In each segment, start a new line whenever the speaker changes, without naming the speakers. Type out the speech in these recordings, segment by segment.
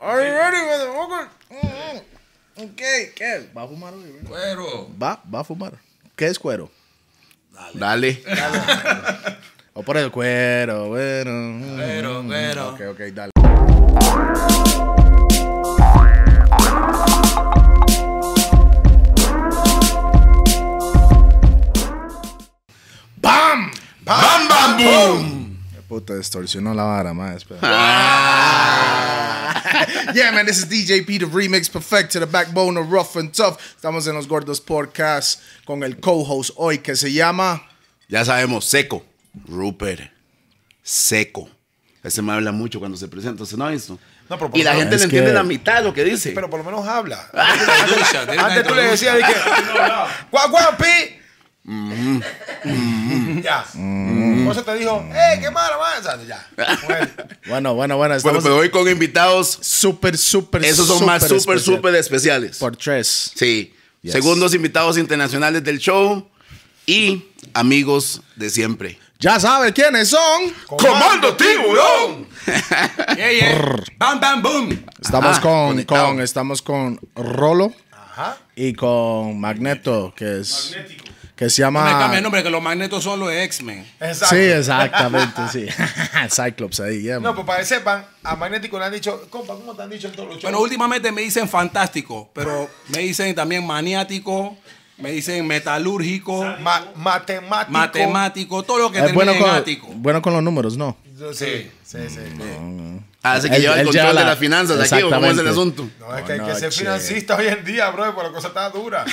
Are you ready, motherfucker? Mm, mm. Ok, ¿qué es?
Va a fumar hoy, ¿verdad?
Cuero.
Va, va a fumar. ¿Qué es cuero?
Dale.
O por el cuero, bueno.
Cuero,
Mm,
cuero.
Ok, ok, dale. ¡Bam!
¡Bam, bam, boom!
Puta, distorsionó la vara, más. Espera. yeah, man, this is DJ P, the remix perfect to the backbone of Rough and Tough. Estamos en los Gordos Podcast con el co-host hoy que se llama...
Ya sabemos, seco. Rupert. Seco. Ese me habla mucho cuando se presenta, ¿se no ha visto?
No, pero por
Y la
lo menos-
gente
es
le entiende
que-
la mitad de lo que dice.
Pero por lo menos habla.
Introduce, tiene una
Antes tú le
introducción.
decías, dije, guau, guau, pi. Ya. Por eso te dijo, eh, qué mala, man. O sea, ya.
Eh,
pues,
Bueno, bueno,
Bueno,
bueno.
bueno,
Estamos
pero hoy con invitados,
súper, súper,
esos son más súper,
especial.
súper especiales.
Por tres.
Sí.
Yes.
Segundos invitados internacionales del show y amigos de siempre.
Ya sabe quiénes son.
¡Comando Tiburón!
Yeah, yeah. ¡Bam, bam, boom!
Estamos
Ajá,
con,
conectado.
con, estamos con Rolo
Ajá.
y con Magneto, que es,
Magnético.
que se
No me cambie el
llama.
nombre, que los magnetos son los X-Men.
Exacto.
Sí, exactamente, sí. Cyclops ahí, yeah,
No,
man.
pues para que sepan, a Magnético le han dicho, compa, ¿cómo te han dicho en todos los shows?
Bueno, últimamente me dicen fantástico, pero me dicen también maniático, me dicen metalúrgico,
Ma- matemático.
matemático, todo lo que
Es bueno
termina en
con,
ático.
bueno con los números, ¿no?
Sí, sí, sí.
Así Ah, que
Él-
lleva el
él
control
lleva la-
de las finanzas aquí, ¿o ¿cómo es el
Exactamente.
asunto?
No, es que hay que
Buenas
ser
noches.
financista hoy en día, bro, porque la cosa está dura.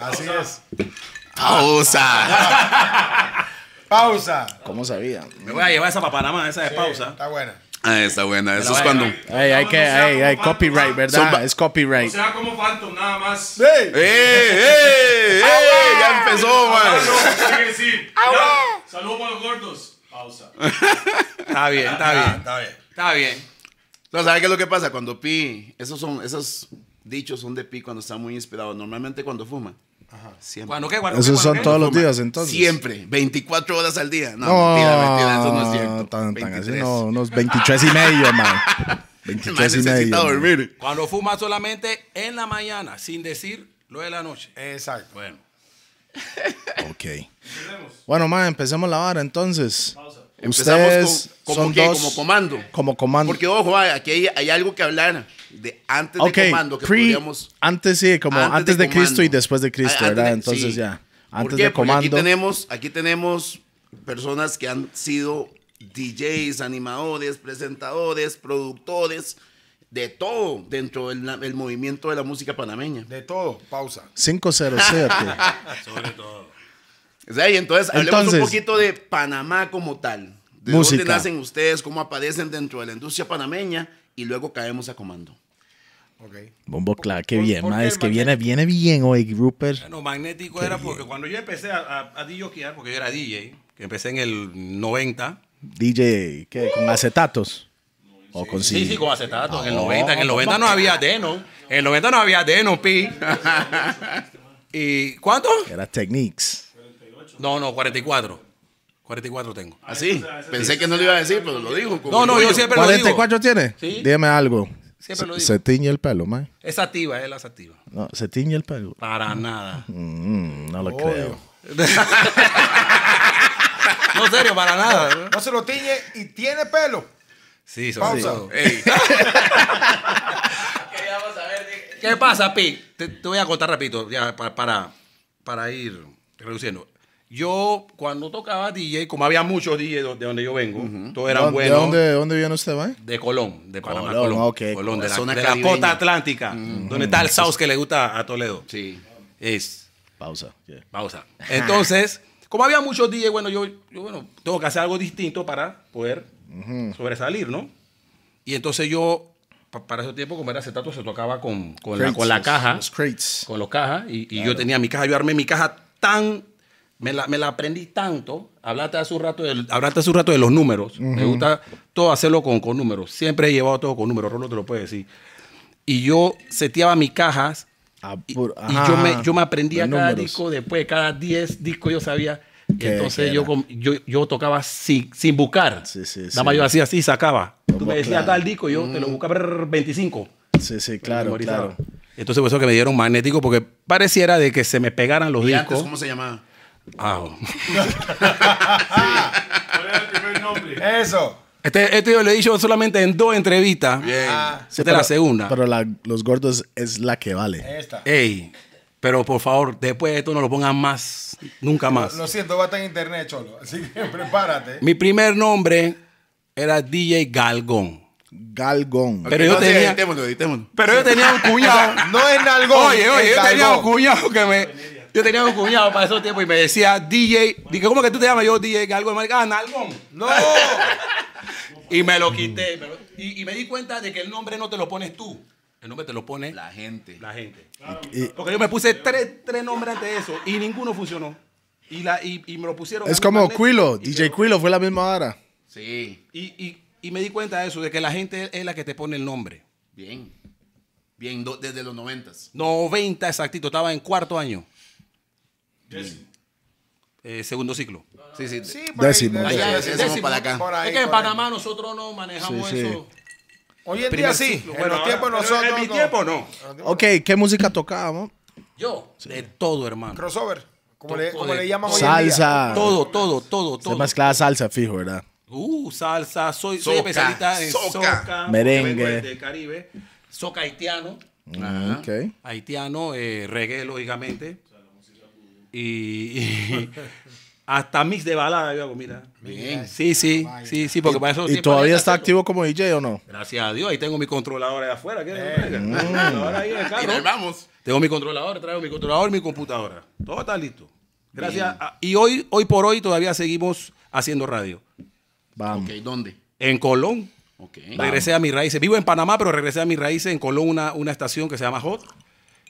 Así es.
¡Pausa!
Pausa.
¿Cómo sabía?
Me voy a llevar esa para Panamá, esa es pausa.
Está buena.
Ah, está buena. Eso es
vaya,
cuando...
vaya.
Ay, hay que, ay, ay, copyright,
Son
¿verdad?
ba-
Es
O
copyright.
sea, como Phantom, nada más.
¡Ey!
¡Eh, eh, eh!
¡Ah,
Ya empezó, man.
Sigue, sí.
Ah,
Ya. Saludos para los gordos. Pausa.
Está bien, está bien,
Está bien.
está bien.
No, ¿sabes qué es lo que pasa? Cuando Pi, esos son, esos dichos son de Pi cuando está muy inspirado. Normalmente cuando fuma. Siempre.
Cuando qué, cuando qué,
Esos
cuando
son
qué.
todos los
Fuma.
días, entonces.
Siempre, 24 horas al día. No,
No,
mentira, mentira, eso no es cierto.
Tan, tan así,
23.
no, unos 23 y medio, man.
El
23
man
y medio.
necesita
man.
dormir.
Cuando fuma solamente en la mañana, sin decir lo de la noche.
Exacto.
Bueno,
Ok.
Empecemos.
Bueno, man, empecemos la vara entonces.
Pausa.
Ustedes
Empezamos con- como
son
qué,
dos-
como comando.
Como comando.
Porque, ojo, vaya, aquí hay, hay algo que hablar de antes
ok,
de comando que
pre-
podríamos.
antes sí, como antes, de,
comando.
Cristo y después de Cristo,
Ah, antes
¿verdad?
de-
Entonces
sí.
ya.
¿Por
Antes
qué?
de
Porque Aquí
comando.
tenemos, aquí tenemos personas que han sido DJs, animadores, presentadores, productores, de todo dentro del el movimiento de la música panameña.
De todo, pausa.
507.
sobre todo.
O sea, y entonces, hablemos
Entonces-
un poquito de Panamá como tal. ¿De
Música.
dónde nacen ustedes? ¿Cómo aparecen dentro de la industria panameña? Y luego caemos a comando.
Ok.
Bombo claro, qué
¿Por-
bien,
por
ma,
qué
es
el
que
man-
viene, viene bien hoy, Rupert.
Bueno, magnético era porque cuando yo empecé a, a, a DJear, porque yo era DJ, que empecé en el 90.
DJ, ¿qué? ¿Con acetatos? ¿O con
Sí, sí,
CD?
con acetato. En el 90, en el 90 no había Denon. En el 90 no había Denon, pi. ¿Y cuánto?
Era Techniques.
No, no, 44. 44 tengo.
Así. Pensé que no lo iba a decir, pero lo digo. con
No, no, yo
orgullo.
siempre lo digo.
44 tiene?
Sí.
Dime algo.
Siempre lo
Se-
digo.
Se tiñe el pelo, man.
Es activa, es la activa.
No, se tiñe el pelo.
Para nada.
Mm, no lo
Obvio.
creo.
No, en serio, para nada.
No se lo tiñe y tiene pelo.
Sí, sobre
Pausa.
todo.
Ey.
¿Qué pasa, Pi? Te, te voy a contar rapidito, ya pa- para, para ir reduciendo. Yo, cuando tocaba DJ, como había muchos DJ do- de donde yo vengo, todos eran
¿De dónde-
buenos.
¿De dónde viene usted, man?
De Colón, de Panamá,
Colón,
Colón.
ok.
Colón, de la,
Zona
de la
caribeña.
costa atlántica, donde está el South que le gusta a Toledo.
Sí. Ah.
Es,
Pausa. yeah.
pausa. Entonces, como había muchos DJs, bueno, yo, yo, bueno, tengo que hacer algo distinto para poder sobresalir, ¿no? Y entonces yo, pa- para ese tiempo, como era acetato, se tocaba con, con, la,
Crates,
con la
los-
caja.
Los crates.
con los cajas y, y yo tenía mi caja, yo armé mi caja tan, me la, me la aprendí tanto, hablaste hace un rato de, hablaste hace un rato de los números, me gusta todo hacerlo con, con números, siempre he llevado todo con números, Rolo te lo puede decir. Y yo seteaba mis cajas
Ah,
y,
pur-
y
ajá,
yo, me, yo me aprendía
los
cada
números.
disco, después de cada 10 discos yo sabía. Y
¿Qué- qué
entonces yo,
era?
com- yo, yo tocaba sin, sin buscar.
Sí, sí,
Nada
sí.
más yo hacía así y sacaba.
Ok,
tú me decías
claro.
tal disco, yo
Mm.
te lo buscaba brr, 25.
Sí, sí, claro,
memorizado.
claro.
Entonces, por eso que me dieron magnético, porque pareciera de que se me pegaran los
¿Y antes
discos.
cómo se llamaba?
Ah,
¿Cuál era el primer nombre?
Eso.
este, este yo lo he dicho solamente en dos entrevistas.
Bien.
Ah,
Esta es la segunda.
Pero la- los gordos es la que vale.
esta.
Ey, pero por favor, después de esto no lo pongan más, nunca más.
Lo siento, va a estar en internet, cholo. Así que prepárate.
Mi primer nombre era DJ Galgón.
Galgón.
Pero yo
Entonces,
tenía-
Editémoslo, editémoslo.
Pero yo tenía un cuñado.
No es nalgón.
Oye, oye,
es
yo tenía un
galgón.
cuñado que me. Yo tenía un cuñado para esos tiempos y me decía DJ. Dije, ¿cómo que tú te llamas? Yo DJ Galgón. Me dijo, Ah, Nalgón.
No.
Y me lo quité. me lo- Y, y me di cuenta de que el nombre no te lo pones tú. El nombre te lo pone la,
La gente.
gente.
Y-
Porque yo me puse tres, tres nombres antes de eso y ninguno funcionó. Y, la, y, y me lo pusieron. a
es
mí
como
magnético
Quilo.
y
DJ
quedó.
Quilo fue la misma hora.
Sí,
Y, y- y me di cuenta de eso, de que la gente es la que te pone el nombre.
bien. Bien, do- desde los noventas.
90 exactito, estaba en cuarto año,
Jesse.
eh, segundo ciclo.
Sí, sí.
Sí, por ahí,
Décimo.
de-
Allá,
de-
ese
de-
somos
Ah, décimo.
para acá.
por ahí,
es que en
por ahí.
Panamá nosotros no manejamos
Sí, sí.
eso.
Hoy en día
Primer
sí.
ciclo.
en los
ahora-
tiempos
pero
nosotros.
En mi
no.
tiempo Ah, no.
Ok, ¿qué música tocábamos?
Yo, de todo, hermano.
Crossover. Como le,
Toco
como
de
le llaman hoy en día.
Salsa.
Todo, todo, todo,
Se
todo.
mezclaba salsa, fijo, ¿verdad?
Uh, salsa, soy, soy
Soca,
especialista en
soca.
soca,
Merengue.
vengo del Caribe, soca haitiano,
Mm,
Ajá.
Ok.
haitiano, eh, reggae, lógicamente. Y, y hasta mix de balada yo hago, mira.
Bien.
Sí, sí, sí, sí, porque para eso
¿Y todavía está activo como DJ o no?
Gracias a Dios, ahí tengo mi controladora de afuera. ¿quieres que lo traiga? Controladora ahí en el
Y
carro.
nos vamos.
Tengo mi controlador, traigo mi controlador, mi computadora. Todo está listo. Gracias. a- y hoy, hoy por hoy todavía seguimos haciendo radio.
Vamos.
Ok, ¿dónde?
En Colón.
Ok.
Regresé a mis raíces. Vivo en Panamá, pero regresé a mis raíces en Colón, una, una estación que se llama Hot.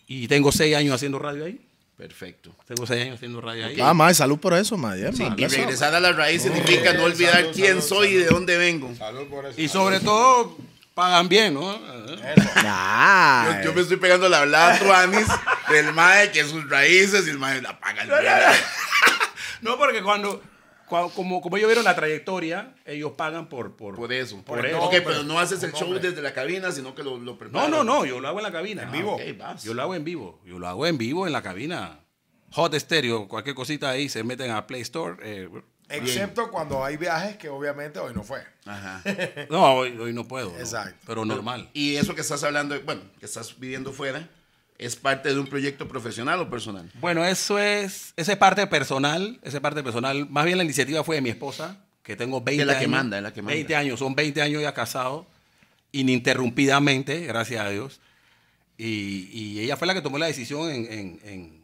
Y tengo seis años haciendo radio ahí.
Perfecto.
Tengo seis años haciendo radio ahí.
Ah, mae, salud por eso, mae. Yeah, man,
Y
bless up.
regresar a la raíz significa no olvidar
salud,
quién
salud,
soy y de dónde vengo.
Salud por eso.
Y sobre todo, pagan bien, ¿no?
Nah.
Yo, yo me estoy pegando la hablada a Tuanis del mae que sus raíces y el mae la paga. el mae.
No, porque cuando, cua- como, como ellos vieron la trayectoria, ellos pagan por... por,
Por eso.
Por
Ok,
eso.
pero no haces el show desde la cabina, sino que lo, lo
No,
preparas.
no, no, yo lo hago en la cabina. En
vivo. ok, vas.
Yo lo hago en vivo. Yo lo hago en vivo en la cabina. Hot Stereo, cualquier cosita ahí, se meten a Play Store. eh,
Excepto cuando hay viajes que obviamente hoy no fue.
Ajá.
no, hoy, hoy no puedo. ¿no?
Exacto.
Pero normal.
Y eso que estás hablando, bueno, que estás viviendo fuera, ¿es parte de un proyecto profesional o personal?
Bueno, eso es, esa es parte personal, esa es parte personal. Más bien la iniciativa fue de mi esposa, que tengo 20
Es la que
años.
manda, es la que manda.
20 años, son 20 años ya casados, ininterrumpidamente, gracias a Dios. Y, y ella fue la que tomó la decisión en, en- en-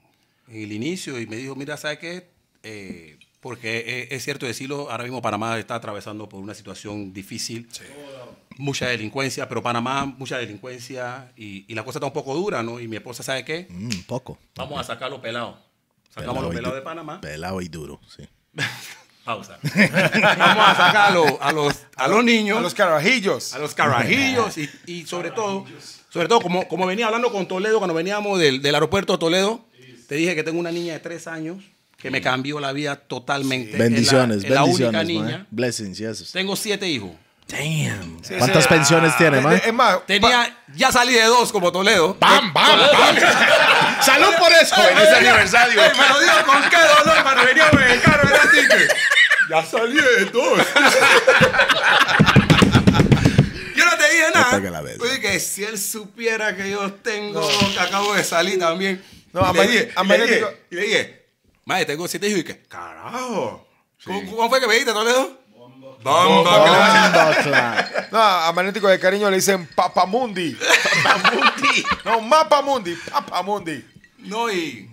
en el inicio y me dijo, mira, ¿sabes qué? Eh, porque eh, es cierto decirlo, ahora mismo Panamá está atravesando por una situación difícil mucha delincuencia, pero Panamá, mucha delincuencia y, y la cosa está un poco dura, ¿no? Y mi esposa, ¿sabe qué?
Mm, un poco.
Vamos a sacar los pelados. Sacamos
Pelado
los
y
pelados
du-
de Panamá.
Pelado y duro, sí.
Pausa. Vamos a sacar a los, a los, a los niños,
A los carajillos.
a los carajillos y, y sobre todo, sobre todo como, como venía hablando con Toledo cuando veníamos del, del aeropuerto de Toledo, te dije que tengo una niña de tres años que me cambió la vida totalmente. Es la-
Bendiciones,
es
bendiciones,
La
mae.
única niña.
Blessings, yes.
Tengo siete hijos.
Damn. ¿Cuántas
Ah,
pensiones tiene, man?
Es más,
Tenía, ya salí de dos como Toledo.
¡Bam, bam, bam! ¡Salud por eso!
¡Feliz aniversario!
Ey, me lo digo con qué dolor, hermano. Veníamos en el carro, era así que. Ya salí de dos. yo no te dije nada.
pega la vez.
Oye, que si él supiera que yo tengo, que acabo de salir también.
No,
y, le
Amari-
dije, y, le
Amari dijo-
dije, y le dije, madre, tengo siete hijos. Y que, carajo. ¿Cómo, cómo fue que me dijiste, Toledo? Bombo. que le-
Bomba clap.
no, a Magnético de Cariño le dicen Papamundi.
¡Papamundi!
No, Mapamundi, Papamundi.
No, y.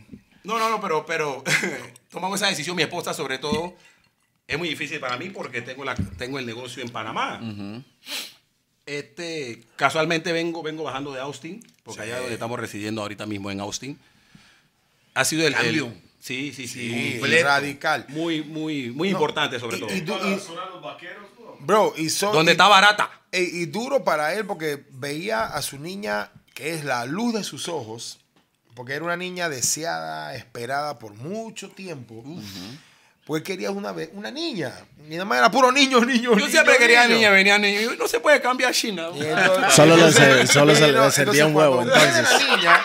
No, no, no, pero, pero tomamos esa decisión, mi esposa sobre todo. Es muy difícil para mí porque tengo, la, tengo el negocio en Panamá. Este, casualmente vengo, vengo bajando de Austin, porque allá donde estamos residiendo ahorita mismo en Austin. Ha sido el
Cambio.
el- sí, sí, sí.
Completo.
Radical.
Muy, muy, muy importante sobre todo.
y-
Toda la zona de los vaqueros, bro.
Bro, y son.
Donde
y-
está barata.
e- y duro para él porque veía a su niña, que es la luz de sus ojos, porque era una niña deseada, esperada por mucho tiempo, Porque querías Pues una, ve- una niña. Mi mamá era puro niño, niño.
Yo siempre quería niña, venía niño. Yo, No se puede cambiar China.
Solo le-
le
solo se le encendía un huevo, entonces.
La niña,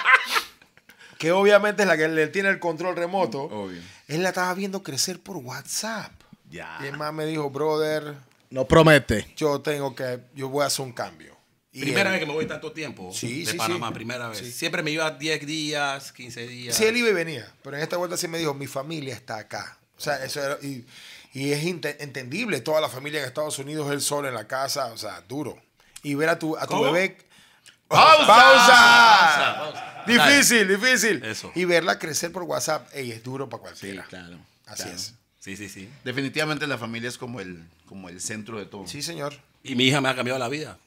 que obviamente es la que le tiene el control remoto,
Obvio. Ah.
él la estaba viendo crecer por WhatsApp.
Ya.
Y el man me dijo, brother,
No promete.
yo tengo que, yo voy a hacer un cambio. Y
Primera
él-
vez que me voy tanto tiempo
Sí,
de
sí,
Panamá,
sí.
primera vez.
Sí.
Siempre me iba 10 días, 15 días.
Sí, él iba y venía. Pero en esta vuelta sí me dijo, mi familia está acá. O sea, eso era... Y, y es inte- entendible, toda la familia en Estados Unidos, él solo en la casa, o sea, duro. Y ver a tu, a tu
¿Cómo?
bebé...
¡Pausa!
¡Pausa!
Pausa, pausa.
Difícil, difícil.
Eso.
Y verla crecer por WhatsApp, ey, es duro para cualquiera.
claro.
Así es.
Sí, sí, sí.
Definitivamente la familia es como el, como el centro de todo.
Sí, señor.
Y mi hija me ha cambiado la vida.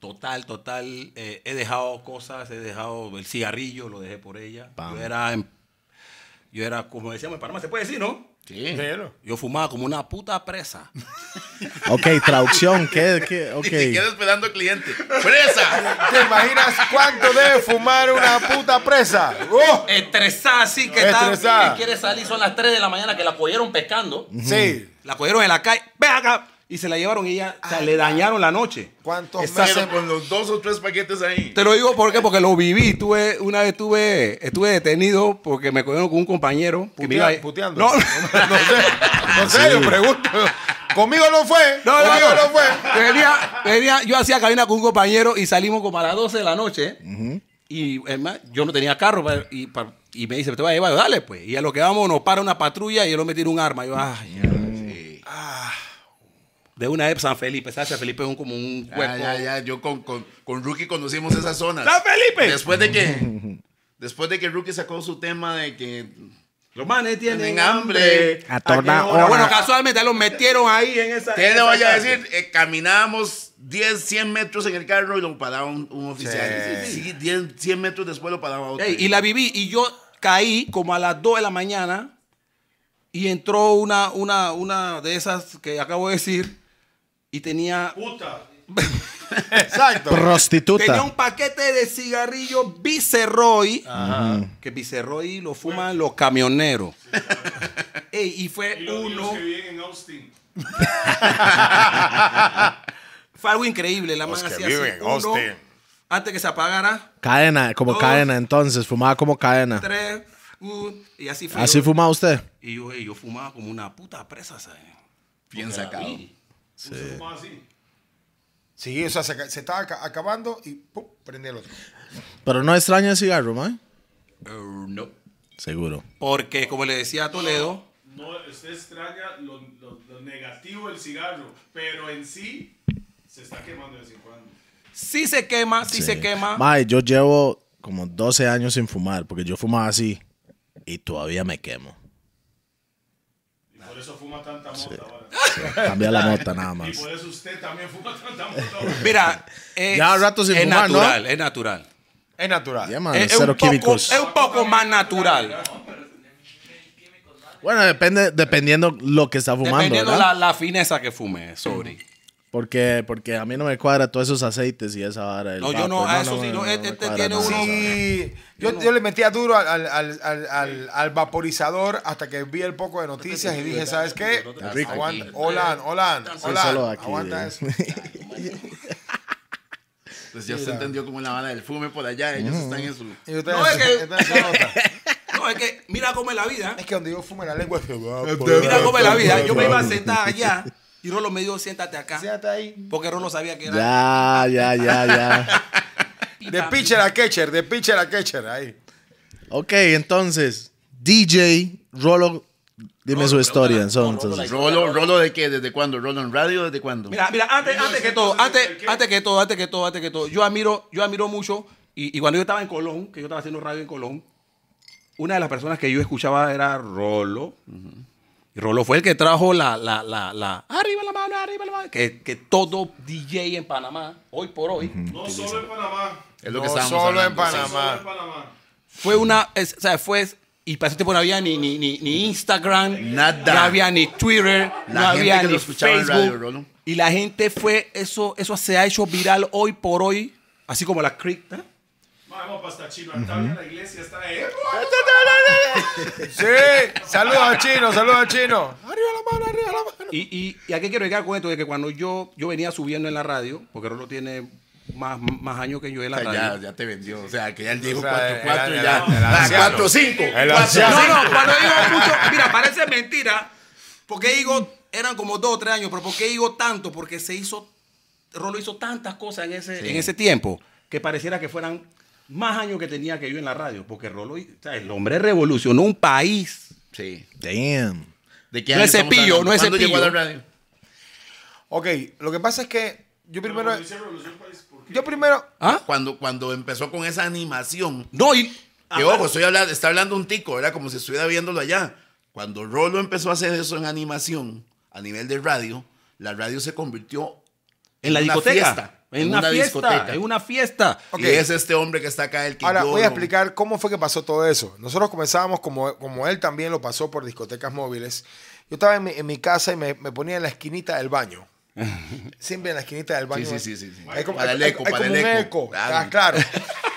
Total, total. eh, he dejado cosas, he dejado el cigarrillo, lo dejé por ella.
Pam.
Yo era, en- yo era, como decíamos en Panamá, se puede decir, ¿no?
Sí.
Yo fumaba como una puta presa.
Ok, traducción. ¿Qué? qué?
Y te
Ok.
quedas esperando cliente. ¡Presa!
¿Te imaginas cuánto debe fumar una puta presa? ¡Oh!
Estresada, así Uh, que está,
Estresada.
que quiere salir. Son las 3 de la mañana que la cogieron pescando.
Sí.
La cogieron en la calle. ¡Ve acá! Y se la llevaron y ya, o sea, le dañaron la noche.
¿Cuántos
Pero
meses?
con los dos o tres paquetes ahí.
Te lo digo porque, porque lo viví. Tuve, una vez estuve, estuve detenido porque me cogieron con un compañero. que me
Putea-
iba a-
puteando.
No,
No sé, no sé, yo pregunto. Conmigo no fue.
no, no,
conmigo
no.
no fue.
Venía- venía- yo hacía cabina con un compañero y salimos como a las 12 de la noche. Y es más, yo no tenía carro pa- y, pa- y me dice, te voy a llevar, Yo, dale pues. Y a lo que vamos nos para una patrulla y él me tira un arma. Yo, ay, ya,
Mm.
sí. Ah. De una vez San Felipe, ¿sabes? San Felipe es un- como un hueco.
Ya, ya, ya. Yo con, con, con Rookie conocimos esas zonas.
¡San Felipe!
Después de que. Después de que Rookie sacó su tema de que.
Los manes tienen,
Tienen
hambre.
hambre.
A toda
qué hora?
hora.
Bueno, casualmente los metieron ahí en esa.
¿Qué
en
le
esa
vaya a
cárcel.
decir? Eh, caminábamos 10, 100 metros en el carro y lo paraba un, un oficial.
Sí.
Sí, 10, 100 metros después lo paraba otro.
Ey, y la viví. Y yo caí como a las 2 de la mañana y entró una, una, una de esas que acabo de decir y tenía,
Puta.
Exacto.
tenía un
Prostituta.
paquete de cigarrillos Viceroy. Que Viceroy lo fuman los camioneros. Ey, y
Y
fue
los niños
uno.
que viven en Austin.
Fue algo increíble. La
Los
man
que
hacía así,
viven en
uno,
Austin.
Antes que se apagara,
Cadena, como
Dos.
cadena, entonces. Fumaba como cadena.
tres, un, y así fue.
¿Así
Yo-
fumaba usted?
Y yo, y yo fumaba como una puta presa, ¿sabes?
Bien
Porque la
sacado.
vi.
Uno fuma así.
Sí, o sea, se, ca- se estaba aca- acabando y pum, prendí el otro.
Pero no extraña el cigarro, man.
Eh, no.
Seguro.
Porque, como le decía a Toledo,
No, usted extraña lo, lo- lo negativo del cigarro, pero en sí se está quemando de vez en cuando.
si se quema, si se quema.
Mae, yo llevo como 12 años sin fumar, porque yo fumaba así y todavía me quemo.
Y por eso fuma tanta mota ahora.
Cambia la nota nada
Y
más.
por eso usted también fuma tanta mota ahora.
Mira, es,
Ya rato sin
es
fumar, ¿no?
natural, es natural.
Es natural.
Ya, man,
Eh, Es, es
cero
un poco,
químicos.
es un poco más natural.
Bueno, depende, dependiendo lo que está fumando,
dependiendo
¿verdad?
la, la fineza que fume, sorry.
Porque, porque a mí no me cuadra todos esos aceites y esa vara. del
No,
vapor.
yo no, a eso sí, no, este-
me
este
cuadra
tiene
nada.
uno-
Sí, yo, yo le metía duro al, al- al- al- al- al vaporizador hasta que vi el poco de noticias y dije, ¿sabes qué?
rico.
Aguanta, hola, hola,
Sí, solo
hola,
aquí. eh.
aguanta eso.
Pues ya se entendió como la bala del fume por allá. Ellos están en su.
Y ustedes,
No, es que-
ustedes son otra.
No, es que mira cómo es la vida. ¿eh?
Es que donde yo fumo la lengua,
Mira cómo es la vida. Yo me iba a sentar allá y Rolo me dijo, siéntate acá.
Siéntate ahí.
Porque Rolo sabía que era.
Ya, ya, ya, ya.
De pitcher a catcher, de pitcher a catcher, ahí.
ok, entonces, DJ Rolo, dime su historia. entonces.
Pues, Rolo, Rolo de qué? ¿Desde cuándo? ¿Rolo en radio? ¿Desde cuándo?
Mira, mira, antes, antes que todo, antes, antes que todo, antes que todo, antes que todo, yo admiro, yo admiro mucho, y, y cuando yo estaba en Colón, que yo estaba haciendo radio en Colón, una de las personas que yo escuchaba era Rolo. Y Rolo fue el que trajo la, la, la, la, arriba la mano, arriba la mano, que, que todo DJ en Panamá, hoy por hoy,
No solo en Panamá.
es lo que
No
estábamos
solo en
hablando, sí.
No solo en
Panamá.
Panamá.
fue una, es- o sea, fue, y para ese tiempo no había ni, ni, ni, ni Instagram,
Nada.
no había ni Twitter, no
La gente
había
que lo
ni
escuchaba en
Facebook.
radio, Rolo.
y la ¿eh? gente fue, eso, eso se ha hecho viral hoy por hoy, así como la cripta.
Vamos hasta Chinoantabia, la iglesia está ahí.
Sí, saludos a Chino, saludos a Chino. Arriba la mano, arriba la mano.
Y, y, y a qué quiero llegar con esto, de que cuando yo, yo venía subiendo en la radio, porque Rolo tiene más, más años que yo en la
O sea,
radio.
ya, ya te vendió. O sea, que ya él dijo
O sea,
4-4
el-
ya.
el- el
Ah,
anciano.
4-5.
El anciano.
No, no, cuando digo mucho, mira, parece mentira, porque digo, eran como dos o tres años, pero ¿por qué digo tanto? Porque se hizo, Rolo hizo tantas cosas en ese, en ese tiempo que pareciera que fueran más años que tenía que yo en la radio, porque Rolo, o sea, el hombre revolucionó un país.
Sí.
Damn.
¿De qué
No
año
es
estamos
cepillo,
hablando?
no es
¿Cuándo llegó a la
cepillo.
radio?
Ok, lo que pasa es que yo
Pero
primero.
cuando dice revolución, pues, ¿por qué?
Yo primero.
¿Ah?
Cuando, cuando empezó con esa animación.
No, y...
Ah,
Que ojo, estoy hablando, está hablando un tico, era como si estuviera viéndolo allá. Cuando Rolo empezó a hacer eso en animación, a nivel de radio, la radio se convirtió
En la
Una
discoteca.
fiesta.
en
En
una,
una
fiesta.
discoteca.
En una fiesta.
Ok.
Y es este hombre que está acá, el que
Ahora
yo
voy a
no-
explicar cómo fue que pasó todo eso. Nosotros comenzábamos, como, como él también lo pasó por discotecas móviles. Yo estaba en mi, en mi casa y me, me ponía en la esquinita del baño. Siempre en la esquinita del baño.
sí, sí, sí, sí.
Hay como,
Para
hay-
el
hay-
eco,
hay
para
como
el
un
eco.
eco.
Claro.
Ah, Claro.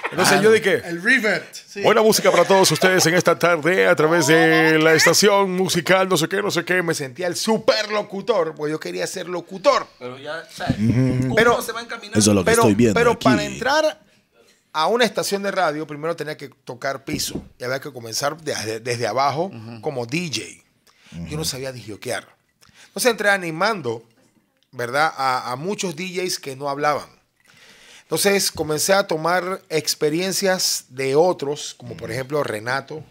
Entonces yo dije,
El reverb. sí.
Buena música para todos ustedes en esta tarde a través de la estación musical, no sé qué, no sé qué. Me sentía el super locutor, porque yo quería ser locutor.
Pero ya, o sea, ¿cómo
Pero-
se va encaminando?
Eso es lo que
Pero,
estoy viendo.
pero
aquí.
para entrar a una estación de radio, primero tenía que tocar piso y había que comenzar de- de- desde abajo como DJ. Yo no sabía disjoquear. Entonces entré animando, ¿verdad? A, a muchos DJs que no hablaban. Entonces comencé a tomar experiencias de otros, como por ejemplo Renato.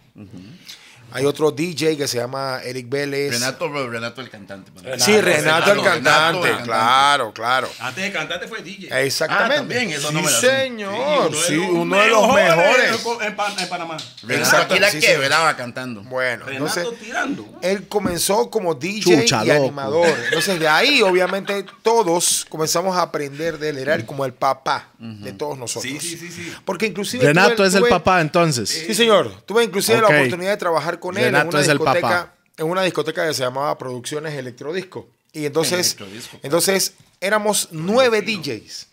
Hay otro DJ que se llama Eric Vélez.
Renato, Renato el cantante. perdón.
sí, Renato, el
Renato,
cantante.
Renato, el
Claro, claro.
Antes de cantante fue DJ.
Exactamente.
Ah, también, eso
sí,
no me la sé.
señor. Oh, Sí, uno de los
mejores
mejores.
En, Pa- en Panamá.
Renato aquí la
Sí, sí.
quebraba cantando.
Bueno,
Renato
entonces
tirando.
él comenzó como DJ
Chucha,
y
loco.
animador. Entonces de ahí, obviamente, todos comenzamos a aprender de él. Era él como el papá de todos nosotros.
Sí, sí, sí, sí.
Porque inclusive
Renato
tuve-
es el
tuve-
papá entonces.
Sí, señor. Tuve inclusive
Ok.
la oportunidad de trabajar con él en
Renato
una
es el
discoteca,
papá.
en una discoteca que se llamaba Producciones Electrodisco. Y entonces,
Electrodisco.
entonces éramos nueve DJs,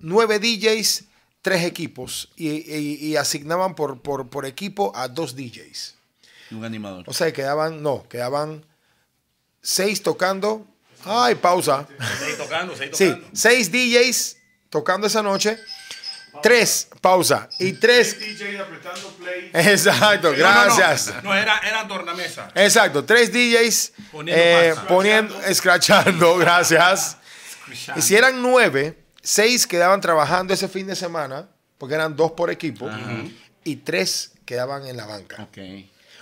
nueve DJs, tres equipos y, y- y asignaban por, por, por equipo a dos DJs.
Y Un animador.
O sea, quedaban no, quedaban seis tocando. Ay, pausa.
Seguí tocando, seguí
Sí, seis DJs tocando esa noche. Tres, pausa. Y tres.
DJ apretando play.
Eh, Exacto,
No, no,
gracias.
No, era, era tornamesa.
Exacto, tres DJs
Poniendo
eh,
pasta.
poniendo, escrachando, gracias. Y si eran nueve, seis quedaban trabajando ese fin de semana, porque eran dos por equipo, y tres quedaban en la banca.
Ok.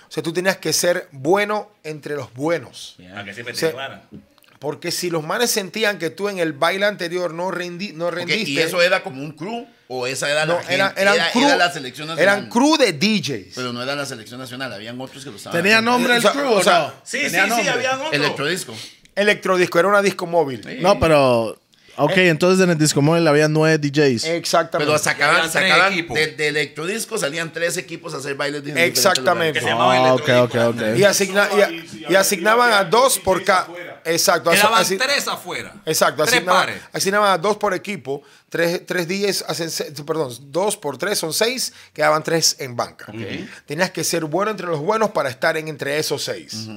O sea, tú tenías que ser bueno entre los buenos.
Para que siempre
Sí.
te llevaran.
Porque si los manes sentían que tú en el baile anterior no, rendi- no
Ok,
rendiste,
¿Y eso era como un crew? ¿O esa era
no,
la gente?
era- eran,
Era-
crew,
era la selección nacional.
eran crew de DJs.
Pero no era la selección nacional, habían otros que lo estaban.
¿Tenía
haciendo.
nombre
O
el
sea,
crew
o
o
sea,
no?
Sí,
¿Tenía
sí, sí,
nombre?
había otro.
Electrodisco.
Electrodisco, era una disco móvil.
No, pero. Ok, entonces en el Disco Móvil había nueve DJs.
Eh, Exactamente.
Pero sacaban,
habían tres
sacaban
equipos.
de, de electrodisco salían tres equipos a hacer bailes de
Exactamente.
Que se
Ah,
llamaba
Ah, ok, ok,
Electrodisco.
ok.
Y, asigna- y a- y asignaban a dos por cada. Exacto. as-
Quedaban
asi-
tres afuera.
Exacto,
Tres
asignaban,
pares.
asignaban a dos por equipo, tres, tres DJs, hacen se- perdón, dos por tres son seis, quedaban tres en banca. Tenías que ser bueno entre los buenos para estar en entre esos seis.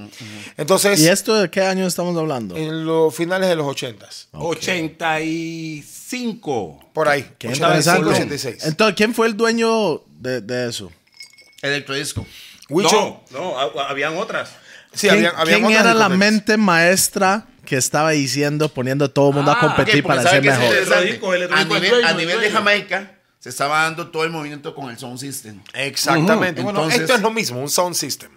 Entonces,
¿Y esto de qué año estamos hablando?
en los finales de los ochentas,
85.
por ahí,
Qué
85,
interesante.
86.
Entonces, ¿quién fue el dueño de, de eso?
Electrodisco.
Huicho,
no, ha- habían otras.
sí,
¿Quién,
habían- habían
quién
otras
era la
discotecas.
mente maestra que estaba diciendo, poniendo a todo el mundo
Ah,
a competir
Ok, porque
para
¿sabe
ser
qué es
mejor?
interesante?
Electrodisco,
a
electrodisco, el
nivel,
dueño,
a
el
nivel de
dueño.
Jamaica se estaba dando todo el movimiento con el sound system.
Eh, Exactamente.
Ujú.
Bueno,
Entonces-
esto es lo mismo, un sound system.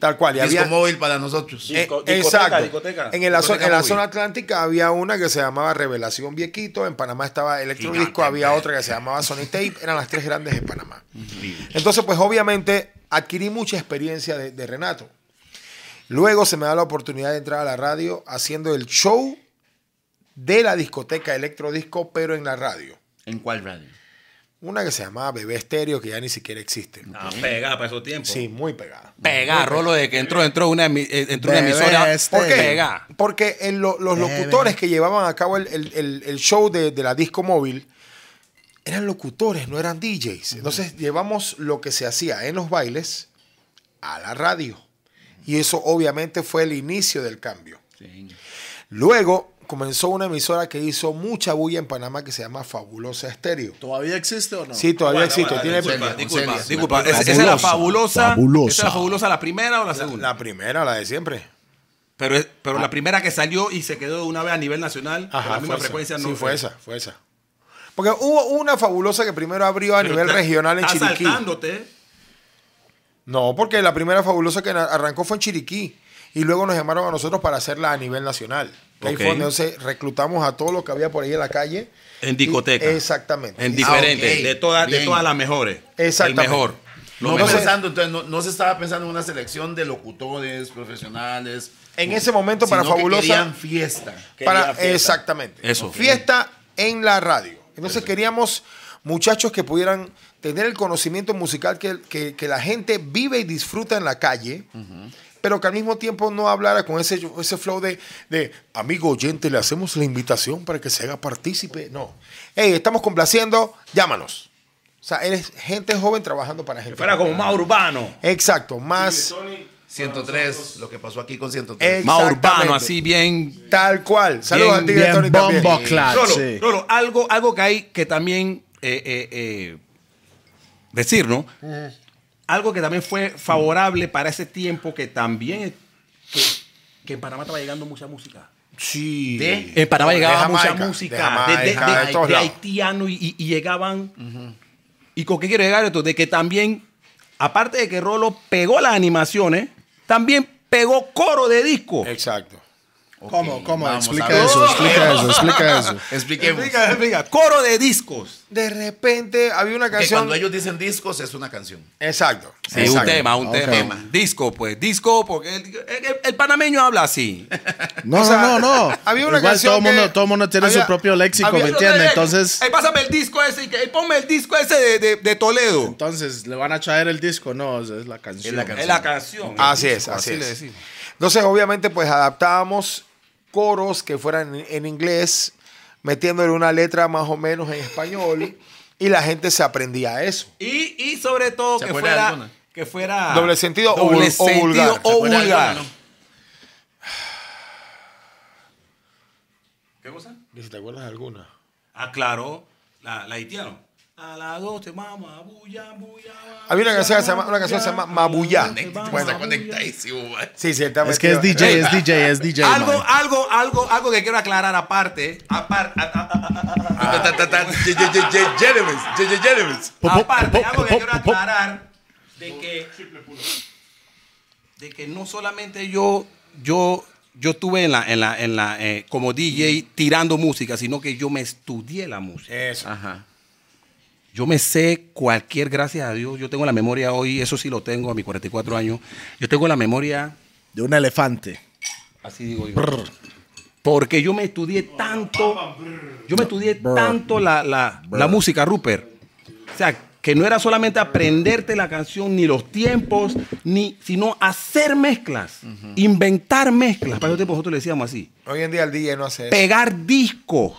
Tal cual. Y
Disco
había,
móvil para nosotros.
Eh,
Disco- discoteca,
exacto.
discoteca.
En, el azo-
Discoteca
en la
móvil.
zona atlántica había una que se llamaba Revelación Viequito, en Panamá estaba Electrodisco, había otra que se llamaba Sony Tape, eran las tres grandes en Panamá. Entonces, pues obviamente adquirí mucha experiencia de, de Renato. Luego se me da la oportunidad de entrar a la radio haciendo el show de la discoteca Electrodisco, pero en la radio.
¿En cuál radio?
Una que se llamaba Bebé Estéreo, que ya ni siquiera existe.
Ah, pegada para esos tiempos.
Sí, muy pegada.
Pegar, Rolo, de que entró, entró una, emi- eh, entró una
Bebé
emisora.
este.
¿Por qué? Eh,
Pegada.
Porque en lo- los locutores que llevaban a cabo el, el- el- el show de, de la disco móvil eran locutores, no eran DJs. Entonces llevamos lo que se hacía en los bailes a la radio. Y eso obviamente fue el inicio del cambio. Luego comenzó una emisora que hizo mucha bulla en Panamá que se llama Fabulosa Estéreo.
¿Todavía existe o no?
Sí, todavía
Bueno,
existe.
bueno,
tiene
disculpa,
en
disculpa,
serio.
disculpa. Esa esa es la fabulosa.
Fabulosa.
Esa es la fabulosa, la primera o la segunda.
la primera, la de siempre.
pero es- pero la primera que salió y se quedó de una vez a nivel nacional, con la misma
fue esa.
frecuencia no
Sí, fue esa, fue esa. Porque hubo una fabulosa que primero abrió a
Pero
nivel
está-
regional en
está
Chiriquí.
saltándote.
No, porque la primera fabulosa que na- arrancó fue en Chiriquí. Y luego nos llamaron a nosotros para hacerla a nivel nacional. Que Ahí
Ok.
fue donde entonces reclutamos a todos los que había por ahí en la calle.
En discoteca.
Y- exactamente. Ah,
En diferentes,
ok.
de, todas, de
Bien.
todas las mejores.
Exactamente.
El mejor. Lo
No,
mejor.
pensando, entonces, no, no se estaba pensando en una selección de locutores, profesionales.
En ese momento, para
sino que
Fabulosa-
Querían fiesta. querían
para,
fiesta.
Exactamente.
Eso.
Fiesta en la radio. Entonces queríamos muchachos que pudieran tener el conocimiento musical que, que- que la gente vive y disfruta en la calle, pero que al mismo tiempo no hablara con ese, ese flow de, de, amigo oyente, le hacemos la invitación para que se haga partícipe. No. Hey, estamos complaciendo, llámanos. O sea, eres gente joven trabajando para gente.
Fuera
joven.
como más urbano.
Exacto, más...
Tony,
103, lo que pasó aquí con 103.
Ex-
Más
Exactamente.
urbano, así bien.
Tal cual. Saludos
Bien,
al tigre Tony
Bien,
también.
bombo clap,
Rolo,
sí.
Rolo, algo, algo que hay que también eh, eh, eh, decir, ¿no? Algo que también fue favorable para ese tiempo que también que, que en Panamá estaba llegando mucha música.
Sí.
¿De?
En Panamá
De
llegaba
Jamaica,
mucha
de
música de,
Jamaica,
de- de-
de todos
de
lados.
haitiano y, y- y llegaban. ¿Y con qué quiero llegar esto? De que también, aparte de que Rolo pegó las animaciones, también pegó coro de disco.
Exacto.
¿Cómo? ¿Cómo?
vamos a
explica
ver.
eso, explica eso, explica eso.
Expliquemos.
Explica, explica. Coro de discos.
De repente había una
Que
canción.
cuando ellos dicen discos, es una canción.
Exacto.
Sí, un
exacto.
tema, un
Ok.
tema. Disco, pues. Disco, porque el, el- el panameño habla así.
No,
O sea,
no, no, no.
había una
Igual
canción
todo el mundo,
que
todo mundo tiene
había-
su propio léxico,
había-
¿me entiendes? Entonces,
Ahí eh, pásame el disco ese. y que- ahí ponme el disco ese de, de- de Toledo.
entonces, ¿le van a traer el disco? No, es es la canción.
la
Es la canción.
Así
El
es,
disco,
así,
le
es.
decimos.
Entonces, obviamente, pues adaptábamos coros que fueran en, en inglés, metiéndole una letra más o menos en español, y la gente se aprendía eso.
Y, y sobre todo
¿Se
que
acuerda de
fuera,
alguna?
que fuera.
Doble sentido o
doble
vul- o
sentido
vulgar.
o
¿Se
acuerda de
vulgar.
alguna,
¿Qué cosa?
Si te acuerdas de alguna.
Aclaró la, la haitiano. A las 12, mamá, bulla, bulla.
Había una canción que se llama- una canción que se llama Mabullá.
Pues está conectadísimo, man.
Sí, sí, está
Es que es
metido-
DJ, es DJ, es DJ.
Algo,
man.
algo, algo, algo que quiero aclarar aparte. Aparte,
Ah,
Ta, ta, ta, ye- ye- ye- ye- Jeremys, ye- ye- Jeremys.
aparte algo que quiero aclarar de que, de que no solamente yo, yo, yo estuve en la, en la, en la, eh, como DJ tirando música, sino que yo me estudié la música.
Eso.
Yo me sé cualquier, gracias a Dios, yo tengo la memoria hoy, eso sí lo tengo a mis 44 años, yo tengo la memoria,
De un elefante.
así digo yo, porque yo me estudié tanto, yo me estudié tanto la, la, la música, Rupert. O sea, que no era solamente aprenderte la canción, ni los tiempos, ni, sino hacer mezclas, inventar mezclas. Para ese tiempo nosotros le decíamos así,
Hoy en día el DJ no hace eso.
pegar discos.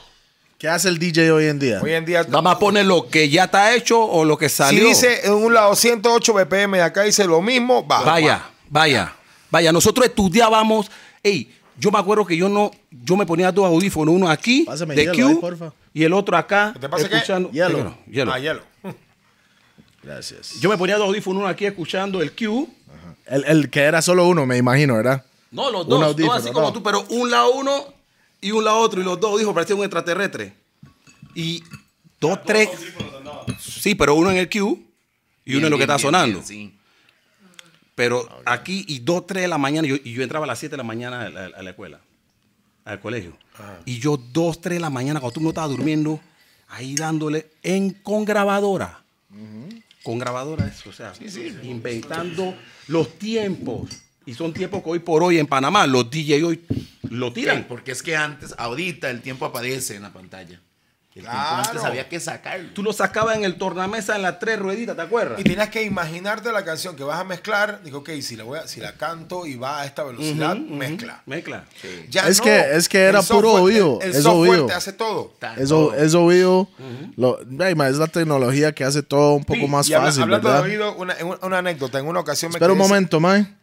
¿Qué hace el DJ hoy en día?
Hoy en día.
Nada más poner lo que ya está hecho o lo que
Si
salió.
dice en un lado 108 BPM de acá dice lo mismo, va.
Vaya, vaya, vaya. Nosotros estudiábamos. Ey, yo me acuerdo que yo no, yo me ponía dos audífonos, uno aquí,
Pásame
de
hielo
Q,
ahí, porfa.
y el otro acá,
¿Te pasa qué?
escuchando.
Hielo.
Hielo, hielo.
Ah, hielo.
Gracias.
Yo me ponía dos audífonos, uno aquí escuchando el Q.
El, el que era solo uno, me imagino, ¿verdad?
No, los
Un
dos,
audífono,
dos así como
no.
tú, pero un lado uno y un lado otro, y los dos audífonos parecían un extraterrestre. Y dos, tres. Sí, pero uno en el Q y uno en lo que
Bien,
está
bien,
sonando.
bien, sí.
Pero aquí y dos, tres de la mañana, y yo, y yo entraba a las 7 de la mañana a la, a la escuela, al colegio. Y yo dos, tres de la mañana, cuando tú no estabas durmiendo, ahí dándole en con grabadora. Con grabadora eso, o sea, inventando los tiempos. Y son tiempos que hoy por hoy en Panamá los DJ hoy lo tiran.
Porque es que antes, ahorita, el tiempo aparece en la pantalla. El
Claro.
tiempo antes había que sacarlo.
Tú lo sacabas en el tornamesa en las tres rueditas, ¿te acuerdas?
Y tenías que imaginarte la canción que vas a mezclar. Digo, ok, si la, voy a- si la canto y va a esta velocidad,
Ujú, ujú.
mezcla.
Mezcla.
Ya
Es
no.
que- es que era
El
puro
software-
oído,
El,
es
software
oído.
te hace Ah, todo.
Está
Eso,
todo.
eso oído, lo- ay, ma, es la tecnología que hace todo un poco
Sí,
más
y habla-
fácil,
hablando
¿verdad?
de oído, una, una- una anécdota. En una ocasión me
Espera un
quedé-
momento, man.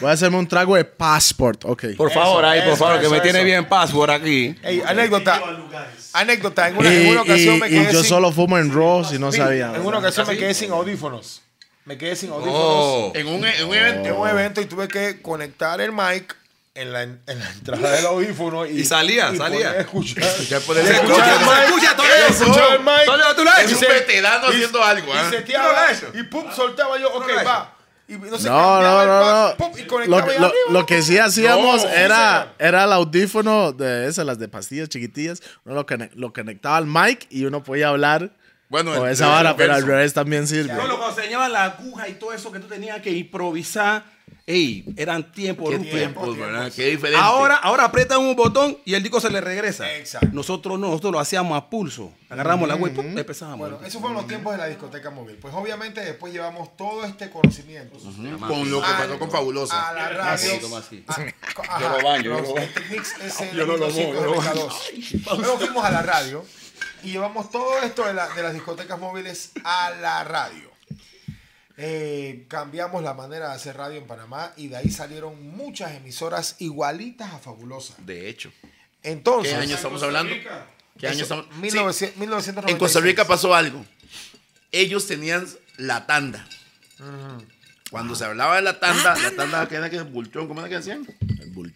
Voy a hacerme un trago de passport. Ok.
Por favor, ahí, por
eso,
favor, que
eso,
me tiene
eso.
bien password aquí.
Ey,
Yo a
anécdota.
lugares.
Anécdota. En
Y,
una, en una ocasión
y-
me
y
quedé
yo
sin-
solo fumo en Raw si no sabía.
En una ocasión me quedé sin audífonos. Me quedé sin audífonos.
Ah, Oh.
En un, en un evento.
en un evento y tuve que conectar el mic en la, en la entrada del audífono y,
Y salía, salía.
poder Escuchar,
Ya poder
Se
escuchar,
escucha el
se
mic,
escucha, Toledo.
se escucha el mic.
Toledo, tú lo has
Y
Es un
se-
veterano
y-
haciendo algo, ¿ah?
Y se
¿Tú lo
teaba,
has hecho?
y pum, soltaba yo, ok,
lo has
va. Y no, sé,
No, no, no, no. Lo,
y conectaba y
lo-
arriba,
lo que sí hacíamos
No, sí,
era, era el audífono de esas, las de pastillas chiquitillas. Uno lo, cone- lo conectaba al mic y uno podía hablar
Bueno,
con
el-
esa
el
vara, pero al
verso.
revés también sirve.
No, lo que enseñaba la aguja y todo eso que tú tenías que improvisar. Ey, eran tiempos
Qué
Lupe.
tiempos, ¿verdad? Qué diferente.
Ahora, ahora aprietan un botón y el disco se le regresa.
Exacto.
Nosotros no, nosotros lo hacíamos a pulso. Agarramos la web y pum, empezábamos.
Bueno, esos fueron los tiempos de la discoteca móvil. Pues obviamente después llevamos todo este conocimiento.
con lo que pasó con
A
Fabulosa.
la
Así,
radio.
toma así.
Ajá,
Yo lo baño, yo
los
lo baño.
Technics SL
Yo no lo muevo, yo lo baño.
272. Luego fuimos a la radio y llevamos todo esto de, la- de las discotecas móviles a la radio. Eh, cambiamos la manera de hacer radio en Panamá y de ahí salieron muchas emisoras igualitas a Fabulosas.
De hecho.
Entonces,
¿Qué año estamos hablando?
Rica.
¿Qué año estamos? Sí,
1900- 1996.
en Costa Rica pasó algo. Ellos tenían la tanda. Cuando se hablaba de
Ah,
la tanda, la tanda, que era que bultrón, ¿cómo era que decían?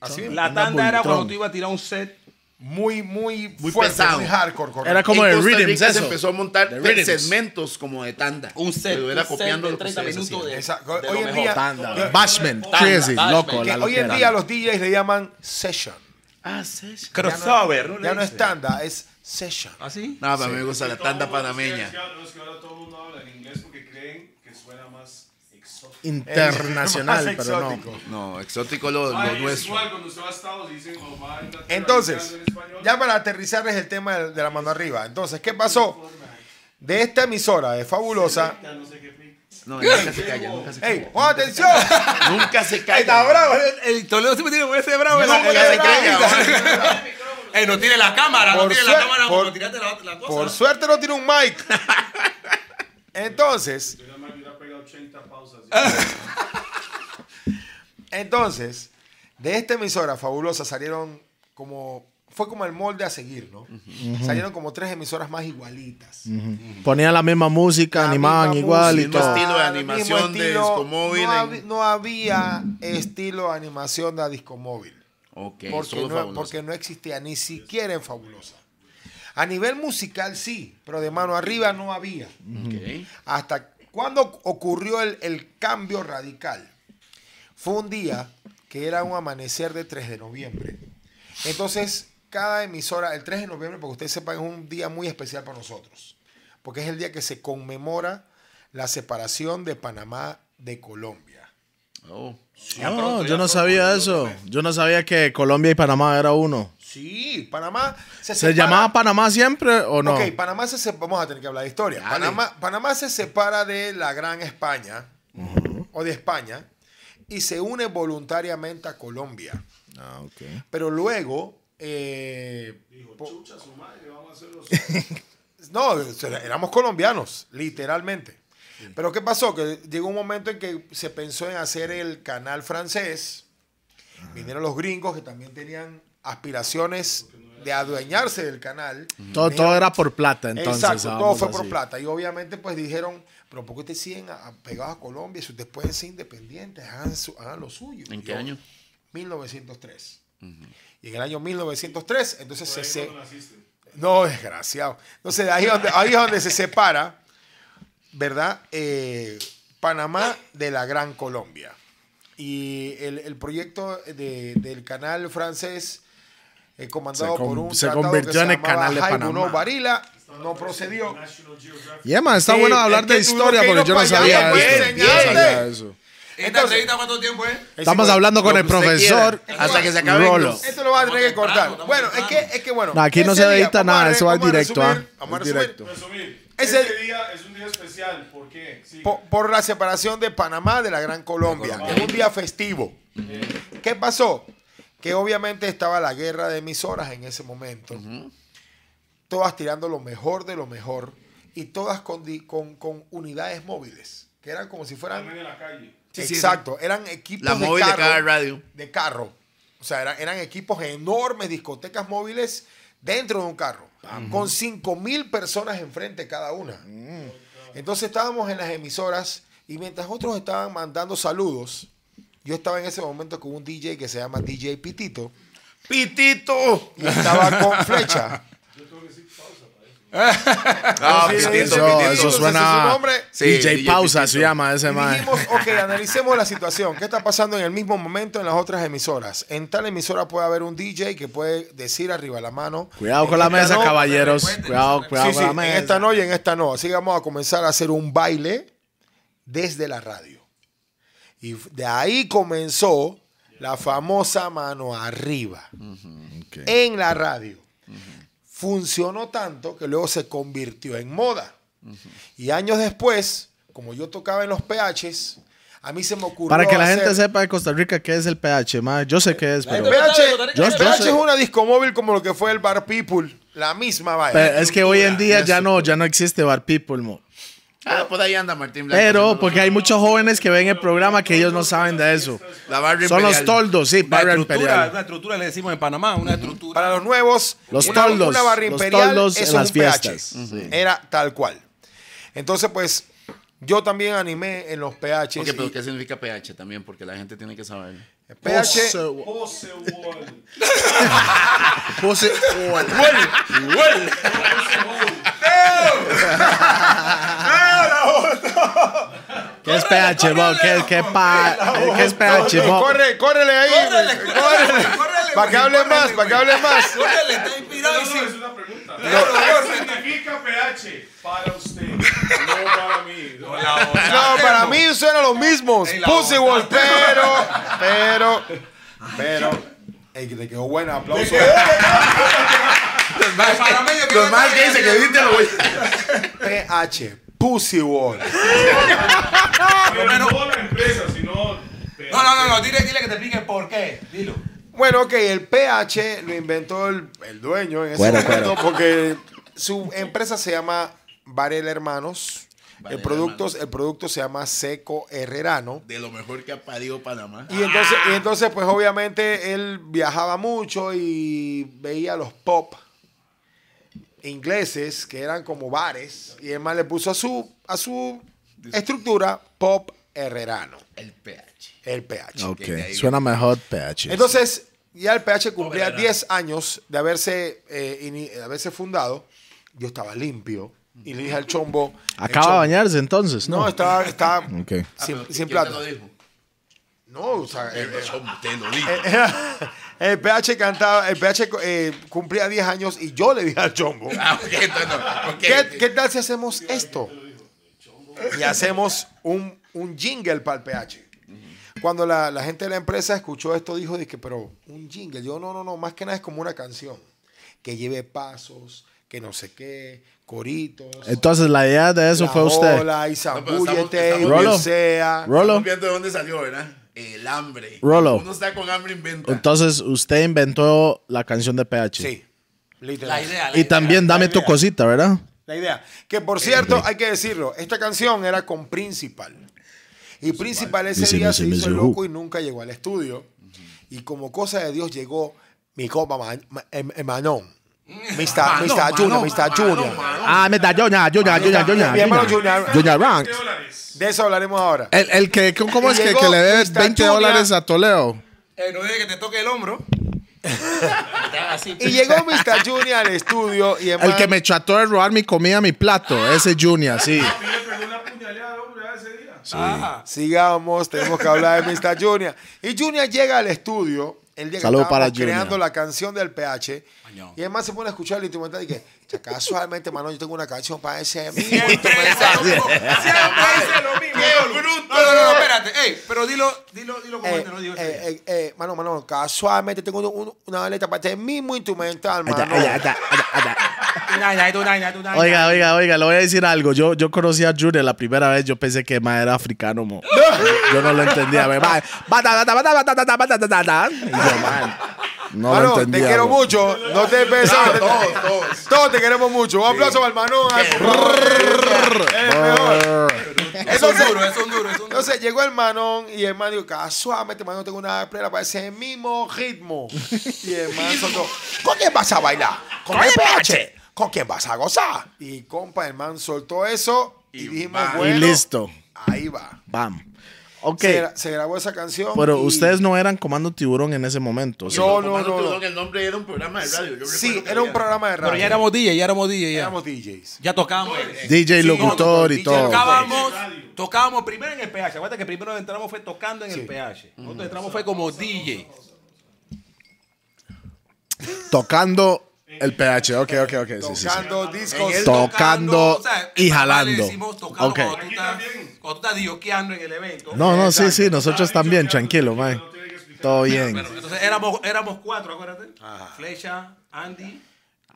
Así,
La
Anda
tanda era
Bultrón.
cuando tú ibas a tirar un set.
muy, muy,
Muy
fuerte,
pesado.
muy hardcore, correcto.
Era como
en
de
Costa
rhythms,
Rica se
eso.
empezó a montar
De rhythms.
segmentos como de tanda.
Un set,
Pero era
un set
copiando
de
lo que
30
ustedes
minutos
hacían.
de-
Esa- hoy,
de lo
en
mejor.
día,
Oh, Tanda,
yo-
Bashman,
Tanda,
crazy,
Bashman.
loco.
que
la
hoy en
loquera.
día los DJs le llaman session.
Ah, sí.
Crossover. ¿Ah,
Ya no es tanda, es session.
Ah,
¿Así?
No, pero me gusta la
Todo el
tanda
mundo-
panameña.
Es que ahora- es que ahora todo el mundo habla en inglés porque creen que suena más exótico.
Internacional,
Más
pero no.
exótico.
No, exótico lo,
Ay,
lo
es
nuestro.
igual cuando se va a Estados y dicen, "Oh, va a Inglaterra",
Entonces,
en español.
ya para aterrizarles el tema de, de la mano arriba. Entonces, ¿qué pasó? De esta emisora de Fabulosa.
Ya no sé qué pico.
No, nunca se calla, nunca se
¡Ey!
calla.
¡Oh, atención!
Nunca se
Está
calla.
bravo, eh.
El, el Toledo siempre tiene ese bravo. en la-
Nunca
en la-
se calla.
Ey, no tiene la cámara,
Por
no tiene
suer-
la cámara
por-
como tiraste la, la cosa.
Por suerte no tiene un mic. Entonces,
Yo nada más hubiera pegado 80 pausas.
Ah. entonces, de esta emisora fabulosa salieron como. Fue como el molde a seguir, ¿no? Salieron como tres emisoras más igualitas.
Ponían la misma música,
La
animaban
misma
igual y
música.
todo.
Mismo estilo de
el mismo
animación de
estilo.
Discomóvil
No,
en-
habi- no había estilo de animación de Discomóvil.
Ok,
porque,
solo
no,
fabuloso.
porque no existía ni siquiera en Fabulosa. A nivel musical sí, pero de mano arriba no había.
Ok.
¿Hasta cuándo ocurrió el, el cambio radical? Fue un día que era un amanecer de 3 de noviembre. Entonces, cada emisora, el 3 de noviembre, porque ustedes sepan, es un día muy especial para nosotros. Porque es el día que se conmemora la separación de Panamá de Colombia.
Oh.
No, yo no sabía eso. Yo no sabía que Colombia y Panamá era uno.
Sí, Panamá se,
¿Se
separa-
llamaba Panamá siempre o no? Ah,
Ok, Panamá se separa. Vamos a tener que hablar de historia.
Dale.
Panamá, Panamá se separa de la Gran España o de España y se une voluntariamente a Colombia.
Ah, ok.
Pero luego. eh, po-
Chucha, su madre, vamos a hacer los...
no, éramos colombianos, literalmente. Pero ¿qué pasó? Que llegó un momento en que se pensó en hacer el canal francés. Vinieron los gringos que también tenían aspiraciones de adueñarse del canal.
Todo, todo era por plata, entonces.
Exacto, todo
vamos
fue por
así.
plata. Y obviamente, pues dijeron, pero ¿por qué ustedes siguen a- a- pegados a Colombia? Si ustedes pueden ser independientes, hagan, su- hagan lo suyo.
¿En
Y
qué
yo-
año?
1903. Y en el año 1903, entonces se, se-
cuando naciste.
No, desgraciado. Entonces, ahí es donde, ahí es donde se separa, ¿verdad? Eh, Panamá de la Gran Colombia. Y el, el proyecto de- del canal francés, eh, comandado
Se con-
por un
se
tratado
convirtió
que
en
se
el
llamaba
canal de
Jaibo No
Panamá.
Varila, no procedió.
National Geographic.
Yeah, man, está
Sí,
bueno
es
hablar
que
de
tuvimos
historia
que
porque
irnos
yo no
para allá,
sabía
pues,
esto. Yo no
enseñaste.
sabía eso.
¿Esta entrevista cuánto tiempo es?
Estamos hablando con el
que usted
profesor.
quiera, hasta que se acabe el
Rolo.
Esto lo vas a tener que
Estamos
cortar.
temprano,
Bueno, es
estamos
que, es que bueno.
No, aquí no
ese
se
día,
edita
vamos a
nada,
re-
eso va
vamos a
directo,
resumir,
ah,
Vamos a
es
resumir.
directo.
Resumir.
Ese-
Este día es un día especial. ¿Por qué? Siga.
Po- Por, la separación de Panamá de la Gran Colombia. Eh. Es un día festivo. ¿Qué pasó? Que obviamente estaba la guerra de emisoras en ese momento. Todas tirando lo mejor de lo mejor. Y todas con, di- con, con unidades móviles. Que eran como si fueran.
También en la calle.
Sí, sí,
exacto. Eran equipos
La
de
móvil de
carro,
cada radio.
de carro. O sea, eran, eran equipos enormes, discotecas móviles dentro de un carro. Con 5 mil personas enfrente cada una.
Mm.
Entonces estábamos en las emisoras y mientras otros estaban mandando saludos, yo estaba en ese momento con un DJ que se llama DJ Pitito
¡Pitito!
y estaba con flecha.
Ah,
Entonces,
Pitito,
eso-
Pitito.
eso
entonces,
suena-
su nombre,
Sí,
DJ
DJ
Pausa
Pitito.
se llama ese
Y
man.
dijimos, ok, analicemos la situación. ¿Qué está pasando en el mismo momento en las otras emisoras? En tal emisora puede haber un DJ que puede decir arriba la mano. eh,
Cuidado
en
con la
esta
mesa,
no.
caballeros. Cuidado,
Sí,
cuidado
sí,
con Pues la
en esta
mesa.
no y en esta no. Así que vamos a comenzar a hacer un baile desde la radio. Y f- de ahí comenzó la famosa mano arriba
Ok.
en la radio. Funcionó tanto que luego se convirtió en moda. Y años después, como yo tocaba en los PHs, a mí se me ocurrió.
Para que la gente
hacer-
sepa de Costa Rica qué es el PH, man. Yo sé qué es,
El
pero.
PH,
Yo-
el
yo
PH
sé-
es una discomóvil como lo que fue el Bar People, la misma vaina.
pero es que hoy en día ya no, ya no existe Bar People, mo.
Ah, por ahí anda Martín Blanco.
Pero
haciendo
porque hay muchos jóvenes que ven el programa que ellos no saben de eso.
La barra
Son los
imperial.
toldos, sí,
Una
barra
estructura,
imperial.
una estructura le decimos en Panamá, una estructura.
Para los nuevos,
Los
una,
toldos,
una barra
los
imperial
toldos
es
en las
un PH.
fiestas. Ujú.
Era tal cual. Entonces, pues, yo también animé en los PHs.
Ok, pero
y-
¿qué significa PH también? Porque la gente tiene que saber.
PH,
Pose-
Pose Wall.
pose- ¿Qué es PH, mo? ¿Qué, qué pa- ¿Qué es PH, mo?
Corre, córrele ahí.
Córrele,
güey,
córrele,
córrele.
güey, córrele,
Para que
güey,
hable
córrele,
más, para que
güey.
hable más.
Córrele, está inspirado
No,
y
no, es
sin-
una pregunta.
no.
¿Qué significa PH? Para usted, no para mí. No,
No, para mí suena lo mismo.
Ey, la
Pussy
boca.
Wall, pero, pero, pero. Ey, que te quedó buena, aplauso.
Los panameños que no
más
saben hacer-
lo voy
PH, Pussy Wall.
pero no la empresa, sino. PH.
No, no, no, no, dile, dile que te explique por qué. Dilo.
Bueno, ok, el PH lo inventó el, el dueño en ese momento porque su empresa se llama Varela Hermanos. el,
Varela
producto, el producto se llama Seco Herrerano.
De lo mejor que ha parido Panamá.
Y entonces, y entonces, pues obviamente él viajaba mucho y veía los pop ingleses que eran como bares. Y además le puso a su, a su estructura pop herrerano,
El PH.
el PH.
Ok, suena mejor PH.
Entonces, ya el PH cumplía 10 años de haberse, eh, ini- de haberse fundado. Yo estaba limpio y le dije al chombo. el
Acaba de
chombo-
bañarse entonces,
No,
¿no?
estaba, estaba
Ok.
sin,
Ah, pero
sin
¿quién
plata.
te lo dijo?
No, o sea, eh, eh,
Te lo dijo.
el PH cantaba, el PH co- eh, cumplía 10 años y yo le dije al chombo,
Ah, ok, entonces no. ok.
¿qué, qué tal si hacemos esto? Y hacemos un, un jingle para el PH. Cuando la, la gente de la empresa escuchó esto, dijo, dije, pero un jingle. Yo, no, no, no, más que nada es como una canción. Que lleve pasos, que no sé qué, coritos.
Entonces la idea de eso
la
fue usted.
ola, y
pero estamos-
zambúllete, y
estamos-
Rolo.
sea.
Rolo.
Estamos viendo de dónde salió, ¿verdad? El hambre.
Rolo.
Uno está con hambre inventa.
Entonces usted inventó la canción de PH.
Sí,
La
literal.
idea, la
Y
idea.
también dame tu cosita, ¿verdad?
La idea. Que
Eh,
por cierto, hay que decirlo, esta canción era con Principal. Y Principal ese
Dice,
día
dice,
se hizo
dice,
el
who.
loco y nunca llegó al estudio. Y como cosa de Dios llegó mi copa Ma- Ma- Em- Em- Manon. Mr. Mr. Junior, Mr. Junior.
Ah, me da Yoña, Yoña, Yoña, Yoña.
Mi hermano
Yoña.
Junior.
Junior
¿Qué
Ranks.
dólares?
De eso hablaremos ahora.
El, el que, ¿cómo
Y
es que,
llegó
que le debes
Mr.
20
Junior.
dólares a Toleo?
Eh, no dile que te toque el hombro.
Y llegó Mr. Junior al estudio y
El
hermano,
que me trató de robar mi comida, mi plato. Ese Junior, sí.
A mí le pegó una puñalada, hombre, a ese día.
Sigamos, tenemos que hablar de Mr. Junior. Y Junior llega al estudio, el día que
Saludo
estábamos
para Junior.
creando la canción del PH.
Mañón.
Y además se pone a escuchar el instrumental y que Chacá, suavemente, mano, yo tengo una canción para ese minuto.
Siempre dice lo mismo. Siempre dice lo mismo. No, no, no, espérate. Ey, pero dilo, dilo, dilo como
Eh,
este, no digo
eh,
este.
eh, eh, mano, mano, casualmente tengo un- un- una letra para este mismo instrumental,
Ahí está,
mano.
ahí está, ahí está, ahí está, ahí está.
Tú nai, nai, tú nai, nai, tú nai,
Oiga,
nai.
oiga, oiga, le voy a decir algo. Yo, yo conocí a Jure la primera vez, yo pensé que ma era africano. mo. Yo no lo entendía. Me, ma, bata, bata, bata, bata, bata, bata, bata, bata. Y yo, man, no
Mano,
lo
te
entendía.
quiero
mo.
mucho. No te beses.
Claro,
todos,
todos,
todos. te queremos mucho. Un aplauso para el Manón. al- El mejor.
Es un duro, es un duro, es un duro.
Entonces llegó el Manón y el man dijo, casualmente, Manón, tengo una plena para ese mismo ritmo. Y el man soltó, ¿con quién vas a bailar? ¿Con, el PH? ¿Con quién vas a gozar? Y compa, el man soltó eso y, dijimos,
va. Y
bueno,
Y listo.
ahí va.
Bam. Ok.
Se, gra- se grabó esa canción.
Pero
y-
ustedes no eran Comando Tiburón en ese momento. ¿sí?
No, no,
Comando
no,
Tiburón,
no.
El nombre era un programa de radio. yo
Sí,
recuerdo que
era un
había-
programa de radio.
Pero ya éramos DJ, ya éramos DJ. Ya,
Éramos DJs.
ya tocábamos.
DJ, locutor y
DJ
todo.
Tocábamos, tocábamos primero en el PH. Acuérdate que primero entramos fue tocando en el PH. Nosotros entramos fue como DJ.
Tocando el PH. Ok, ok, ok. sí, sí, sí.
Tocando discos.
el- Tocando y
en Panamá le
jalando.
decimos tocando
Ok.
cuando, tú estás, cuando tú estás dioqueando en el evento.
No, no, sí, sí. Nosotros también, tranquilo, man. Todo bien.
Bueno, entonces éramos, éramos cuatro, acuérdate. Flecha, Andy,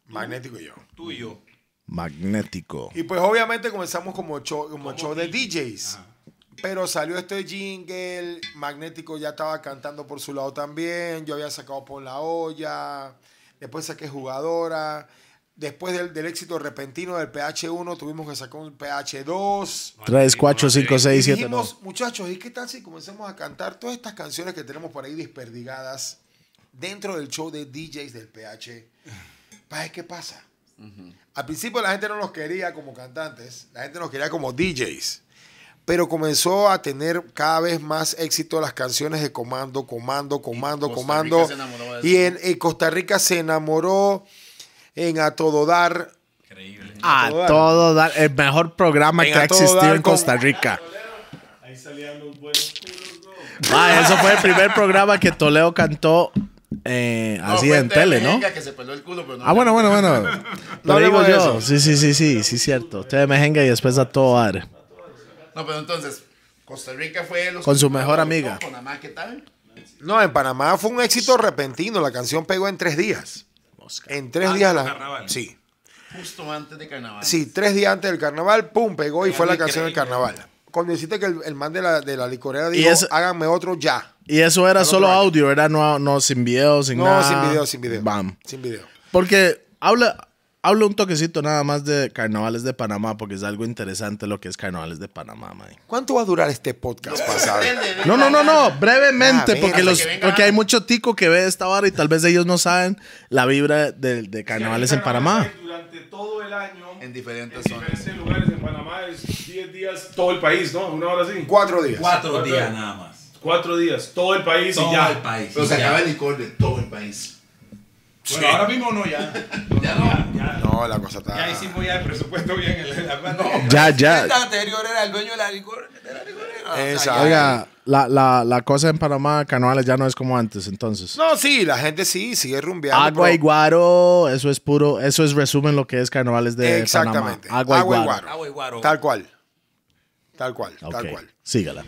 Magnético y yo.
tú y yo.
Magnético.
Y pues obviamente comenzamos como show, como show de DJs. Pero salió este jingle, Magnético ya estaba cantando por su lado también, yo había sacado por la olla, después saqué jugadora, después del, del éxito repentino del PH1 tuvimos que sacar un PH2.
3, 4, 5, 6, 7, no.
dijimos, muchachos, ¿y qué tal si comenzamos a cantar todas estas canciones que tenemos por ahí desperdigadas dentro del show de DJs del PH? Pa, ¿Qué pasa? Al principio la gente no nos quería como cantantes, la gente nos quería como DJs. Pero comenzó a tener cada vez más éxito las canciones de Comando, Comando, Comando,
Costa
Comando.
Rica se enamoró de
Y
eso.
en, en Costa Rica se enamoró en A Todo Dar.
A todo dar. El mejor programa
Venga,
que ha
a todo
existido
dar
en
con-
Costa Rica.
Ahí salían los buenos culos, bro.
Ah, eso fue el primer programa que Toledo cantó eh,
No,
así
fue
en tele, ¿no?
Mejenga que se peló el culo, pero no-
Ah, bueno, bueno, bueno. Lo digo
hablemos de
yo. Sí, sí, sí, sí, sí, cierto. TV Mejenga y después a todo dar.
No, pero entonces, Costa Rica fue los
Con su mejor amiga.
Con Amá, ¿qué tal?
No, en Panamá fue un éxito repentino. La canción pegó en tres días. En tres días la.
carnaval.
Sí.
Justo antes de carnaval.
Sí, tres días antes del carnaval, pum, pegó y fue la canción del carnaval. Cuando dijiste que el, el man de la, de la licorera dijo,
eso-
háganme otro ya.
Y eso era
Al otro
solo
año.
audio, ¿verdad? No, no sin video, sin
No,
nada.
sin video, sin video.
Bam.
Sin video.
Porque habla, habla un toquecito nada más de Carnavales de Panamá, porque es algo interesante lo que es Carnavales de Panamá, man.
¿Cuánto va a durar este podcast pasado?
No, no, no, no, brevemente,
Ah, mira,
porque,
hasta
los,
que venga-
porque hay mucho tico que ve esta vara y tal vez ellos no saben la vibra de, de carnavales en Panamá.
Durante todo el año.
En diferentes
en
zonas.
diferentes lugares. En Panamá es 10 días, todo el país, ¿no? Una hora así.
Cuatro días.
Cuatro
Cuatro días
días.
nada más.
Cuatro días, todo el país y
Todo
ya.
el país.
Pero se
ya.
acaba el licor de todo el país.
Bueno, ahora mismo no ya. Ya no. Ya,
No, la cosa está.
ya hicimos ya el presupuesto bien. El, la,
Ya, ya.
El anterior era el dueño de la licor- de la
Ah,
licorera. O
Eh,
sea,
Exacto.
ya-
Oiga, la, la, la cosa en Panamá, carnavales ya no es como antes, entonces.
No, sí, la gente sí, sigue rumbeando.
Agua
pero-
y guaro, eso es puro, eso es resumen lo que es carnavales de
Exactamente.
Panamá. Agua y guaro.
Agua y guaro.
Tal cual. Tal cual,
Ok,
tal cual.
Sígala.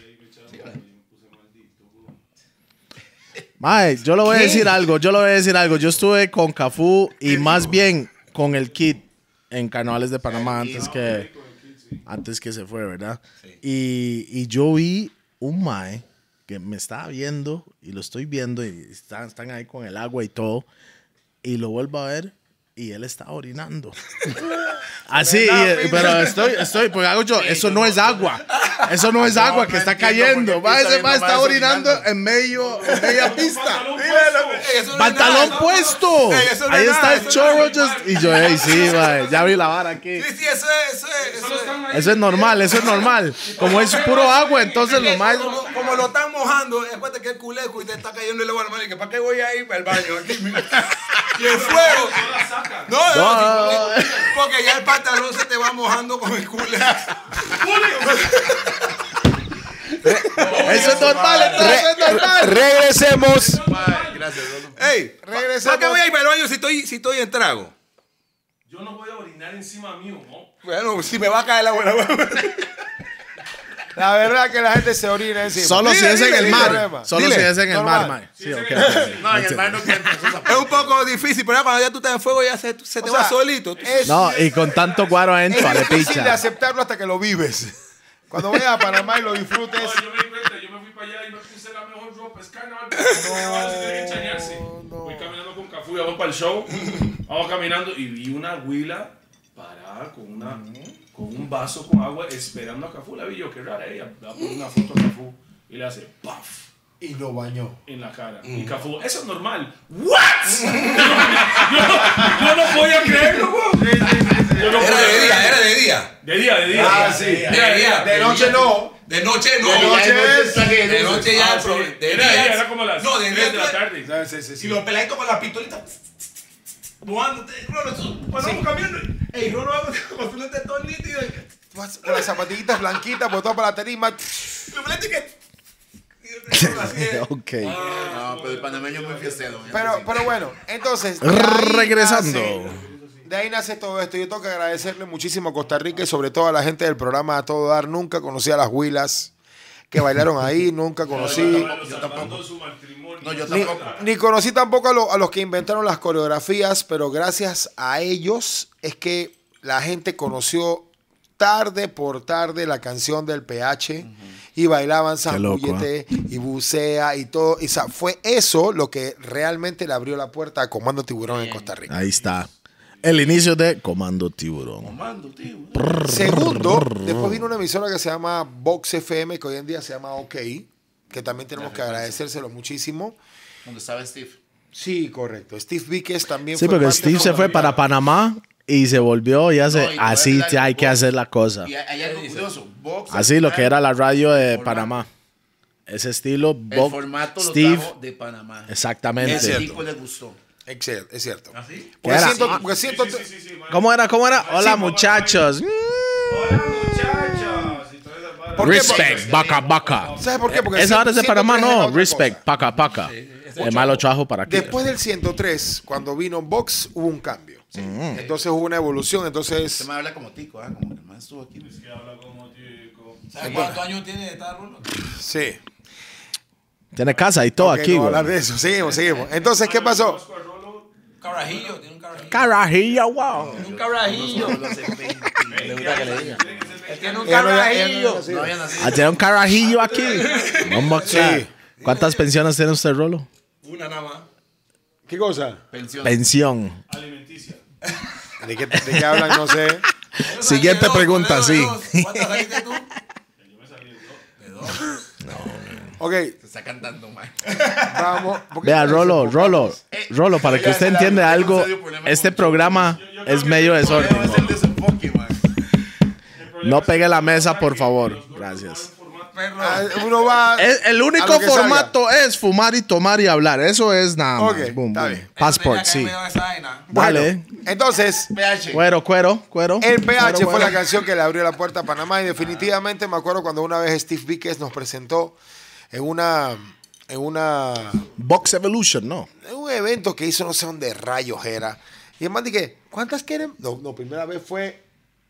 Mae, yo le voy a decir algo, yo le voy a decir algo. Yo estuve con Cafú y más bien con el Kid en Carnavales de Panamá antes que, antes que se fue, ¿verdad? Y, y yo vi un Mae que me estaba viendo y lo estoy viendo y están, están ahí con el agua y todo y lo vuelvo a ver y él está orinando. Así, y- pero estoy, estoy, porque hago yo, eso no es agua. Eso no es agua que está
entiendo
cayendo.
por qué
Va,
está
ese
viendo
va, está
más
orinando
orinando.
en medio, en media pista.
Pantalón puesto.
Ey, eso no
Pantalón puesto.
es nada, eso- Ey, eso no
Ahí
es
está el
nada, eso no es
chorro
nada.
just- y yo, hey, sí, va, ya vi la vara aquí.
Sí, sí, eso es, eso
Solo
es. Eso es.
están ahí.
Eso es normal, eso es normal. Como es puro agua, entonces lo más
Como, como lo están mojando, acuérdate que el culeco y te está cayendo el agua al mar y que para qué voy a ir para el baño aquí mismo? y el fuego. No, no,
No,
sí,
no,
porque, porque ya el pantalón se te va mojando con el culeco.
Eso es normal, entonces eso es normal.
Regresemos.
Gracias, Lolo.
Ey, ¿para
Regresamos.
qué voy a ir para el baño si estoy, si estoy en trago?
Yo no voy a caminar encima mío, ¿no?
Bueno, si me va a caer la buena hueva.
La verdad que la gente se orina encima.
Solo
Dile,
si es
dile,
en el
dile,
mar.
problema.
Solo
Dile,
si es en el mar,
normal.
mae. Sí,
es en
ok.
el mar.
ok, ok.
No, en el mar no que empezó esa
Es un poco difícil, pero ya cuando ya tú estás en fuego ya se, se te
O
va
sea,
solito. tú-
es-
No, y con tanto guaro adentro, a la
Es difícil de
picha.
aceptarlo hasta que lo vives. Cuando vayas a Panamá y lo disfrutes.
No, yo me di cuenta, yo me fui para allá y me puse la mejor ropa. Es carnaval, pero es carnaval, se tiene que chañarse. Voy caminando con Cafú, vamos para el show. Vamos caminando y vi una huila parada con, una, con un vaso con agua esperando a Cafú. La vi yo, qué rara ella. Le voy a poner una foto a Cafú y le hace ¡paf!
Y lo bañó. Mm.
en la cara. Y Cafú, eso es normal. ¿What? yo, no- yo no podía creerlo, güey. Yo no
Era
podía
de día, era
creerlo.
de día.
De día, de día.
Ah, sí.
Era
De día.
De noche no.
De noche no.
De noche es.
De noche ya.
Ah,
el
sí.
problema- de
Era de
día-
día, era como las
No, de
3 de la
día-
tarde.
Sí, sí,
Y
sí.
los peladitos con las pistolitas. Jugando. Rolo, eso, pasamos caminando. Ey, Rolo, vamos, construyente todo nítido. Y
Vas Con las zapatillitas blanquitas por toda para la tarima.
me parece que. y Rolo así de-
Ok.
No, pero el panameño es muy fiestero. ¿eh?
Pero,
pues,
pero bueno, entonces. de ahí
Regresando.
nace- de ahí nace todo esto. Yo tengo que agradecerle muchísimo a Costa Rica y sobre todo a la gente del programa A Todo Dar. Nunca conocí a las huilas que bailaron ahí. Nunca conocí.
Yo tampoco. Su matrimonio.
No, yo
Ni,
tampoco.
ni conocí tampoco a, lo- a los que inventaron las coreografías, pero gracias a ellos es que la gente conoció tarde por tarde la canción del PH y bailaban
loco, ¿eh?
zambullete y bucea y todo. Y, o sea, fue eso lo que realmente le abrió la puerta a Comando Tiburón en Costa Rica.
Ahí está. El inicio de Comando Tiburón.
Mando, tío.
Segundo, después vino una emisora que se llama Vox FM, que hoy en día se llama OK, que también tenemos que agradecérselo muchísimo.
Donde estaba Steve.
Sí, correcto. Steve Víquez también
Sí,
fue
porque
parte
Steve
de-
se fue para Panamá y se volvió y hace
No, y no
así
era
te- hay que
la-
hacer la cosa.
Y hay- hay algo curioso. Vox
Ah. Así lo que era la radio de
Formato.
Panamá. Ese estilo
El
Bob
formato
Steve.
lo trajo de Panamá.
Exactamente.
Ese tipo le gustó.
Excel- Es cierto.
¿Qué
Porque
era?
siento-
Ah,
porque siento-
Sí, sí, sí, sí, man.
¿Cómo era? ¿Cómo era? Hola
Sí, mamá,
muchachos.
Hola, muchachas. y toda esa vara.
¿Por qué?
Respect, baca, baca.
¿Sabes por qué? Porque
Esa hora es de
siento-
Panamá,
siento que es
no.
otra
Respect,
cosa.
paca, paca. El malo trabajo para aquí.
Después del 103, cuando vino Vox, hubo un cambio.
Mm.
Entonces hubo una evolución. Entonces,
Este
Se me habla como tico, ¿ah? Como que más estuvo aquí.
Que habla como chico.
¿Sabes cuántos años tiene de estar Rolo?
sí.
Tiene casa y todo
Ok,
aquí,
no
güey.
hablar de eso. Seguimos, seguimos. Entonces, ¿qué pasó?
Conozco a Rolo
Carajillo, tiene un carajillo.
Carajillo, wow.
Tiene un carajillo.
Solo hace 20 le gusta que le digan.
Él tiene un
Ella no había- ella no había
carajillo.
nacido.
No había nacido.
Ah, Tiene un carajillo aquí. Vamos a aclarar.
Sí.
¿Cuántas pensiones tiene usted, Rolo?
Una nada más.
¿Qué cosa?
Pensión.
Pensión.
alimenticia.
¿De qué, de qué hablan? No sé.
Siguiente pregunta, sí.
¿Cuántas saliste tú?
Ok,
Se está cantando, man.
vamos. porque-
Vea, Rolo, Rolo, Rolo, para que usted entienda algo, este programa es medio desorden.
Es el desenfoque, man.
No pegue la mesa, por favor. Gracias.
Perro.
Ah, Uno va.
Es- el
A
único
lo que salga.
formato es fumar y tomar y hablar. Eso es nada más.
Ok,
Boom,
está
boom.
bien.
Passport,
Eso tenía
sí.
que haber metido esa vaina.
Bueno,
Vale.
Entonces,
PH.
Cuero, cuero, cuero.
El PH
Cuero,
fue
cuero.
la canción que le abrió la puerta a Panamá y definitivamente me acuerdo cuando una vez Steve Víquez nos presentó en una en una
Box Evolution, no.
en un evento que hizo no sé dónde rayos era. Y además dije, ¿cuántas quieren? No, no, primera vez fue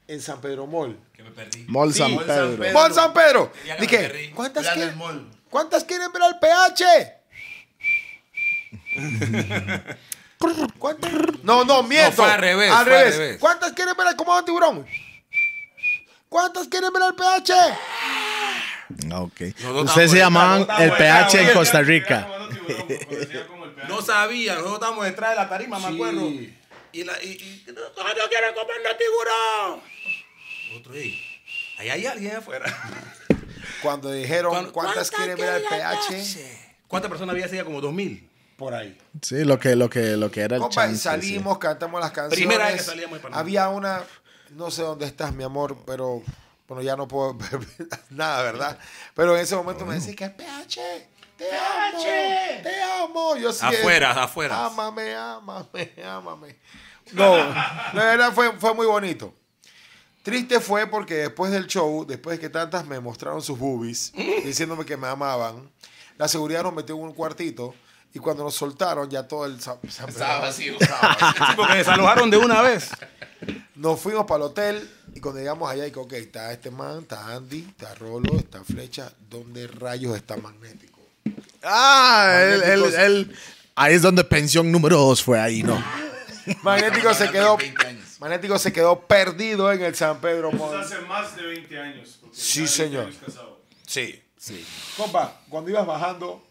en San Pedro Mall.
Que me perdí.
Mall
Sí,
San
Mall San
Pedro.
Pedro.
Mall San Pedro.
Ya me
Dije,
perdí.
¿cuántas
Plaza del
quieren?
Mall.
¿Cuántas quieren ver al PH? ¿Cuántas? No, no, miento.
fue al revés,
Al
fue al
revés.
revés.
¿Cuántas quieren ver al comando tiburón? ¿Cuántas quieren ver al PH?
Ah, ok.
estamos
Ustedes se
en-
llamaban
estamos
el
en-
PH en
estamos
Costa Rica.
No sabía, nosotros estábamos detrás de la tarima, me acuerdo. Y la. Y, y, no, coño, quiero comer los tiburón. Otro, ey. Ahí hay alguien afuera.
Cuando dijeron,
Cuando-
¿cuántas quieren ver al
quiere la
PH?
noche? ¿Cuántas personas había ese día? Como 2000.
Por ahí.
Sí, lo que, lo que, lo que era el
Compa,
chance,
y salimos, cantamos las canciones.
Primera vez que salíamos de Panamá.
Había una, no sé dónde estás, mi amor, pero bueno, ya no puedo ver nada, ¿verdad? Pero en ese momento me decís que PH, te amo, te amo. Yo sí,
Afuera, afuera.
Ámame, ámame, ámame. No, la verdad fue, fue muy bonito. Triste fue porque después del show, después que tantas me mostraron sus boobies, diciéndome que me amaban, la seguridad nos metió en un cuartito y cuando nos soltaron ya todo el... sa- sa-
Estaba vacío.
Sí, porque desalojaron de una vez.
Nos fuimos para el hotel y cuando llegamos allá, digo, ok, está este man, está Andy, está Rolo, está Flecha. ¿Dónde rayos está Magnético?
Ah, él, él, él- Ahí es donde pensión número dos fue ahí, ¿no?
Magnético se quedó.
20 años.
Magnético se quedó perdido en el San Pedro
Eso
Mall.
hace más de 20 años. porque
Sí,
ya 20
señor.
años casado.
Sí. Compa, cuando ibas bajando,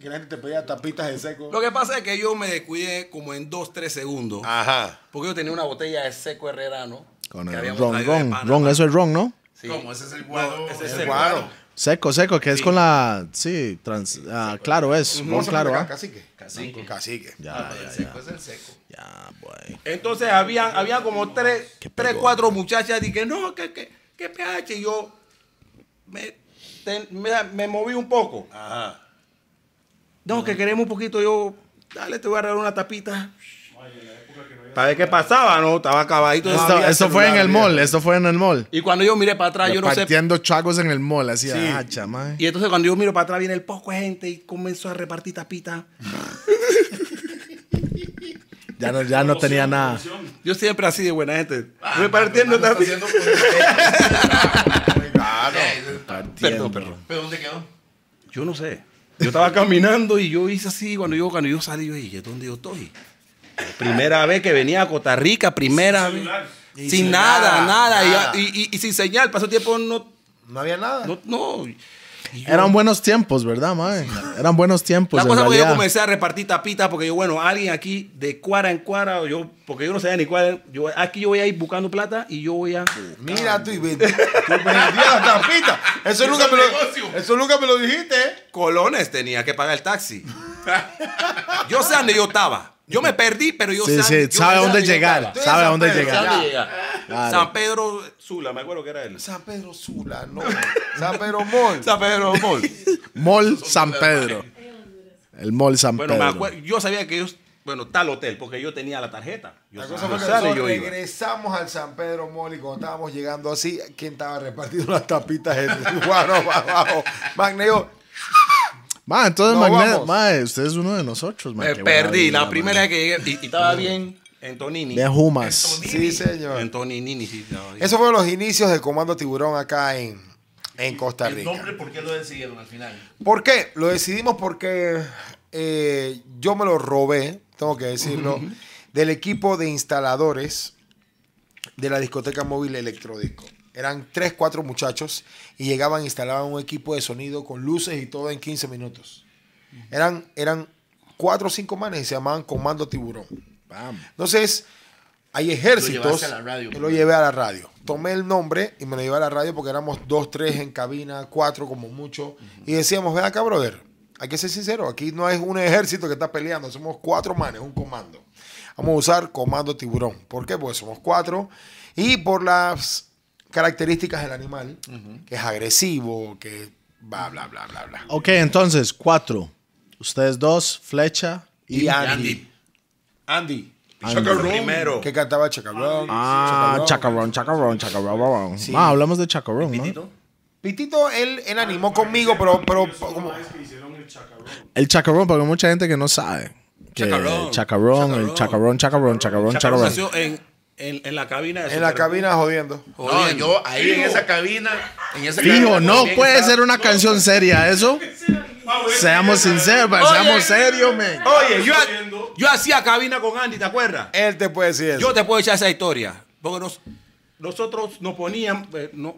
que la gente te pedía tapitas de seco.
Lo que pasa es que yo me descuidé como en 2, 3 segundos.
Ajá.
Porque yo tenía una botella de seco herrerano.
Con
que
el
habíamos
ron,
traído de
ron,
Panamá.
ron, eso es ron, ¿no?
Sí.
¿Cómo? Ese es el guado.
ese es
el
el
Claro.
guaro.
Seco, seco, que es con la. Sí, trans. ah, claro, es. ron claro, ¿ah?
Cacique. Cacique. Cacique.
Ya, ya, ya.
seco es el seco.
Ya, boy.
Entonces habían, había como tres,
Qué
tres,
pegón.
cuatro muchachas y que no, que, que, que pH. Y yo me, te- me, me moví un poco. No, que queremos un poquito. Yo, dale, te voy a regalar una tapita. Para ver qué pasaba, ¿no? Estaba acabadito.
Esto,
había
esto fue en
celular,
el mall, esto fue en el mall.
Y cuando yo miré para atrás, Ah, yo no sé.
Partiendo chagos en el mall, así, ah, chama.
Y entonces cuando yo miro para atrás viene el poco de gente y comenzó a repartir tapitas.
Ya no, ya no tenía nada.
Yo siempre así de buena gente.
Ah,
repartiendo tapitas.
Claro.
Perdón, perdón.
¿Pero dónde quedó?
Yo no sé. Yo estaba caminando y yo hice así. Cuando yo, cuando yo salí, yo dije, ¿dónde yo estoy? Primera vez que venía a Costa Rica, primera vez.
celular.
Sin,
Y sin
nada,
nada,
nada. y-
nada.
Y, y- y sin señal. Pasó tiempo, no.
No había nada.
no, no. Y yo-
Eran buenos tiempos, ¿verdad, mae? Eran buenos tiempos.
la
Pues en
cosa fue que yo
realidad.
comencé a repartir tapitas porque yo, bueno, alguien aquí de cuara en cuara, o yo, porque yo no sabía ni cuál, yo, aquí yo voy a ir buscando plata y yo voy a...
Mira tú y vendí. Tú vendías las tapitas. Eso, nunca me lo, eso nunca me lo dijiste. ¿eh?
Colones tenía que pagar el taxi. yo sé dónde yo estaba. Yo me perdí, pero yo
Sí,
sé
sí,
yo
sabe
sé
dónde
yo
llegar.
estaba.
Tú
Sabe
eres
dónde
San Pedro,
llegar.
ya.
¿Dónde llegar?
Claro.
San Pedro Sula, me acuerdo que era él.
San Pedro Sula, no. San Pedro Mall.
San Pedro Mall.
Mall San Pedro. El Mall San
Bueno, me acuer-
Pedro.
yo sabía que ellos, bueno, tal hotel, porque yo tenía la tarjeta. Yo
La
sabía-
cosa fue que
yo sabía,
nosotros
yo iba.
regresamos al San Pedro Mall y cuando estábamos llegando así, ¿quién estaba repartiendo las tapitas? El guaro abajo. Magneo,
Ma, entonces,
No,
Magnet-
vamos.
ma, usted es uno de nosotros, ma,
Me
qué buena
perdí,
vida,
la
ma.
primera vez que llegué, y, y estaba bien en Tonini.
De Jumas.
sí señor.
En Tonini, sí, estaba bien.
Esos fueron los inicios del Comando Tiburón acá en, en Costa
El
Rica.
nombre, ¿por qué lo decidieron al final?
¿Por qué? Lo decidimos porque eh, yo me lo robé, tengo que decirlo, del equipo de instaladores de la discoteca móvil Electrodisco. Eran tres, cuatro muchachos y llegaban, instalaban un equipo de sonido con luces y todo en 15 minutos. Eran, eran cuatro o cinco manes y se llamaban Comando Tiburón. Entonces, hay ejércitos.
llevaste a la radio, pues.
yo lo
primero.
llevé a la radio. Tomé el nombre y me lo llevé a la radio porque éramos dos, tres en cabina, cuatro como mucho. Y decíamos, ven acá, brother. Hay que ser sincero, aquí no es un ejército que está peleando, somos cuatro manes, un comando. Vamos a usar comando tiburón. ¿Por qué? Porque somos cuatro. Y por las características del animal, que es agresivo, que bla, bla, bla, bla, bla.
Ok, entonces, cuatro. Ustedes dos, Flecha y,
Y Andy,
Andy. Andy.
Andy.
Primero.
que cantaba Chacarrón.
Ah, chacarrón, chacarrón, chacarrón. Ma, hablamos de chacarrón, ¿no?
Pitito, él, él animó conmigo, pero, pero
Ellos son
como-
más que hicieron el chacarrón.
El chacarrón, porque hay mucha gente que no sabe. Que
Chacarrón.
chacarrón, el chacarrón, chacarón, chacarón,
Chacarrón
chacarón.
nació en, en, en la cabina. de
en la
Super-
cabina jodiendo.
No,
Jodiendo.
yo ahí en esa cabina. En esa
Fijo,
cabina
no
también
puede
estaba-
ser una canción seria eso.
Ah, bueno,
Seamos
sí, ya,
sinceros, man, seamos serios, man.
Oye, yo,
Jodiendo.
yo hacía cabina con Andy, ¿te acuerdas?
Él te puede decir eso.
Yo te puedo echar esa historia. Porque nos- nosotros nos poníamos, eh, no-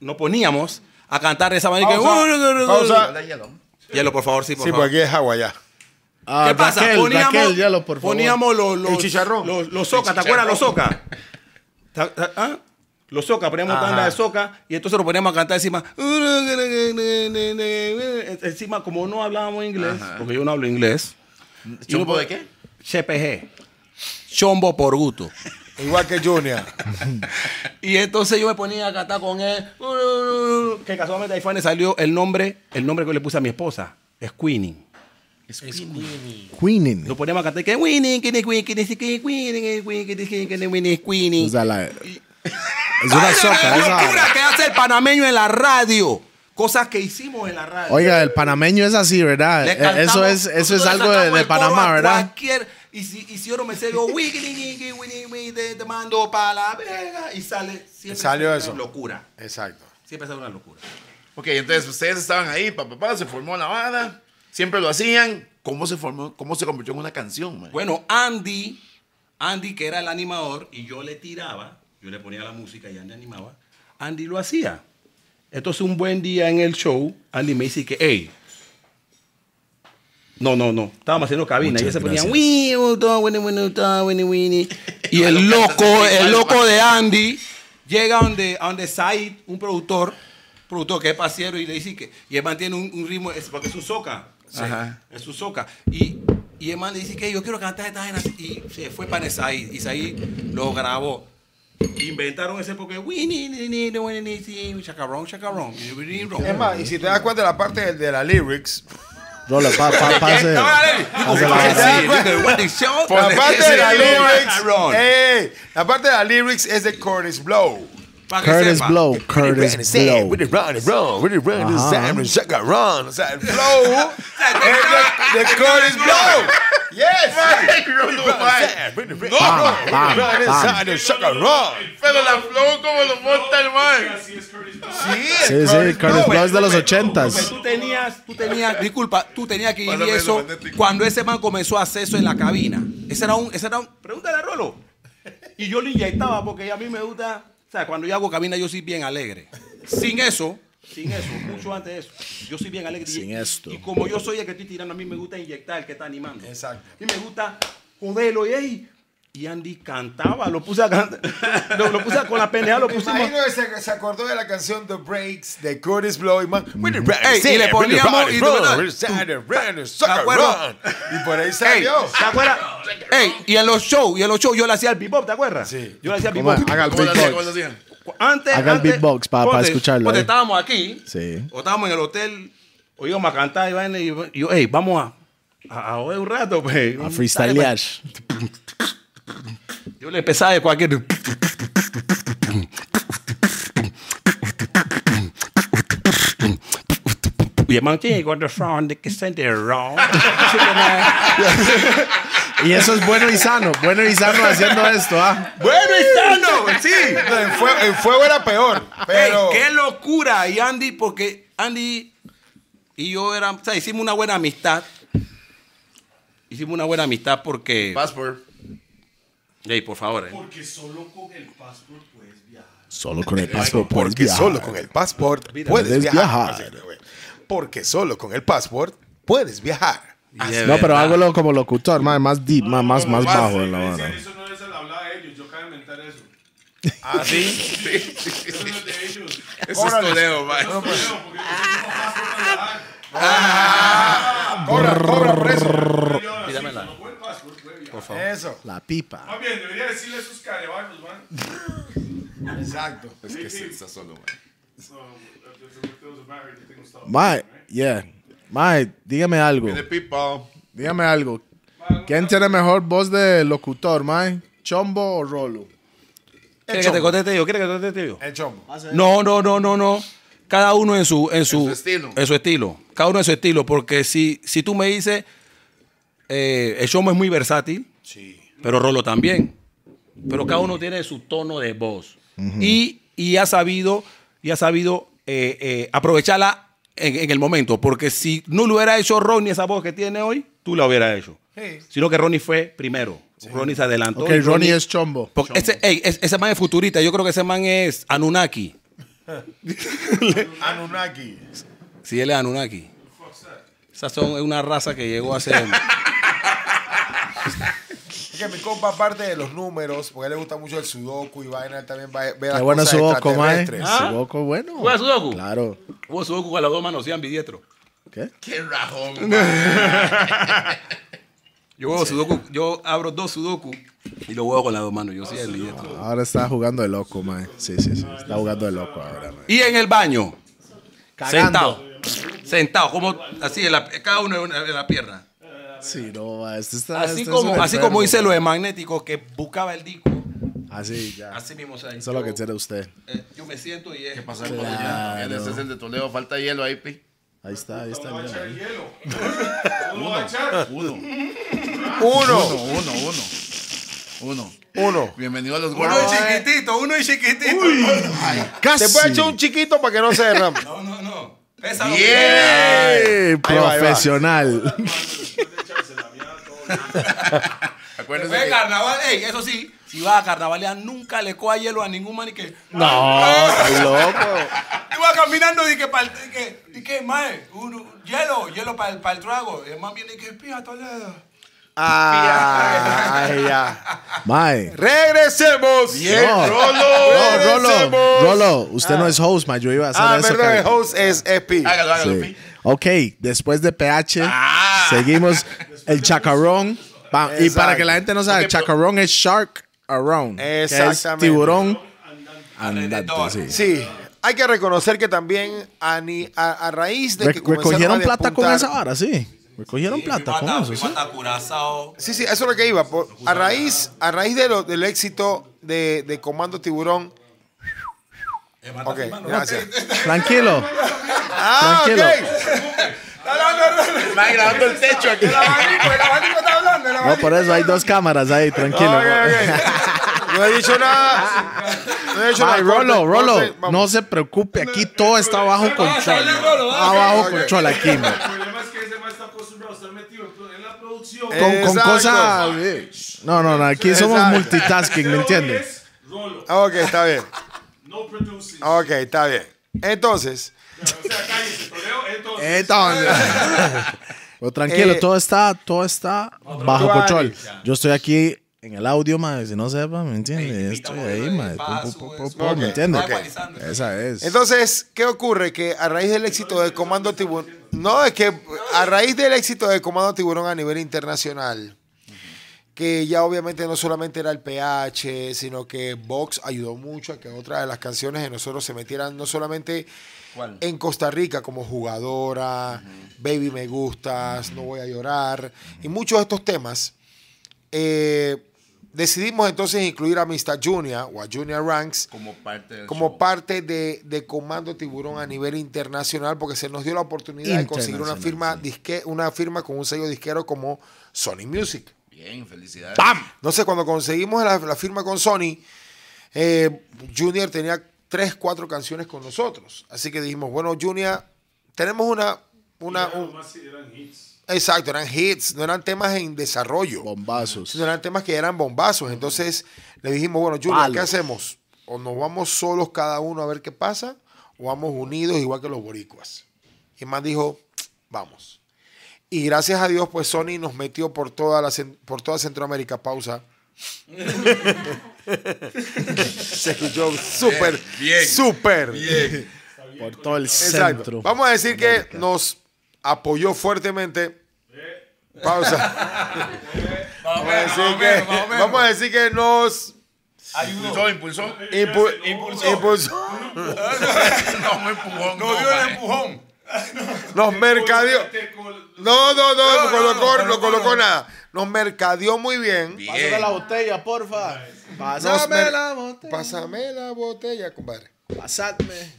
nos poníamos a cantar de esa manera. que-
Pausa, pausa.
Hola, Yellow.
Hielo, por favor, sí, por
Sí,
favor.
porque aquí es agua ya.
Ah,
¿Qué pasa?
Raquel,
poníamos
Raquel, hielo, por favor.
poníamos los, los
El chicharrón.
Los, los soca, ¿te acuerdas los soca? Ta- ta- ¿Ah? Los soca, poníamos
Ajá.
tanda de soca y entonces lo poníamos a cantar encima. Encima, como no hablábamos inglés, porque yo no hablo inglés.
¿Chumbo de qué?
CPG. Chombo por gusto.
Igual que Junior.
Y entonces yo me ponía a cantar con él. Que casualmente ahí fue donde salió el nombre, el nombre que le puse a mi esposa. Es Queenie.
Queening.
Nos poníamos a cantar que Queenie, Queenie, Queenie, Queenie, Queenie, Queenie, Queenie, Queenie, Queenie, Queenie, Queenie.
O sea, la- es
Ay,
una
no,
soca,
no,
esa
locura
vara.
que hace el panameño en la radio. Cosas que hicimos en la radio.
Oiga, el panameño es así, ¿verdad?
Le
Eh, Eso
cantamos-
es, eso
nosotros
es
le
algo de,
sacamos
de
el coro
Panamá,
a
¿verdad?
Cualquier, Y si, y si yo no me sé, yo wiggy, wiggy, wiggy, wiggy, te, te mando para la verga. Y sale siempre
Salió
sale
eso.
una locura.
Exacto.
Siempre sale una locura.
Ok, entonces ustedes estaban ahí, papá, papá, se formó la banda, siempre lo hacían. ¿Cómo se formó? ¿Cómo se convirtió en una canción, man?
Bueno, Andy, Andy que era el animador, y yo le tiraba, yo le ponía la música y Andy animaba, Andy lo hacía. Entonces un buen día en el show, Andy me dice que, hey, no, no, no, estábamos haciendo cabina y él se ponía, "Wii, uh, ta, wini, wini, ta, wini, wini". y el loco, el loco de Andy llega donde, a donde Said, un productor, productor que es pasero y le dice que, y él mantiene un, un ritmo, es porque es un soca, sí, es un soca, y, y el man le dice que yo quiero cantar esta vaina", y se fue para Said, y Said lo grabó. Inventaron ese porque "Wini, ni, ni, ni, wini, ni, si, chacarrón, chacarrón, ni, ni, ni, ron".
Es más, y si te das cuenta de la parte de, de la lyrics,
Rola, pa, pa, pase. pase la-
¿Te das cuenta? Por la parte de la lyrics,
Aaron.
ey, la parte de la lyrics es de Curtis Blow.
Pa' que
Curtis
sepa.
Blow, Curtis Blow.
O sea, el flow es de, de Curtis Blow. Yes. No,
Bam, bam, bam.
Pero la flow como lo monta el man.
Así es, Curtis Blow.
Sí, sí, Curtis Blow es de los
Porque
ochentas.
Tú tenías, tú tenías, disculpa, tú tenías que vivir
Pásame eso,
eso
magnético.
cuando ese man comenzó a hacer eso en la cabina. Ese era un, ese era un, pregúntale a Rolo. Y yo le inyectaba porque a mí me gusta, o sea, cuando yo hago cabina yo soy bien alegre. Sin eso, sin eso, mucho antes de eso, yo soy bien alegre.
Sin
y,
esto.
Y como yo soy el que estoy tirando, a mí me gusta inyectar el que está animando.
Exacto.
Y me gusta joderlo y ahí. Y Andy cantaba, lo puse a cantar, lo, lo puse a- con la pendeja, lo pusimos.
Imagino que se, se acordó de la canción The Breaks de Curtis Blow y man.
Ey, Mm-hmm. y le poníamos- y tú- ¿Te acuerdas?
Y por ahí
Ey,
salió.
¿Te acuerdas? Ey, y en los shows, y en los shows yo le hacía el beatbox, ¿te acuerdas?
Sí.
Yo le hacía el
¿Cómo es?
beatbox.
Haga el
¿Cómo lo hacían? ¿Cómo
beatbox.
lo hacían?
Antes,
Haga el
antes-
beatbox pa- pa
ponte,
escucharlo,
ponte,
eh.
estábamos aquí,
Sí.
o estábamos en el hotel, o íbamos a cantar y vaina, y y yo, ey, vamos a a, a joder un rato, pues.
A freestylear.
Yo le empezaba de cualquier. Y el man, "Sí, got the front, the consent, the wrong.
Y eso es bueno y sano. Bueno y sano haciendo esto, ¿ah?
Bueno, y sano, sí.
No, En fuego, en fuego era peor. Pero.
Ey, ¡Qué locura! Y Andy, porque Andy y yo eran, o sea, hicimos una buena amistad. Hicimos una buena amistad porque...
Passport.
Ey, por favor. eh.
Porque solo con el passport
Ah,
puedes viajar.
Solo con el passport puedes
Porque
viajar.
solo con el pasaporte puedes
puedes
viajar.
viajar.
Así que, güey, Porque solo con el pasaporte puedes viajar.
No,
Ah,
pero hágalo como locutor, mae, más deep, mae, más, más bajo de la
Iglesia,
hora.
Eso no es el habla de ellos, yo acabo de inventar eso.
Ah, sí. sí, sí, sí.
Eso no es de ellos.
Eso es Toledo, man.
No, porque yo tengo passport para viajar.
Cobra, cobra por eso.
Pero yo, así, no pues, fue el passport, fue viajar.
Eso.
La pipa.
Más bien, debería decirle a esos carebanos, man.
Exacto.
Es que se está solo, man.
No, yo tengo- tengo- yo tengo estado.
Mae, yeah. Mae, dígame algo.
The people.
Dígame algo. ¿Quién tiene mejor voz de locutor, mae? ¿Chombo o Rolo?
¿Quieres que te conteste yo? ¿Quieres que te conteste yo?
El chombo.
No, no, no, no, no. Cada uno en su, en su,
su estilo.
En su estilo. Cada uno en su estilo. Porque si, si tú me dices, eh, el show es muy versátil, pero Rolo también. Pero cada uno tiene su tono de voz. y, y ha sabido, y ha sabido eh, eh, aprovecharla en, en el momento. Porque si no lo hubiera hecho Ronnie esa voz que tiene hoy, tú la hubieras hecho.
Sí.
Sino que Ronnie fue primero. Ronnie se adelantó.
Ok,
y
Ronnie es Chombo.
porque ese, ey, es- ese man es futurista. Yo creo que ese man es Anunnaki.
Anunnaki.
Sí, él es Anunnaki. Esas son es una raza que llegó a ser.
Es que mi compa, aparte de los números, porque a él le gusta mucho el sudoku y vaina, él también va a ver
Qué
las
bueno
cosas
Sudoku, mae.
extraterrestres.
¿Ah?
Sudoku, bueno.
¿Juega Sudoku?
Claro.
Hubo su con las dos manos, sean bidietro.
¿Qué?
Qué rajón, man.
Yo juego sudoku, yo abro dos sudoku y lo juego con las dos manos. Yo soy el bidietro.
Ahora está jugando de loco, mae. Sí, sí, sí. Está jugando de loco ahora, mae.
Y en el baño.
Cagando.
Sentado. Sentado, como así, en la- cada uno en, una- en la pierna.
Sí, no, mae. Este está,
Así
este es un
como, así
enfermo,
como hice
mae.
lo de magnético que buscaba el disco.
Así, ya.
Así mismo, o sea,
Eso es lo
yo-
que tiene usted.
eh, yo me siento y es.
¿Qué pasa con ella? Este es el de Toledo. Falta hielo ahí, pi.
Ahí está, ¿eh? ahí está.
No va a
mira,
echar
ahí.
hielo. No lo va a echar.
Uno.
Uno,
Uno, uno, uno. Uno.
uno.
Bienvenido a los
Uno
gordos.
y chiquitito, uno y chiquitito.
Ah,
Te puede echar un chiquito para que no se derrame.
No, no, no. Pesa lo
Yeah.
Eh,
Ahí va, ahí va.
profesional.
que-
Acuérdense
Después de
que
carnaval, ey, eso sí, si vas a carnavalear, nunca le coja hielo a ningún man y que.
No, está loco.
Yo iba caminando y que para el. y que, y que mae, un- hielo, hielo para el, para el trago. Y el man viene y que pija Toledo.
Ah, ya.
Mae.
Regresemos.
No. No, Rolo, Rolo, usted no es host, mae. Yo iba a hacer
Ah,
eso.
perdón, el
cara.
host es Epi.
hágalo, hágalo.
Sí. Ah. Ok, después de PH,
Ah.
seguimos el chacarrón. Pa- y
Exacto.
para que la gente no sabe, chacarrón es shark around. que es
Exactamente.
tiburón andante. sí.
Sí, hay que reconocer que también a, ni- a, a raíz de
Re-
que comenzaron
recogieron
a
plata con
despuntar-
esa vara, sí. Recogieron plata con eso, sí.
Mata curazao.
Sí, sí, eso es lo que iba. por- a raíz, a raíz de lo- del éxito de, de Comando Tiburón. Ok, gracias.
Tranquilo.
Ah,
Tranquilo.
ok.
Está grabando el techo aquí.
No, por eso hay dos cámaras ahí, tranquilo.
Ok, ok. No he dicho nada. No he dicho
Ay,
nada.
Rolo,
Corte,
Rolo,
corte, vamos.
no se preocupe, aquí todo está bajo control.
dale, Ah, Rolo, dale.
Abajo
Ok.
control aquí, man.
El problema es que ese man está acostumbrado a estar metido en pro- en la producción.
Eh,
Con, con
Exacto.
cosas. eh, No, no, no, aquí somos
Exacto.
multitasking, ¿me
Pero
entiendes?
es Rolo,
Ok, está bien.
no producing.
Ok, está bien. Entonces,
O sea, cállese, Toledo,
Eh,
entonces.
Pero tranquilo,
Eh,
todo está, todo está bajo
tú
control.
hables.
Yo estoy aquí en el audio, madre, si no sepa, ¿me entiendes? Estoy ahí, madre. pum, pum, pum, pum, ¿Me entiendes?
Ok.
Esa es.
entonces, ¿qué ocurre? Que a raíz del éxito de Comando Tiburón. No, es que a raíz del éxito de Comando Tiburón a nivel internacional, que ya obviamente no solamente era el PH, sino que Vox ayudó mucho a que otra de las canciones de nosotros se metieran no solamente en Costa Rica como jugadora, Baby Me Gustas, No Voy a Llorar, y muchos de estos temas. eh, decidimos entonces incluir a Mr. Junior o a Junior Ranks
Como parte del
como
show.
parte de, de Comando Tiburón a nivel internacional, porque se nos dio la oportunidad de conseguir una firma,
Internacional,
disque, una firma con un sello disquero como Sony Music.
Bien, felicidades.
Entonces, cuando conseguimos la, la firma con Sony, eh, Junior tenía tres, cuatro canciones con nosotros. Así que dijimos, bueno, Junior, tenemos una... una
Eran
un-
nomás si eran hits.
exacto, eran hits, no eran temas en desarrollo
Bombazos.
sino eran temas que eran bombazos. Entonces le dijimos, bueno, Junior, ¿qué hacemos? O nos vamos solos cada uno a ver qué pasa, o vamos unidos igual que los boricuas. Y el man dijo, vamos. Y gracias a Dios, pues Sony nos metió por toda, la, cen- por toda Centroamérica. Pausa. Se escuchó súper,
bien,
súper.
Por todo el
Exacto.
centro.
Vamos a decir que nos apoyó fuertemente. Pausa. vamos, a decir que, vamos a decir que nos
Impulsó, impulsó.
impu- impulsó,
No, me empujó.
No dio el empujón.
nos mercadeó.
Te col-
No, no, no, no
no,
colocó,
no,
no colocó
no.
nada. Nos mercadeó muy bien.
Bien.
botella, porfa.
Nos mer-
botella.
Pásame la botella, compadre.
Pasadme.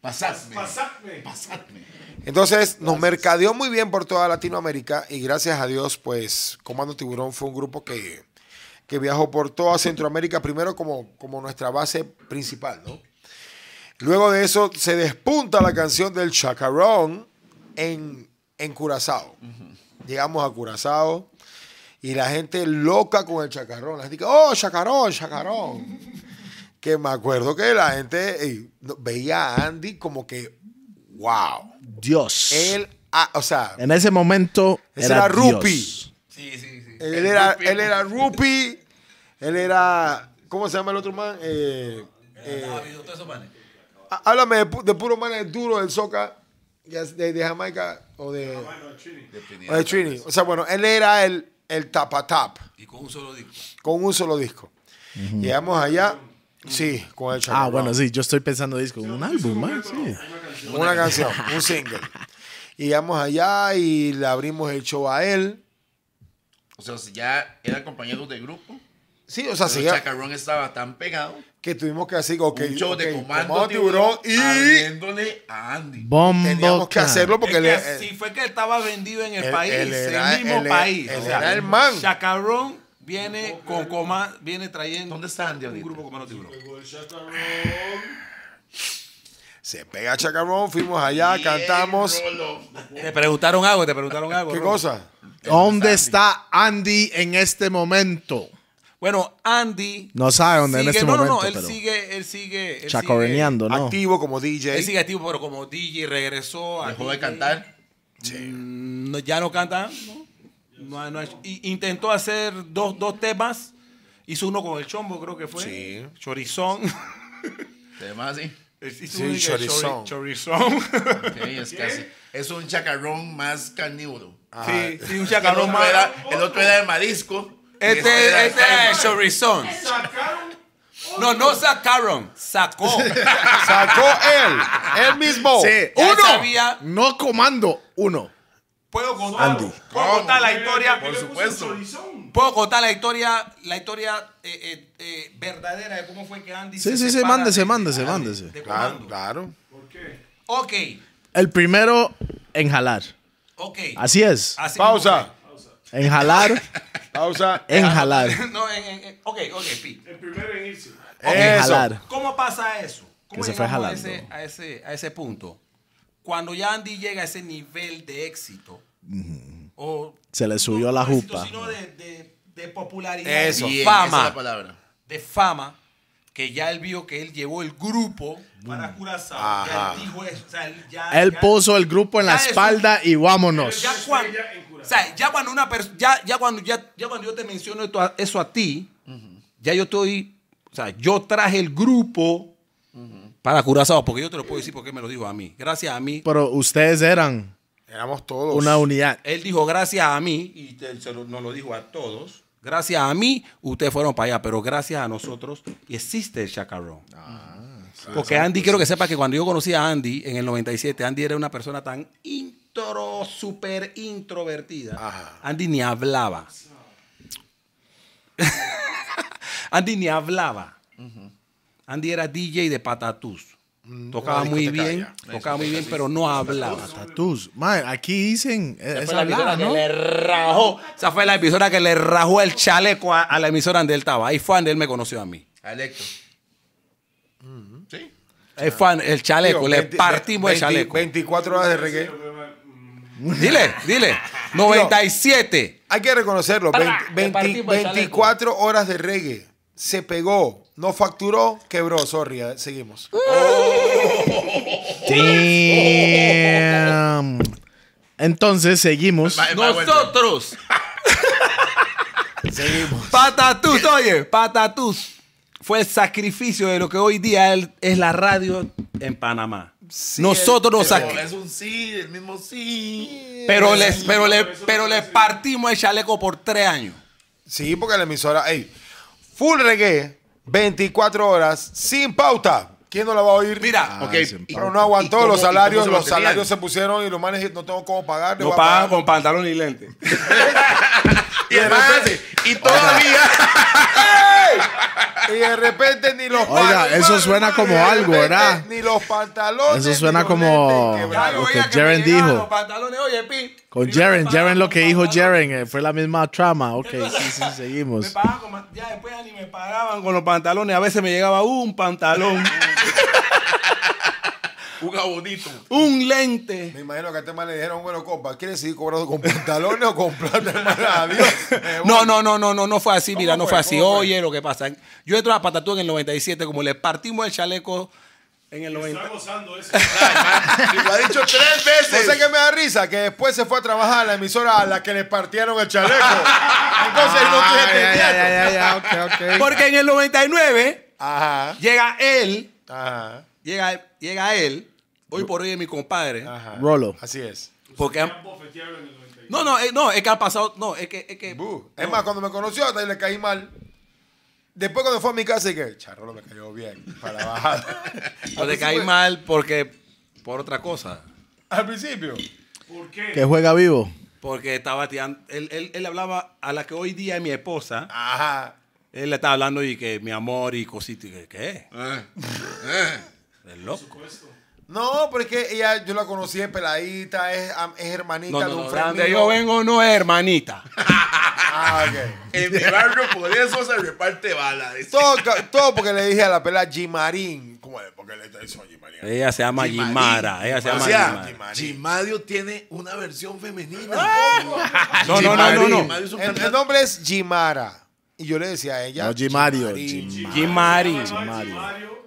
Pasadme.
Pasadme.
Pasadme.
Entonces nos mercadeó muy bien por toda Latinoamérica y gracias a Dios, pues Comando Tiburón fue un grupo que, que viajó por toda Centroamérica, primero como, como nuestra base principal, ¿no? Luego de eso se despunta la canción del Chacarón en, en Curazao. Llegamos a Curazao y la gente loca con el Chacarrón. La gente que, oh, Chacarón, Chacarón que me acuerdo que la gente ey, no, veía a Andy como que, wow.
Dios.
Él, ah, o sea,
en ese momento
Ese
era,
era
Dios.
Rupi.
Sí, sí, sí.
él era, él era Rupi, él era, ¿cómo se llama el otro man? Eh, eh,
David, todos esos manes.
há- háblame de, pu- de puro man el duro del Soca, ya es de, de Jamaica o de, o de Trini. O sea, bueno, él era el, el tapatap
Y con un solo disco.
con un solo disco. Llegamos allá, sí, con el
Ah,
chacarrón.
bueno, sí, yo estoy pensando disco, un álbum, man, sí.
una canción, un single. Y llegamos allá y le abrimos el show a él.
O sea, si ya eran compañeros de grupo.
Sí, o sea,
Pero
seguía-
Chacarrón estaba tan pegado.
que tuvimos que así, ok,
un show de
ok,
comando, ah,
comando
tiburón,
tiburón y
abriéndole a Andy.
Bombo.
teníamos que
Cat.
hacerlo porque
Es que
le- eh,
así fue que estaba vendido en el,
él-
país,
él
en
era-
el mismo
él era-
país.
él era el man.
Chacarrón viene con coma, viene trayendo
¿Dónde está Andy
un
ahorita?
grupo como tiburón.
se pega Chacarrón, fuimos allá, cantamos.
Te preguntaron algo, te preguntaron algo.
¿Qué
Rolo.
cosa?
¿Dónde está Andy en este momento?
Bueno, Andy
No sabe dónde en
sigue-
este
no, no, no,
momento,
él
pero-
sigue, él sigue, él sigue-
Chacorreando, ¿no?
Activo como DJ.
Él sigue activo, pero como DJ regresó. a
Dejó de
DJ.
cantar.
No, ya no canta. ¿no? No ha- no ha hecho- y- intentó hacer dos, dos temas. Hizo uno con el chombo, creo que fue.
Sí.
Chorizón.
Además, sí.
Hizo
Sí,
uno que-
chorizón.
chori- Chorizón.
Ok, es, casi- es un chacarrón más carnívoro.
Sí, sí, un
El
Ah. chacarrón
otro,
más.
Ah, eh. era, el otro era de marisco. y
Este,
era de
este
carne.
es chorizón.
Sacaron.
No, no sacaron, sacó.
Sacó él, él mismo.
Sí,
Ya
uno.
sabía.
No comando, uno.
Puedo contar,
Andy.
puedo contar la historia.
Por
supuesto.
supuesto.
Puedo contar la historia, la historia eh, eh, eh, verdadera de cómo fue que Andy.
Sí, sí, sí,
separa
mándese,
de-
mándese,
de-
mándese.
de
Claro,
Comando.
claro.
¿Por qué?
Ok,
El primero en jalar.
ok.
Así es.
Así
Pausa,
En jalar,
pausa.
en jalar.
mismo fue. No, en- en- en- ok, ok, Pi.
El primer inicio.
En
Eso.
jalar.
¿Cómo pasa eso? ¿Cómo
Que se fue
llegamos a
jalando.
ese, a, ese, a ese punto? Cuando ya Andy llega a ese nivel de éxito, o
Se le subió
no
la
de éxito,
jupa.
sino de, de- de popularidad,
Eso.
de
Bien, esa es la
fama,
palabra.
de fama, que ya él vio que él llevó el grupo para Curazao. Ya
Ajá.
él dijo eso. o sea, él ya-
Él
ya-
puso el grupo en la
Ya eso-
espalda y vámonos.
ya
Estrella
cuando,
en Curazao.
o sea, ya cuando una persona, ya, ya cuando ya, ya cuando yo te menciono esto a- eso a ti, ya yo estoy, o sea, yo traje el grupo para Curazao, porque yo te lo puedo decir porque me lo dijo a mí. Gracias a mí.
Pero ustedes eran
Éramos todos.
una unidad.
Él dijo gracias a mí y te- se lo- nos lo dijo a todos. Gracias a mí, ustedes fueron para allá, pero gracias a nosotros existe el chacarrón. Porque Andy, quiero que sepa que cuando yo conocí a Andy en el 97, Andy era una persona tan intro, súper introvertida.
Ajá.
Andy ni hablaba. Andy ni hablaba. Andy era DJ de patatús. Tocaba
una
muy
discoteca
bien,
allá.
tocaba muy bien, pero no hablaba.
Tatus. Mae, aquí dicen. eh, Es hablar, ¿no?
le rajó. Esa fue la emisora que le rajó el chaleco a, a la emisora donde él estaba. Ahí fue donde él me conoció a mí.
Alecto. Sí.
Ahí fue donde el chaleco,
Digo,
le
20,
partimos el
20,
chaleco.
24 horas de reggae.
Dile, dile. 97.
Hay que reconocerlo. 20, 20, 24 horas de reggae. Se pegó, no facturó, quebró. Sorry, eh, seguimos.
Damn. Entonces seguimos.
Ma- ma- vuelve.
Nosotros. Patatús, oye, Patatús. Fue el sacrificio de lo que hoy día el- es la radio en Panamá. Nosotros nos
Pero
sacri-
es un sí, el mismo sí.
Pero les, pero le, pero le partimos el chaleco por tres años.
Sí, porque la emisora, ey, full reggae, 24 horas, sin pauta. ¿Quién no la va a oír?
Mira,
Ok,
sí,
¿y
Pero
cómo-
no
y
aguantó
cómo-
los
y cómo
salarios,
se
los
mantenían?
salarios se pusieron y los manes no tengo cómo pagar. le
no
voy a
pagan
pagar.
con pantalón y lente.
Y, de repente- y todavía.
Y de repente ni los
Oiga,
pantalones,
eso suena como
y de
algo,
repente
¿verdad?
Ni los pantalones.
Eso
ni
suena
los
como-
lentes quebraron.
Lo que Jaren dijo. Con Jaren, Jaren lo que dijo Jaren eh, fue la misma trama. Ok, sí, sí,
Me
seguimos.
pagaban con, ya después ya ni me pagaban con los pantalones. A veces me llegaba un pantalón,
Un abonito.
un lente.
Me imagino que a este man le dijeron, bueno, compa, ¿quieres seguir cobrando con pantalones o con plata, hermano? Adiós. Me voy.
No, no, no, no, no, no fue así, mira,
¿Cómo
no
fue?
fue así.
¿Cómo fue?
Oye, lo que pasa. ¿eh? Yo entro a Patatú en el 97, como le partimos el chaleco en el 90.
Está gozando eso.
Y lo ha dicho tres
No
veces.
sé qué me da risa, que después se fue a trabajar a la emisora a la que le partieron el chaleco. Entonces no estoy entendiendo.
Porque en el 99
Ajá,
llega él,
ajá,
llega, llega él, hoy por hoy es mi compadre.
ajá.
Rolo.
Así es.
Em-
Porque han-
Bofetearon en el 90.
No, no, eh, no, es que han pasado. No, es que. Es que
Bu. Es más, cuando me conoció, hasta ahí le caí mal. Después cuando fue a mi casa, dije, charrolo me cayó bien para bajar.
no te caí mal porque. Por otra cosa.
Al principio.
¿Por qué?
Que juega vivo.
Porque estaba tirando. Él, él, él hablaba a la que hoy día es mi esposa.
Ajá.
Él le estaba hablando y que mi amor y cositas. Y que, ¿Qué?
Eh,
Es loco.
No, pero es que ella, yo la conocí de peladita, es, am- es hermanita
No,
de
no,
un
no, de
friend
donde
mío.
yo vengo no es hermanita.
Ah, ok.
En mi barrio por eso se reparte bala. dice.
Todo, ca- todo porque le dije a la pelada Gimarín. ¿Cómo es? Porque le dicen Gimarín.
Ella se llama
Gimarín.
Gimara. Ella se
O
llama
sea,
Gimara.
Gimarín. Gimadio tiene una versión femenina.
No, no, no, no, no.
Gimadio es un
El, el
cantante.
nombre es Gimara. Y yo le decía a ella.
No, Gimario.
Gimarín.
Gim-
Gimari.
Mario.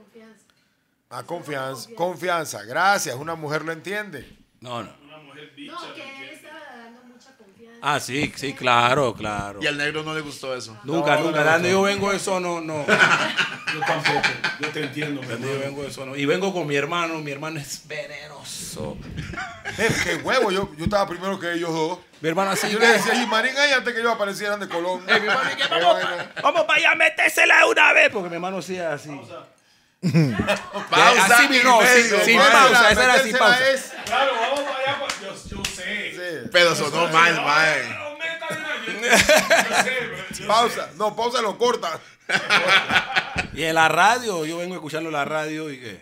Ah, confianza. Confianza. Gracias. Una mujer lo entiende.
No, no.
Una mujer
No,
bicha.
que él estaba dando mucha confianza.
Ah, sí, sí, claro, claro.
Y al negro no le gustó eso.
Nunca, nunca. Dando yo vengo eso, no, no.
Yo tampoco. Yo te entiendo, mi
Dando yo
hermano.
vengo eso, no. Y vengo con mi hermano. Mi hermano es venenoso.
Eh, qué huevo. Yo, yo estaba primero que ellos dos.
Mi hermano así.
Yo le decía Gimarín ahí antes que ellos aparecieran de Colón.
Eh, mi hermano, ¿y qué? vamos, pa- vamos para allá, métesela de una vez. Porque mi hermano sí es así.
Pausa
Así,
y
Eh, ah, no,
medio,
sin- sin
bueno.
pausa, esa era sin
Metérsela
pausa.
es-
Claro, vamos para allá. pa- Yo, yo sé.
sí.
Pero sonó mal, mae.
Pero métale una- yo- yo sé, bro, yo sé.
Pausa. No, pausa lo corta.
Y en la radio, yo vengo escuchando la radio y que.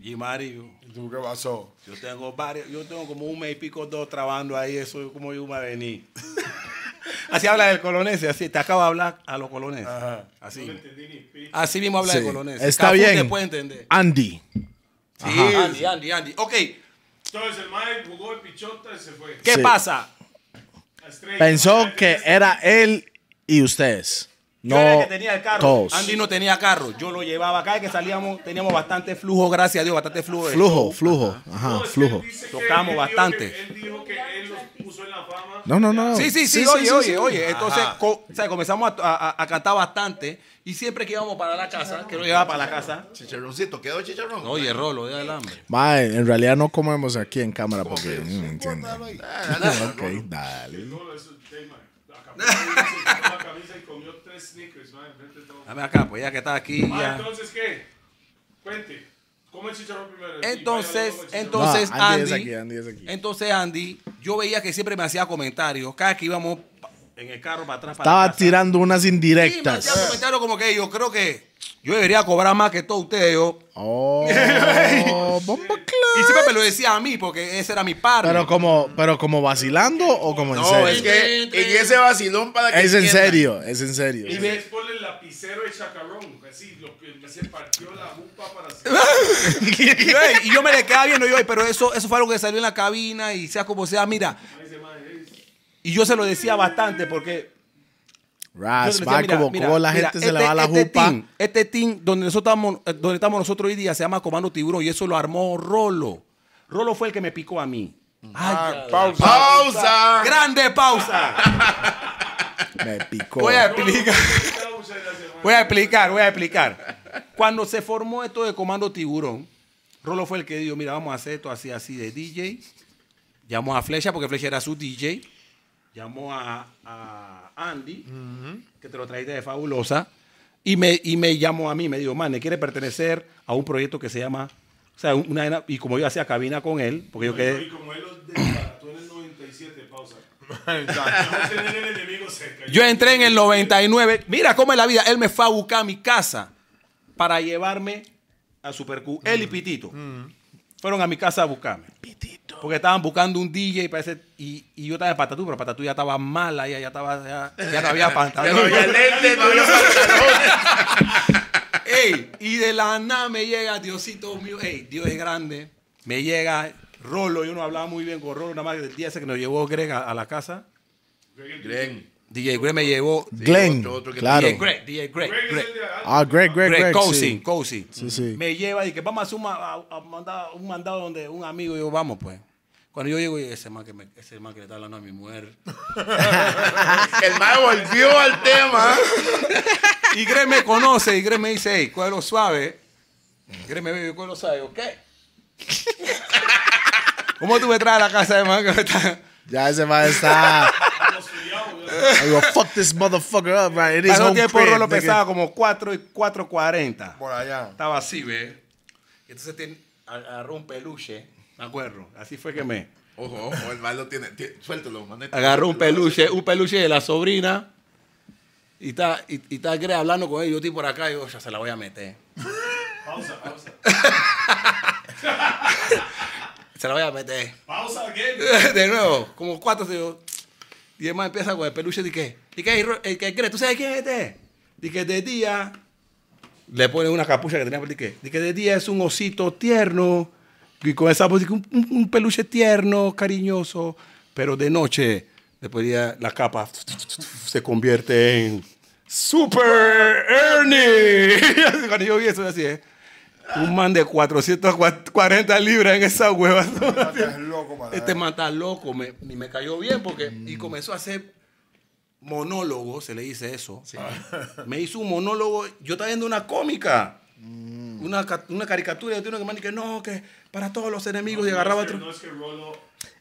Gimari, yo.
¿Tú qué pasó?
Yo tengo varios, yo tengo como un mes y pico, dos trabando ahí, eso es como yo me vení. así habla del colonense, así te acaba de hablar a los colonenses. Así. Así mismo habla
Sí.
del colonense.
Está
Cafú
bien.
te puede entender.
Andy.
Sí, Andy, Andy, Andy. Ok,
Entonces el mae jugó el pichota y se fue.
¿qué
Sí.
pasa?
La estrella.
Pensó que era él y ustedes. No,
yo era el que tenía el carro.
todos.
Andy no tenía carro. Yo lo llevaba acá y que salíamos, teníamos bastante flujo, gracias a Dios, bastante flujo. de
Flujo,
show.
flujo. Ajá,
No, es que
flujo.
él dice que
Tocamos
él dijo
bastante.
que- él dijo que él los puso en la fama.
No, no, no.
Sí, sí, sí, oye, oye, oye. Entonces, co- o sea, comenzamos a, a- a cantar bastante y siempre que íbamos para la casa, que lo llevaba para la casa.
Chicharroncito, ¿quedó chicharrón?
Oye, Rolo, deja el hambre.
Mae, en realidad no comemos aquí en cámara porque. mm, entiende.
Ah, nada,
Ok,
no.
dale.
No, eso es tema. Acabó de irse, quitó la camisa y comió tres sneakers, mae, enfrente de todo.
Dame acá, pues ya que está aquí.
Ah,
ya.
entonces, ¿qué? Cuente. Come el chicharrón primero. y vaya
Entonces,
luego el chicharrón.
entonces
No, Andy
Andy,
es aquí, Andy es aquí.
entonces Andy, yo veía que siempre me hacía comentarios, cada que íbamos pa- en el carro para atrás. Para
Estaba
la casa.
tirando unas
Sí, me hacía
indirectas.
comentarios como que yo creo que yo debería cobrar más que todos ustedes. yo.
Oh, bomba clara.
Y siempre me lo decía a mí porque ese era mi par.
Pero como, pero como vacilando o como en
No,
serio.
es que en ese vacilón para que
Es en
entiendan.
serio, es en serio.
Y ves por el lapicero de chacarrón. Así, lo que se partió la jupa para hacer.
y, yo, ey, y yo me le quedaba viendo yo, ey, pero eso, eso fue algo que salió en la cabina y sea como sea, mira. Y yo se lo decía bastante porque Yo
Ras,
le decía,
va
mira,
como,
mira,
como la
mira,
gente se le va la
este
jupa.
team, este team donde nosotros estamos, eh, donde estamos nosotros hoy día se llama Comando Tiburón y eso lo armó Rolo. Rolo fue el que me picó a mí. Ay,
Ah, pausa.
¡Pausa!
grande pausa.
Ah, Me picó.
Voy a explicar. Voy a explicar, voy a explicar. Cuando se formó esto de Comando Tiburón, Rolo fue el que dijo, mira, vamos a hacer esto así, así de DJ. Llamó a Flecha, porque Flecha era su DJ. Llamó a, a Andy, que te lo traíste de Fabulosa. Y me, y me llamó a mí, me dijo, man, quiere pertenecer a un proyecto que se llama... O sea, una, vaina- y como yo hacía cabina con él, porque yo
Y
quedé...
como él los desbarató en el 97, pausa. Vamos a tener el enemigo cerca.
Yo entré en el 99. Mira cómo es la vida. Él me fue a buscar a mi casa para llevarme a Super Q. Él y
Mm.
Pitito. Fueron a mi casa a buscarme. Pitito. Porque estaban buscando un DJ para ese- y, y yo estaba en Patatú, pero Patatú ya estaba mala, ya, ya estaba, ya, ya no había
Ya no
pantalón.
había lente, no había pantalones.
Ey, y de la nada me llega, Diosito mío, ey, Dios es grande. Me llega Rolo, yo no hablaba muy bien con Rolo, nada más del día ese que nos llevó Greg a, a la casa.
Glenn.
DJ Greg me llevó.
Glenn,
otro- otro que-
claro.
DJ Greg, DJ Greg.
Greg es
Greg.
el de Adán.
Ah, Greg, Greg,
Greg,
Greg.
Cozy,
sí.
Cozy.
Sí, sí.
Me lleva y que vamos a, hacer un ma- a- a mandar un mandado donde un amigo y yo vamos, pues. Cuando yo llego, y ese man que, me- ese man que le está hablando a mi mujer.
El mae volvió al tema.
Y Greg me conoce y Greg me dice, hey, cuero suave. Greg me ve, cuero suave, ¿ok? ¿Cómo tú me traes a la casa de man que me está-
Ya ese va a estar. I go fuck this motherfucker up right in his
Pasó
home
tiempo,
crib,
Rolo
nigga.
pesaba como 4 y 4.40.
Por allá.
Estaba así, ve. Y Entonces tiene- agarró un peluche, me acuerdo. Así fue que me...
Ojo, ojo, el mae lo tiene. tiene- Suéltalo, manete.
Agarró un peluche, un peluche de la sobrina. Y está, y, y está Gre hablando con él. Yo estoy por acá y digo, ya se la voy a meter.
Pausa, pausa.
Se la voy a meter.
Pausa again.
De nuevo, como cuatro, digo. Y el man empieza con el peluche. ¿Y qué? ¿Y qué? ¿Y qué crees? ¿Tú sabes quién es este? Y que de día. Le ponen una capucha que tenía por qué. Y que de día es un osito tierno. Y con esa voz, di que un, un- un peluche tierno, cariñoso. Pero de noche, después día, la capa se convierte en. ¡Super Ernie! Cuando yo vi eso, yo así es. Un man de 440 libras en esa hueva.
Estás loco, man.
Este man está loco, me, y me cayó bien porque. Y comenzó a hacer monólogo, se le dice eso. Me hizo un monólogo, yo estaba viendo una cómica. Una, ca- una caricatura de uno que man que no, que para todos los enemigos y agarraba otro.
No es que Rolo.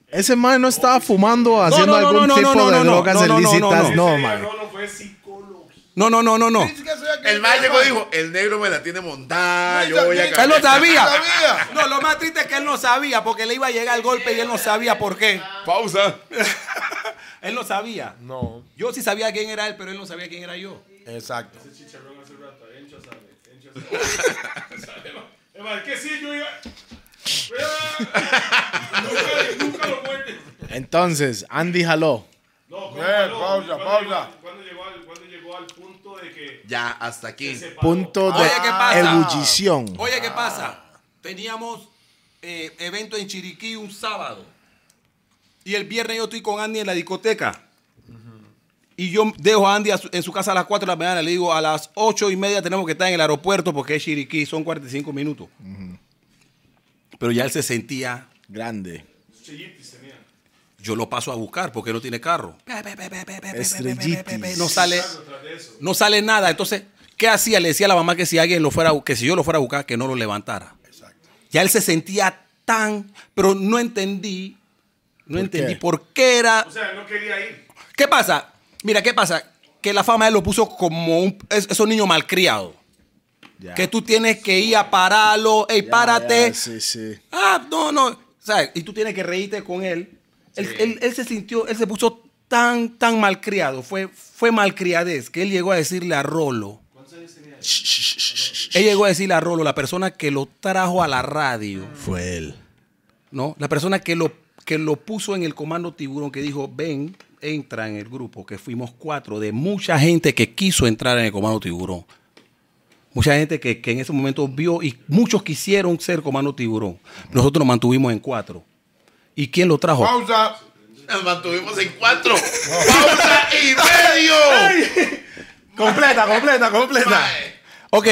Ese man no estaba fumando o haciendo
no, no,
algún
no,
tipo
no, no,
de
no,
drogas
no, no, no, no,
ilícitas.
Ese
No,
día
man.
Rolo fue psicología.
No, no, no, no, no.
El man llegó y dijo, el negro me la tiene montada, yo voy a
Él no sabía.
sabía.
No, lo más triste es que él no sabía porque le iba a llegar el golpe y él no sabía por qué.
Pausa.
Él no sabía.
No,
Yo sí sabía quién era él, pero él no sabía quién era yo.
exacto.
Chicharrón hace rato. Encho sabe. Encho sabe. Sabe, man. Es más, que sí, yo iba. Nunca, nunca lo muerden.
Entonces, Andy jaló.
No, ¿cómo
Eh,
no?
pausa,
¿Cuándo
pausa.
llegó- ¿Cuándo llegó, al, cuándo llegó al punto de que
Ya, hasta aquí.
se paró?
Punto de
Oye, ¿qué pasa?
ebullición.
Oye, ¿qué pasa? Teníamos eh, evento en Chiriquí un sábado. Y el viernes yo estoy con Andy en la discoteca. Y yo dejo a Andy a su- en su casa a las 4 de la mañana. Le digo, a las 8 y media tenemos que estar en el aeropuerto porque es Chiriquí, son 45 minutos. Pero ya él se sentía,
Grande.
Chillitis tenía.
yo lo paso a buscar porque él no tiene carro.
Estrellitis.
No sale,
Tras de eso.
no sale nada. Entonces, ¿qué hacía? Le decía a la mamá que si alguien lo fuera, a bu- que si yo lo fuera a buscar, que no lo levantara. Ya él se sentía tan, pero no entendí, no entendí
qué?
por qué era.
O sea, no quería ir.
¿Qué pasa? Mira, ¿qué pasa? Que la fama él lo puso como un, es- esos niños malcriados.
Ya.
Que tú tienes que ir a pararlo, ey,
Ya,
párate.
ya, sí, sí.
Ah, no, no. ¿Sabes? Y tú tienes que reírte con él. Él, él- él se sintió, él se puso tan, tan malcriado. Fue, fue malcriadez que él llegó a decirle a Rolo. Él llegó a decirle a Rolo, la persona que lo trajo a la radio,
Fue él.
¿no? La persona que lo, que lo puso en el comando tiburón, que dijo, ven, entra en el grupo, que fuimos cuatro, de mucha gente que quiso entrar en el comando tiburón. Mucha gente que, que en ese momento vio y muchos quisieron ser comando tiburón. Nosotros nos mantuvimos en cuatro. ¿Y quién lo trajo?
Pausa.
Nos mantuvimos en cuatro. ¡Pausa y medio!
Completa, completa, completa.
Mae.
Ok,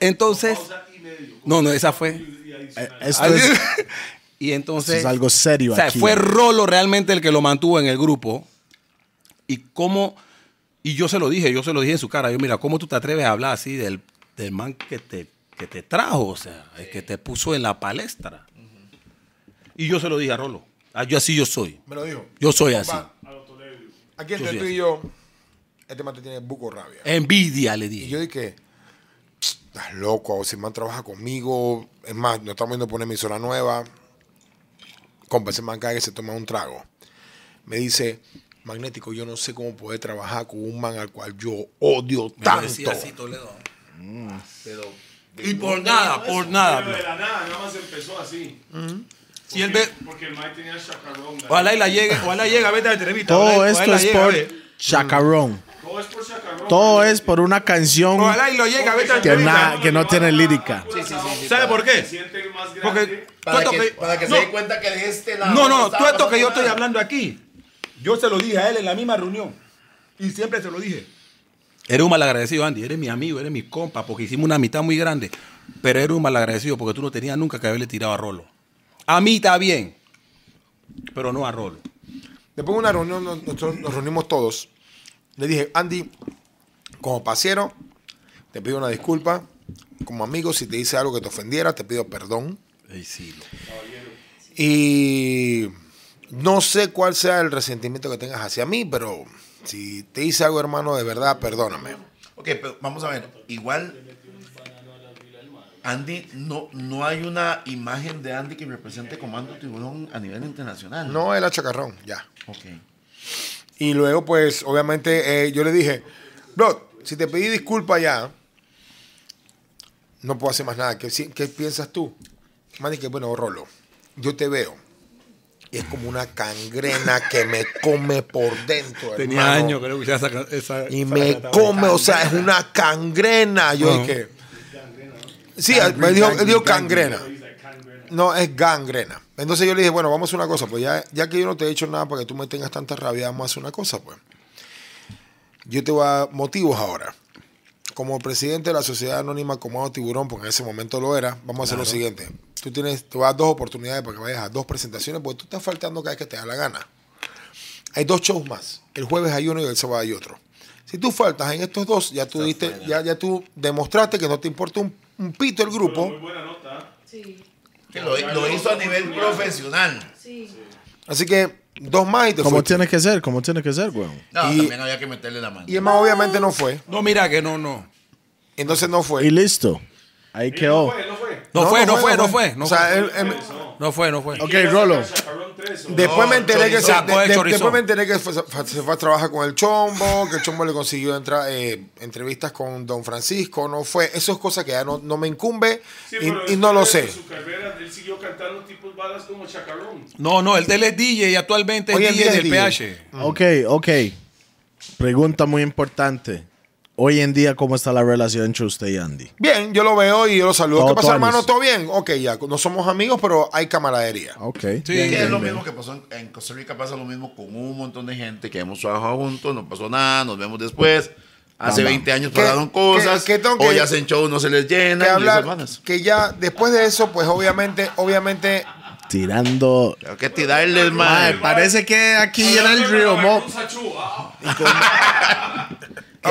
entonces. No, no, esa fue.
Eh, Esto es, esto
y entonces.
es algo serio
O sea,
aquí.
fue Rolo realmente el que lo mantuvo en el grupo. Y cómo. Y yo se lo dije, yo se lo dije en su cara. Yo, mira, ¿cómo tú te atreves a hablar así del, del man que te, que te trajo? O sea, el que te puso en la palestra. Y yo se lo dije a Rolo. Ah, yo así yo soy.
Me lo dijo.
Yo soy así.
Va. Aquí entre tú y yo, este man te tiene buco rabia.
Envidia, le
Y
dije.
yo dije, estás loco, o si el man trabaja conmigo, es más, nos estamos yendo a poner emisora nueva. Compa, ese man cada que se toma un trago. Me dice, Magnético, yo no sé cómo poder trabajar con un man al cual yo odio
Me lo
tanto.
decía así, Toledo. Y por
Ah,
nada, por nada.
Pero de la nada, nada más empezó así.
Si él ve,
Porque el Mike tenía chacarrón. ¿verdad?
ojalá y la llegue, ojalá y llegue a ver la entrevista.
Todo
ojalá y-
esto
ojalá y
es
llegue a
por
ver.
chacarrón.
Todo es por chacarrón.
Todo es por una canción
Ojalá y lo llegue a ver la
que,
entrevista.
na- que no tiene lírica.
¿Sabe por
Se
qué?
siente el más grande.
Porque
Para
todo
que,
que-
para que
no,
se dé cuenta que de este lado.
No, no,
estaba
tú esto que yo
pasando
estoy
nada.
hablando aquí, yo se lo dije a él en la misma reunión. Y siempre se lo dije. Eres un malagradecido, Andy. Eres mi amigo, eres mi compa, porque hicimos una mitad muy grande. Pero eres un malagradecido porque tú no tenías nunca que haberle tirado a Rolo. A mí está bien, pero no a Rolo.
Después de una reunión, nos- nosotros nos reunimos todos. Le dije, Andy, como pasiero, te pido una disculpa. Como amigo, si te hice algo que te ofendiera, te pido perdón. Y no sé cuál sea el resentimiento que tengas hacia mí, pero si te hice algo, hermano, de verdad, perdóname.
Ok, pero vamos a ver. Igual. Andy, no, no hay una imagen de Andy que represente Comando Tiburón a nivel internacional.
No, era chacarrón, ya.
Ok.
Y luego, pues, obviamente, eh, yo le dije, bro, Si te pedí disculpa ya, no puedo hacer más nada. ¿Qué, si- qué piensas tú? Manny, que bueno, Rolo, yo te veo. Y es como una cangrena que me come por dentro.
Tenía
hermano.
años que no escuchaba esa, ca- esa-
Y
esa
me
cantaba.
come, o sea, es una cangrena. Yo dije. Sí, me dijo, él dijo cangrena. No, es gangrena. Entonces yo le dije, bueno, vamos a hacer una cosa, pues ya, ya que yo no te he hecho nada para que tú me tengas tanta rabia, vamos a hacer una cosa, pues. Yo te voy a dar motivos ahora. Como presidente de la Sociedad Anónima Comado Tiburón, porque en ese momento lo era, vamos a hacer lo siguiente. Tú tienes, te voy a dar dos oportunidades para que vayas a dos presentaciones, porque tú estás faltando cada vez que te da la gana. Hay dos shows más. El jueves hay uno y el sábado hay otro. Si tú faltas en estos dos, ya tú, diste, ya, ya tú demostraste que no te importa un, un pito el grupo.
Muy buena nota. ¿eh?
Sí,
Que lo, lo hizo a nivel profesional.
sí.
Así que dos más y te
Como
fuiste.
tiene que ser, como tiene que ser, weón.
No,
Y-
también había que meterle la mano.
Y el más obviamente no fue.
No, mira que no, no.
Entonces no fue.
Y listo. Ahí
No
quedó.
fue, no fue.
No, fue, no fue, no fue. No
O sea,
fue,
él- él-
no fue. No fue.
Ok, Rolo.
Chaparrón tres, ¿o?
después me enteré que
chorizo.
se,
Sacó el
de- de-
chorizo.
después me enteré que fue- se fue a trabajar con el Chombo, que el Chombo le consiguió entra- eh, entrevistas con Don Francisco, no fue. Eso es cosa que ya no, no me incumbe
Sí,
y-
pero
y, no lo
después
sé.
de Su carrera, él siguió cantando tipos balas como Chacarrón.
No, no, el de él es DJ y actualmente es
Hoy en
DJ
día es
del
DJ.
PH.
Mm. Ok, ok. Pregunta muy importante. Hoy en día, ¿cómo está la relación entre usted y Andy?
Bien, yo lo veo y yo lo saludo.
Todo
¿Qué pasa,
tuanis.
hermano? ¿Todo bien? Ok, ya. No somos amigos, pero hay camaradería.
Ok.
Sí.
Que es
bien,
lo mismo que pasó en, en Costa Rica, pasa lo mismo con un montón de gente que hemos trabajado juntos, no pasó nada, nos vemos después. Hace 20 años
¿Qué-
pasaron
qué-
cosas,
qué tengo
hoy
que-
hacen show, no se les llena, y
Que
esas
hablar,
vanas.
que ya después de eso, pues obviamente, obviamente,
Tirando.
Tengo que tirarles,
Mae,
madre.
parece que aquí en el río Mo-
Ah,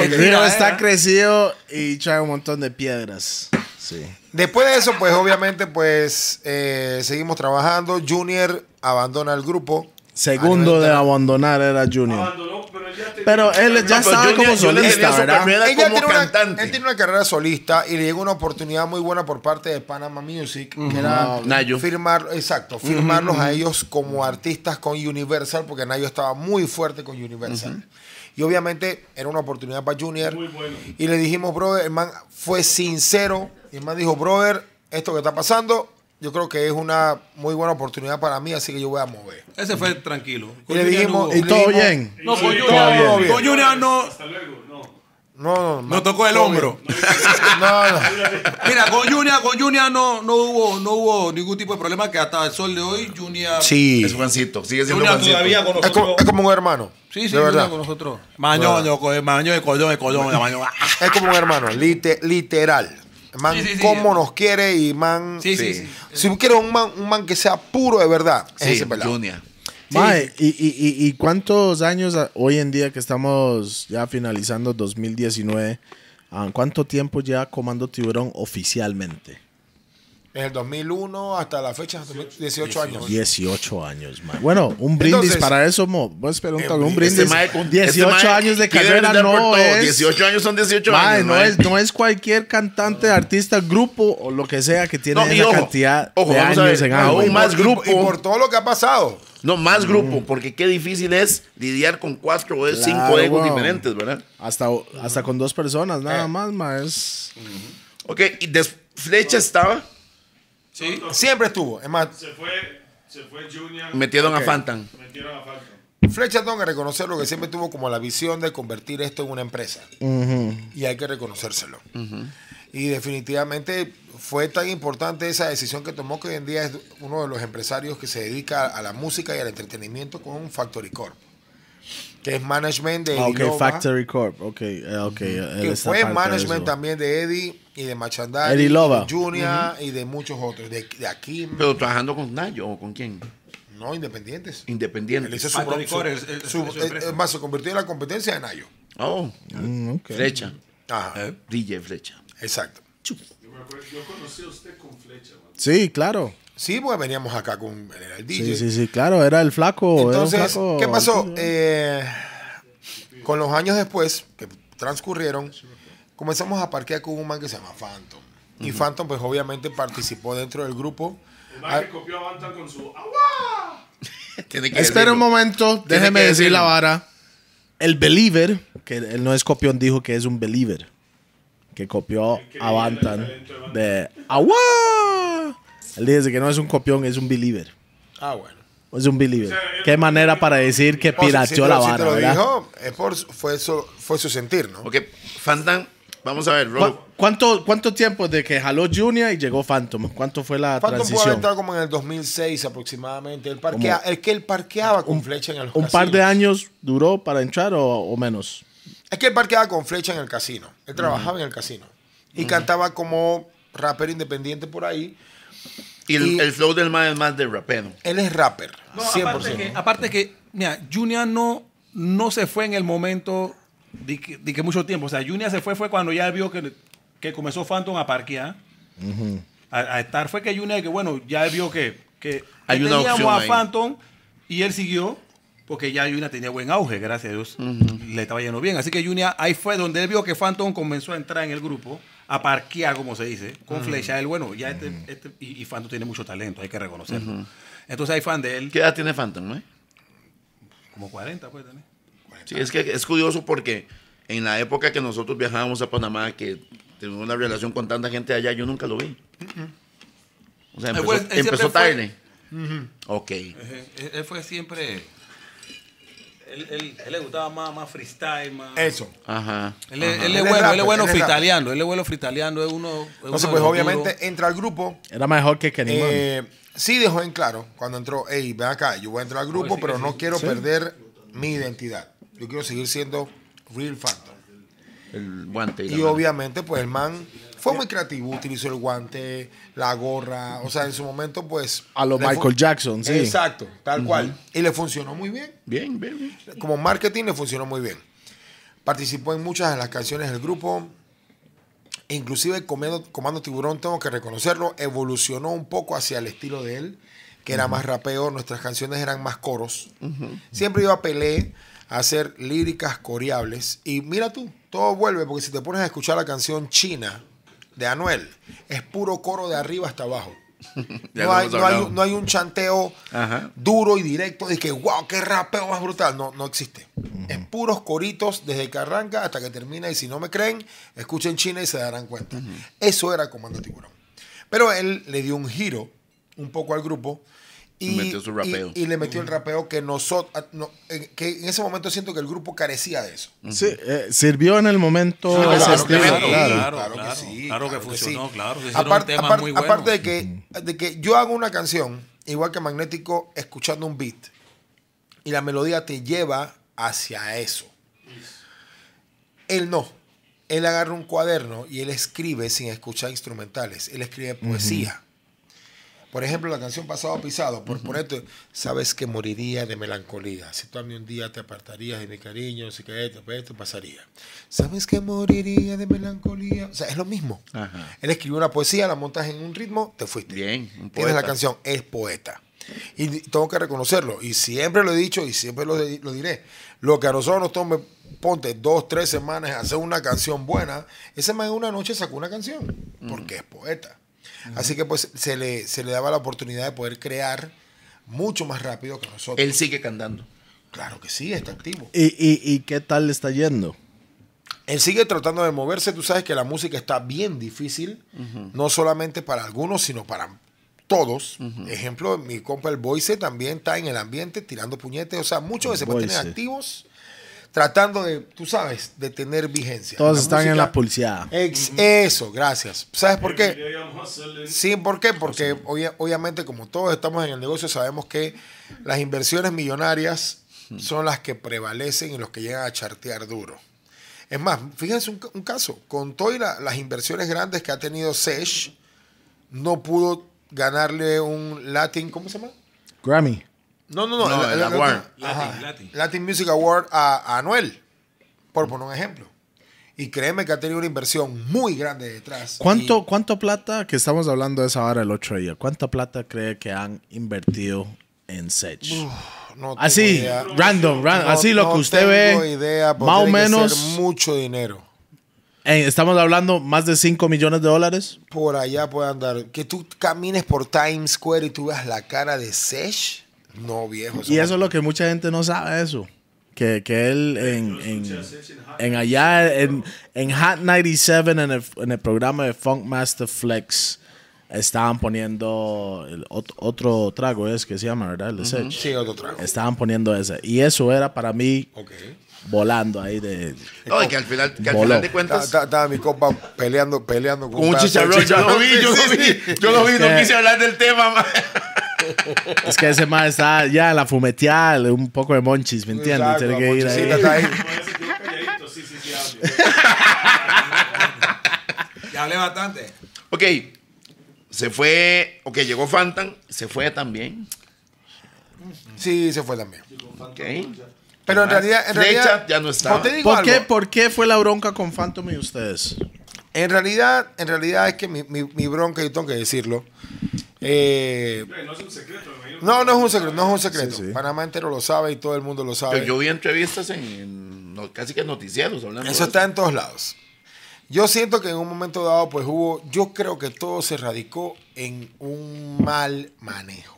El río
Ok. Mira,
está
eh.
crecido y trae un montón de piedras. Sí.
después de eso, pues obviamente, pues eh, seguimos trabajando. Junior abandona el grupo.
Segundo
Ah,
A nivel
de abandonar era Junior.
Abandonó, pero él ya tenía-
Pero él ya
No, pero
estaba
Junior-
como
Junior tenía
solista,
su
¿verdad?
carrera
Ella
como
tiene una-
cantante.
él tiene una carrera solista y le llegó una oportunidad muy buena por parte de Panama Music, que
Ah,
era
Nayo.
firmar, exacto, firmarlos a ellos como artistas con Universal, porque Nayo estaba muy fuerte con Universal. Y obviamente era una oportunidad para Junior.
Muy bueno.
Y le dijimos, brother, el man fue sincero. Y el man dijo, brother, esto que está pasando, yo creo que es una muy buena oportunidad para mí, así que yo voy a mover.
Ese fue tranquilo.
Y le dijimos, y
Y
le
todo
dijimos-
bien.
No, con
Todo
Junior.
bien.
Con Junior no.
Hasta luego, no.
No, no,
No tocó el
todo
hombro.
bien. No, no.
Mira, con Junior, con Junior no, no hubo, no hubo ningún tipo de problema que hasta el sol de hoy Junior.
Sí.
Es Juancito, sigue siendo
Junior
Juancito.
todavía con
Es como,
nosotros.
es como un hermano.
Sí, sí,
de
Junior
verdad.
con nosotros. Mañoño, co- mañoño, collón, collón, mañoño. Ah.
Es como un hermano, lite- literal. Man,
Sí, sí, sí.
cómo nos quiere y man.
Sí, sí, sí.
Si quieres un man, un man que sea puro de verdad, es
Sí,
ese pelado.
Junior.
Mae, y, y- y- y cuántos años a- hoy en día que estamos ya finalizando 2019? ah, ¿Cuánto tiempo ya Comando Tiburón oficialmente?
En el 2001 hasta la fecha, 18 años.
18 años, mae. Bueno, un brindis
Entonces,
para eso, mo. Voy a esperar un, toque, un brindis.
Este mae con-
18
este mae
años de
quiere
carrera
brindar por
no
todo.
es...
18 años son 18
mae,
años.
no,
mae.
es, no es cualquier cantante, artista, grupo o lo que sea que tiene
No, y
esa
ojo,
cantidad
ojo,
de
vamos a
años
ver,
en
aún
algo.
más
Y-
grupo.
Y, por todo lo que ha pasado.
No, más grupo, porque qué difícil es lidiar con cuatro o
Mm. Claro,
cinco egos
weón.
diferentes, ¿verdad? Eh.
Hasta, hasta con dos personas, nada más, mae. Es...
Ok, y des- Flecha estaba,
Sí.
Siempre estuvo. Es más,
Se fue, se fue Junior.
metieron a Phantom.
Metieron a Falcon.
Flecha tengo que reconocerlo que siempre tuvo como la visión de convertir esto en una empresa. Y hay que reconocérselo. Y definitivamente fue tan importante esa decisión que tomó que hoy en día es uno de los empresarios que se dedica a la música y al entretenimiento con Factory Corp. Que es management de
Ah, ok,
Lilova,
Factory Corp. Ok, eh, ok. él
Que
está
fue
parte de
management
eso.
también de Eddie y de Machandari,
Eddie Lova.
Junior y de muchos otros. De, de aquí,
Pero trabajando con Nayo o con quién?
no independientes.
Independiente.
Él hizo su,
Factory
su-
Corp es- es-
su-
es su empresa.
es más, se convirtió en la competencia de Nayo.
Oh,
Mm, ok.
Flecha.
Ajá.
Eh.
DJ Flecha.
Exacto.
Yo, me acuerdo- yo conocí a usted con flecha, man.
Sí, claro.
Sí, pues veníamos acá con era el DJ.
Sí, sí, sí, claro. Era el flaco. era un
Entonces,
flaco
¿qué pasó?
alto,
Eh, con los años después, que transcurrieron, comenzamos a parquear con un man que se llama Phantom. Y Phantom, pues obviamente participó dentro del grupo.
El
Ah.
man que copió a Bantam con su agua.
Tiene que
Espera
decirlo.
un momento.
Tiene
Déjeme
que
decir
decirlo.
la vara. El Believer, que él no es copión, dijo que es un believer. Que copió a Bantan de Agua. Él dice que no es un copión, es un believer.
Ah, bueno.
Es un believer. Qué manera para decir que
No, si- si te
pirateó
lo-
la
si te
vara,
lo
¿verdad?
dijo, es por su- fue, su, fue su sentir, ¿no?
Ok, Fantan, vamos a ver,
¿Cu-
Rob.
¿Cuánto, ¿Cuánto tiempo de que jaló Junior y llegó Phantom? ¿Cuánto fue la
Phantom pudo haber
transición?
entrado como en el 2006 aproximadamente. Él parquea,
Como-
es que él parqueaba con flecha en el
¿Un par de años duró para entrar o, o menos?
Es que él parqueaba con flecha en el casino. Él trabajaba en el casino. Y cantaba como rapero independiente por ahí.
Y el,
Y-
el flow del man es más de rapero.
Él es rapper.
No,
100%.
aparte que, aparte que, mira, Junior no, no se fue en el momento de que, de que mucho tiempo. O sea, Junior se fue fue cuando ya vio que, que comenzó Phantom a parquear. a, a estar. Fue que Junior, que bueno, ya vio que, que
Hay
que
una
teníamos
opción
a
ahí.
Phantom y él siguió. Porque ya Junior tenía buen auge, gracias a Dios. Le estaba yendo bien. Así que Junior, ahí fue donde él vio que Phantom comenzó a entrar en el grupo, a parquear, como se dice, con flecha. Él, bueno, ya este, este- y, y Phantom tiene mucho talento, hay que reconocerlo. Entonces hay fan de él.
¿Qué edad tiene Fantan, eh?
Como 40 puede tener.
Sí, es que es curioso porque en la época que nosotros viajábamos a Panamá, que tuvimos una relación con tanta gente allá, yo nunca lo vi. O sea,
Él
empezó,
fue- él siempre fue-
empezó tarde. Ok.
Él, él fue siempre. Él, él- él le gustaba más, más freestyle, más.
Eso.
Ajá.
Él, es- él
Él
es
es
bueno, él
rapper,
es bueno
él es rapper.
freestyleando, él es bueno freestyleando, es uno. es uno de
Entonces, pues
los
obviamente
duros.
entra al grupo.
Era mejor que Kenny Man.
Eh, sí dejó en claro cuando entró, hey, ven acá, yo voy a entrar al grupo, pero no quiero perder mi identidad. Yo quiero seguir siendo Real Phantom.
El guante.
Y
la mano.
obviamente, pues el man fue muy creativo, utilizó el guante, la gorra, o sea, en su momento, pues...
A lo
le fu-
Michael Jackson, sí.
Exacto, tal cual. Y le funcionó muy bien.
Bien, bien, bien.
Como marketing le funcionó muy bien. Participó en muchas de las canciones del grupo. Inclusive Comando, Comando Tiburón, tengo que reconocerlo, evolucionó un poco hacia el estilo de él, que era más rapeo, nuestras canciones eran más coros. Siempre yo apelé a hacer líricas coreables. Y mira tú, todo vuelve, porque si te pones a escuchar la canción China de Anuel, es puro coro de arriba hasta abajo.
Ya
No
lo
hay,
hemos
no hay
hablado.
un- no hay un chanteo
Ajá.
duro y directo de que, wow, qué rapeo más brutal. No, no existe. Es puros coritos desde que arranca hasta que termina. Y si no me creen, escuchen China y se darán cuenta. Eso era Comando Tiburón. Pero él le dio un giro un poco al grupo. Y,
Le metió su rapeo.
y- y le metió el rapeo que nosotros, eh, que en ese momento siento que el grupo carecía de eso.
Sí, eh, sirvió en el momento
Claro,
ese
claro,
estilo,
claro,
claro.
claro, claro
claro,
que sí.
claro que
sí.
funcionó, claro, se hicieron
Aparte,
temas
aparte-
muy buenos.
aparte de, que, de que yo hago una canción, igual que Magnético, escuchando un beat, y la melodía te lleva hacia eso. Él no. Él agarra un cuaderno y él escribe sin escuchar instrumentales. Él escribe poesía. Por ejemplo, la canción Pasado Pisado, por ponerte, sabes que moriría de melancolía. Si tú a mí un día te apartarías de mi cariño, si que esto, pues, esto pasaría. Sabes que moriría de melancolía. O sea, es lo mismo.
Ajá.
Él escribió una poesía, la montas en un ritmo, te fuiste.
Bien, un
Tienes la
poeta.
canción, es poeta. Y di- tengo que reconocerlo, y siempre lo he dicho y siempre lo, di- lo diré. Lo que a nosotros nos tome, ponte dos, tres semanas hacer una canción buena, ese man en una noche sacó una canción,
Mm.
porque es poeta. Así que pues se le, se le daba la oportunidad de poder crear mucho más rápido que nosotros.
Él sigue cantando.
claro que sí, está activo.
¿Y, y, y qué tal le está yendo?
Él sigue tratando de moverse. Tú sabes que la música está bien difícil, no solamente para algunos, sino para todos. Ejemplo, mi compa el Boise también está en el ambiente tirando puñetes. O sea, muchos que se mantienen
Boyce.
activos tratando de, tú sabes, de tener vigencia.
Todos
La
están en
música-
la pulseada.
Ex- Eso, gracias. ¿Sabes por qué?
Every day I'm hustling.
Sí, ¿por qué? Porque obvia- obviamente como todos estamos en el negocio sabemos que las inversiones millonarias
Hmm.
son las que prevalecen y los que llegan a chartear duro. Es más, fíjense un, ca- un caso, con todas las inversiones grandes que ha tenido Sesh, no pudo ganarle un Latin, ¿cómo se llama?
Grammy.
No, no, no,
No, el award.
ajá,
Latin, Latin.
Latin Music Award a, a Anuel, por poner un ejemplo. Y créeme que ha tenido una inversión muy grande detrás.
¿Cuánto,
Y-
¿Cuánto plata, que estamos hablando de esa hora el otro día, cuánta plata cree que han invertido en Sech?
no
Ah,
tengo
así,
idea.
random, random,
No-
así lo
no
que usted
tengo
ve,
idea, porque
más o
tiene que
menos,
ser mucho dinero.
eh, estamos hablando más de 5 millones de dólares.
Por allá puede andar. Que tú camines por Times Square y tú veas la cara de Sesh. No, viejo.
Y eso es lo que mucha gente no sabe eso. que, que él en,
escuché
en,
a Sech en Hot
en allá en, en Hot 97 en el, en el programa de Funk Master Flex estaban poniendo el ot- otro trago es que se llama, ¿verdad? El de Sech.
Sí, otro trago.
Estaban poniendo ese y eso era para mí
Ok.
volando ahí de
No, y que al final, que al
Voló.
final de cuentas.
Estaba mi copa peleando, peleando
Con un chicharrón, yo lo vi, yo lo vi, yo lo vi, no
Eh.
quise hablar del tema, ma.
es que ese más está ya en la fumeteada, le- un poco de monchis, ¿me entiendes?
Exacto,
Tiene que ir ahí.
monchicita está ahí.
Parece que yo calladito, sí, sí, sí, hablo.
Ya hablé bastante.
Ok, se fue, ok, llegó Fantan, se fue también,
Sí, se fue también.
ok.
Pero
Además,
en realidad, en
Flecha
realidad.
ya no estaba.
o te digo
¿Por qué,
algo,
¿Por qué fue la bronca con Phantom y ustedes?
En realidad, en realidad es que mi, mi- mi bronca, yo tengo que decirlo. eh,
No es un secreto, me imagino.
no, no es un secreto, no es un secreto.
Sí, sí.
Panamá entero lo sabe y todo el mundo lo
Yo,
sabe.
yo vi entrevistas en, en no- casi que noticieros hablando.
Eso
de
está en todos lados. Yo siento que en un momento dado, pues hubo, yo creo que todo se radicó en un mal manejo.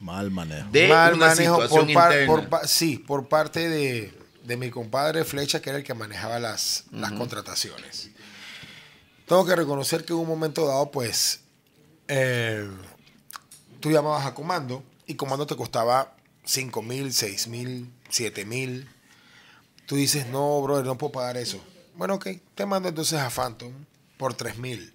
Mal manejo.
de
mal
una
manejo
situación
por, par-
interna.
por pa- sí, por parte de, de mi compadre Flecha, que era el que manejaba las, las contrataciones. Tengo que reconocer que en un momento dado, pues, eh, tú llamabas a comando y comando te costaba 5 mil, 6 mil, 7 mil. Tú dices, no, brother, no puedo pagar eso. Bueno, ok, te mando entonces a Phantom por 3 mil.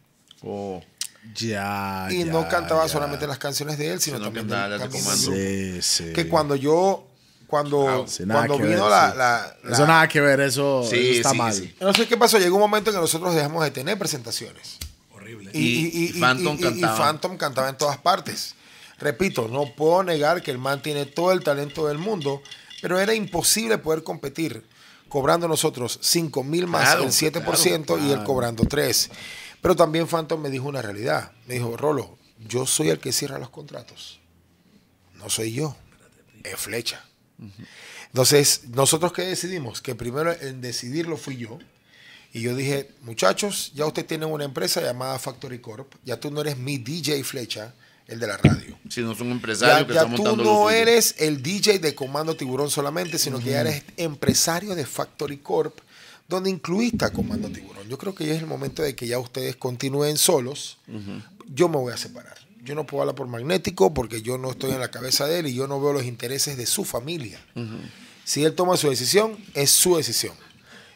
Ya.
Y
ya,
no cantaba
ya.
solamente las canciones de él, sino,
Ah, Sino
también
cantaba
del-
las de
también del
Comando.
grupo
Sí, sí.
que cuando yo cuando,
Sí, nada
cuando
que
vino
ver,
la,
sí.
la- la-
Eso nada que ver, eso,
Sí,
eso está
sí,
mal.
sí.
no sé qué pasó llegó un momento en que nosotros dejamos de tener presentaciones horrible y, y- y-
Y- y Phantom
y- y- y
cantaba.
Phantom cantaba en todas partes repito no puedo negar que el man tiene todo el talento del mundo pero era imposible poder competir cobrando nosotros 5 mil más
Claro,
el 7% y él cobrando 3 pero también Phantom me dijo una realidad me dijo Rolo yo soy el que cierra los contratos no soy yo es flecha entonces, nosotros que decidimos, que primero en decidirlo fui yo, y yo dije, muchachos, ya ustedes tienen una empresa llamada Factory Corp, ya tú no eres mi DJ Flecha, el de la radio.
Si no es un empresario
Ya,
que
ya
está
tú
montando lo
no
suyo.
eres el DJ de Comando Tiburón solamente, sino que ya eres empresario de Factory Corp, donde incluiste a Comando Tiburón. Yo creo que ya es el momento de que ya ustedes continúen solos. Yo me voy a separar. Yo no puedo hablar por magnético porque yo no estoy en la cabeza de él y yo no veo los intereses de su familia. Si él toma su decisión, es su decisión.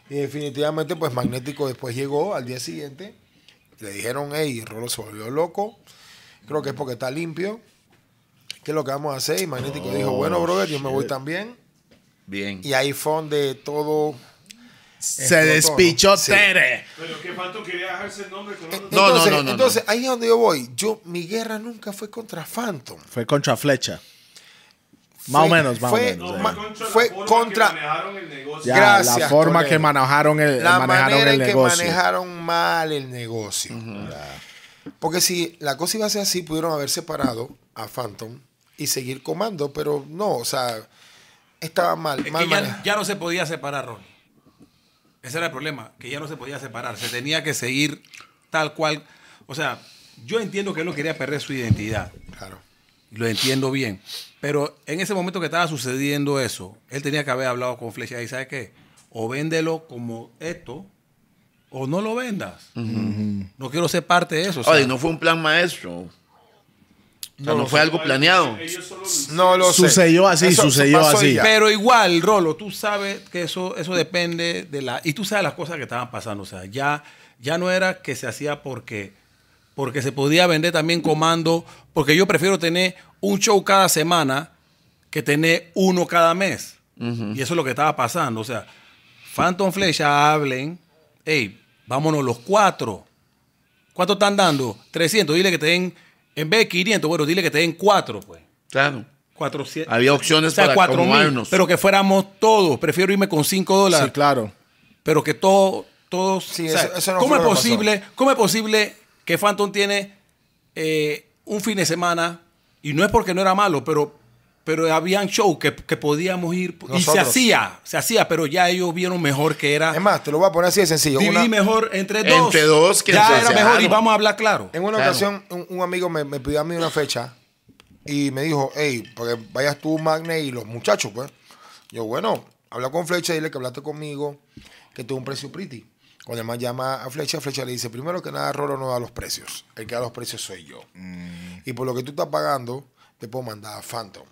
Y definitivamente, pues Magnético después llegó al día siguiente. Le dijeron, hey, Rolo se volvió loco. Creo que es porque está limpio. ¿Qué es lo que vamos a hacer? Y Magnético
Oh,
dijo, bueno, brother, yo me voy también.
Bien.
Y ahí fue donde todo...
Se
Explotó, ¿no?
despichó
Sí.
Tere.
Pero que Phantom quería dejarse el nombre con otro.
No,
eh, entonces,
no, no, no,
Entonces, ahí es donde yo voy. Yo, mi guerra nunca fue contra Phantom.
Fue contra Flecha. Más o
Fue-
menos, más o
fue-
menos,
no,
eh.
ma-
Contra la
fue
forma que
contra-
manejaron el negocio.
Ya, la
gracias,
forma
Toledo.
que manejaron el,
la
Eh, manejaron
manera
el
en que
negocio.
manejaron mal el negocio. Porque si la cosa iba a ser así, pudieron haber separado a Phantom y seguir comando, pero no, o sea, estaba mal.
Es
mal
que ya,
manejado.
ya no se podía separar, Ronnie. Ese era el problema, que ya no se podía separar. Se tenía que seguir tal cual. O sea, yo entiendo que él no quería perder su identidad.
Claro.
Lo entiendo bien. Pero en ese momento que estaba sucediendo eso, él tenía que haber hablado con Flecha y ¿sabes qué? O véndelo como esto, o no lo vendas. No quiero ser parte de eso. o sea,
Oye, no fue un plan maestro. O sea, no, fue algo planeado.
Ellos solo
No lo sé.
Sucedió así,
Eso
sucedió
pasó
así.
y ya.
Pero igual, Rolo, tú sabes que eso, eso depende de la... Y tú sabes las cosas que estaban pasando. O sea, ya, ya no era que se hacía porque, porque se podía vender también comando. Porque yo prefiero tener un show cada semana que tener uno cada mes. Y eso es lo que estaba pasando. O sea, Phantom Flecha hablen. Hey, vámonos los cuatro. ¿Cuánto están dando? 300. Dile que te den... En vez de 500, bueno, dile que te den cuatro, pues.
Claro.
400.
Había opciones
O sea, 4.000,
para acomodarnos.
Pero que fuéramos todos. Prefiero irme con 5 dólares.
Sí, claro.
Pero que todo- todos.
Sí,
o sea,
eso- eso no
¿cómo,
fue
es
lo que
posible, ¿Cómo es posible que Phantom tiene eh, un fin de semana? Y no es porque no era malo, pero, pero habían shows que, que podíamos ir. Y se
Nosotros.
hacía, se hacía, pero ya ellos vieron mejor que era.
Es más, te lo voy a poner así de sencillo.
dividir
Una-
mejor entre dos.
Entre dos que se
ya era mejor y
hacían.
vamos a hablar claro.
en una
Claro.
ocasión, un, un amigo me, me pidió a mí una fecha y me dijo, hey, para que vayas tú, Magne, y los muchachos, pues. Yo, bueno, Habla con Flecha, dile que hablaste conmigo, que tuvo un precio pretty. Cuando el man llama a Flecha, Flecha le dice, primero que nada, Roro no da los precios. El que da los precios soy yo. Y por lo que tú estás pagando, te puedo mandar a Phantom.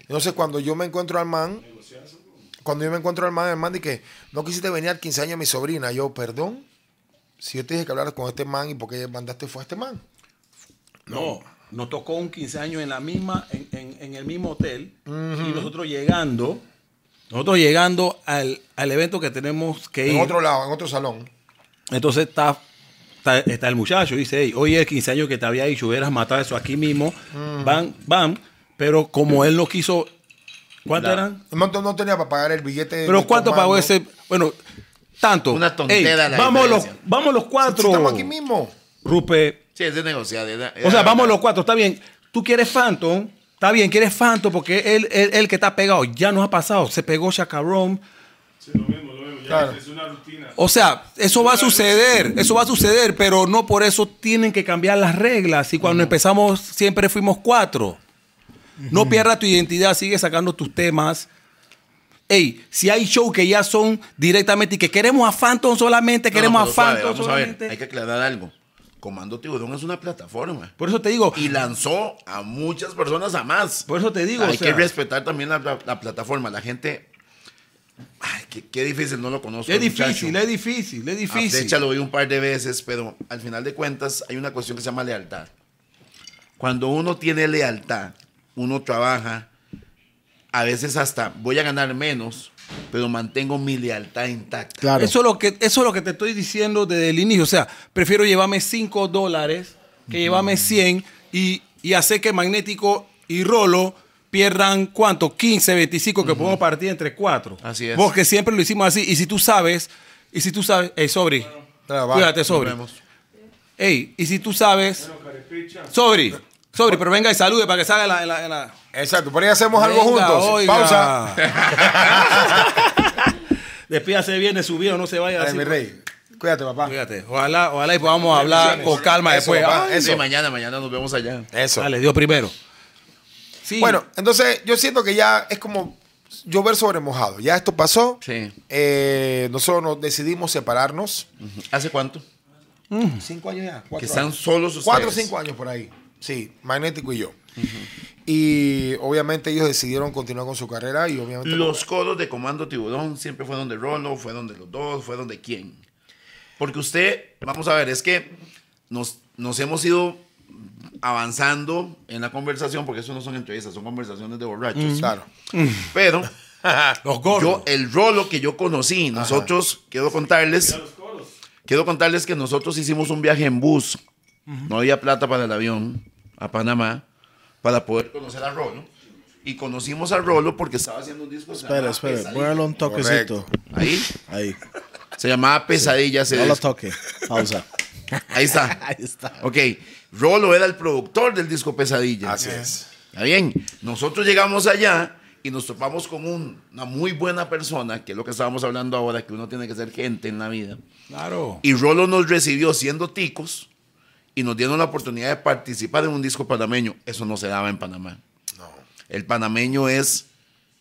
Entonces, cuando yo me encuentro al man, cuando yo me encuentro al man, el man dice, no quisiste venir al 15 años de mi sobrina. Yo, perdón, si yo te dije que hablaras con este man y porque mandaste fue a este man.
No, nos tocó un 15 años en la misma, en, en- en el mismo hotel. Y nosotros llegando, nosotros llegando al, al evento que tenemos que
En
ir.
otro lado, en otro salón.
Entonces está, está, está el muchacho, dice, "Ey, oye, el 15 años que te había dicho, hubieras matado eso aquí mismo. Bam, bam. Pero como él no quiso, ¿cuánto eran?
El man no tenía para pagar el billete.
Pero
de
¿cuánto
comando.
pagó ese? Bueno, tanto.
Una tontera
Ey,
la
vamos, los,
diferencia.
vamos los cuatro.
Estamos aquí mismo.
Rupe.
Sí, es de negociar. es de-
O sea,
es-
vamos los cuatro, está bien. Tú quieres Phantom, está bien, quieres Phantom porque él, él, él que está pegado ya nos ha pasado. Se pegó Chacarón.
Sí, lo mismo, lo mismo. Ya
Claro.
es una rutina.
O sea, eso va a suceder, eso va a suceder, pero no por eso tienen que cambiar las reglas. Y cuando empezamos siempre fuimos cuatro. No pierdas tu identidad, sigue sacando tus temas. Ey, si hay show que ya son directamente y que queremos a Phantom solamente,
No,
queremos
pero
a
suave,
Phantom
vamos a ver,
solamente.
Hay que aclarar algo. Comando Tiburón es una plataforma.
Por eso te digo,
Y lanzó a muchas personas a más.
por eso te digo,
Hay
o sea,
que respetar también la, la- la plataforma. La gente. Ay, qué, qué difícil, no lo conozco.
es
el muchacho.
difícil, es difícil, es
A
difícil.
Flecha lo vi un par de veces, pero al final de cuentas hay una cuestión que se llama lealtad. Cuando uno tiene lealtad, uno trabaja, a veces hasta voy a ganar menos, pero mantengo mi lealtad intacta.
Claro.
Eso, es lo que, eso es lo que te estoy diciendo desde el inicio. O sea, prefiero llevarme 5 dólares que llevarme 100 y, y hacer que Magnético y Rolo pierdan cuánto? 15, 25 que podemos partir entre 4.
Así es.
Porque siempre lo hicimos así. Y si tú sabes, y si tú sabes, hey, Sobri,
Ah, va.
cuídate, Sobri.
Nos vemos.
Ey, y si tú sabes,
Carepicha.
Sobri, Sobri, pero venga y salude para que salga en la- en la- en la
Exacto, por ahí hacemos algo
Venga,
juntos.
oiga.
Pausa.
Despídase bien de su vida, no se vaya
Ay,
así.
mi rey. Cuídate, papá.
Fíjate, ojalá, ojalá y podamos hablar con calma
Eso,
después.
papá,
Ay,
Sí,
eso.
mañana, mañana nos vemos allá.
Eso.
Dale, Dios primero. Sí.
Bueno, entonces yo siento que ya es como llover sobre mojado. Ya esto pasó.
Sí.
Eh, nosotros nos decidimos separarnos.
¿Hace cuánto?
Cinco años ya.
Que
cuatro
están
años.
solos ustedes.
Cuatro o cinco años por ahí. Sí, Magnético y yo. Y obviamente ellos decidieron continuar con su carrera y obviamente...
Los codos de Comando Tiburón siempre fue donde Rolo, fue donde los dos, fue donde quién. Porque usted, vamos a ver, es que nos, nos hemos ido avanzando en la conversación, porque eso no son entrevistas, son conversaciones de borrachos.
Claro.
Pero
los
yo,
gordos.
el Rolo que yo conocí, nosotros, quiero contarles, quiero contarles que nosotros hicimos un viaje en bus. No había plata para el avión a Panamá para poder conocer a Rolo. Y conocimos a Rolo porque estaba haciendo un disco. que se
Espera,
llamaba
espera.
Pesadilla.
Muévelo un toquecito.
Ahí.
Ahí.
Se llamaba Pesadillas.
No lo toque. Pausa.
Ahí está.
Ahí está.
Ok. Rolo era el productor del disco Pesadillas.
Así es.
Está bien. Nosotros llegamos allá y nos topamos con un- una muy buena persona, que es lo que estábamos hablando ahora, que uno tiene que ser gente en la vida.
Claro.
Y Rolo nos recibió siendo ticos y nos dieron la oportunidad de participar en un disco panameño. Eso no se daba en Panamá. El panameño es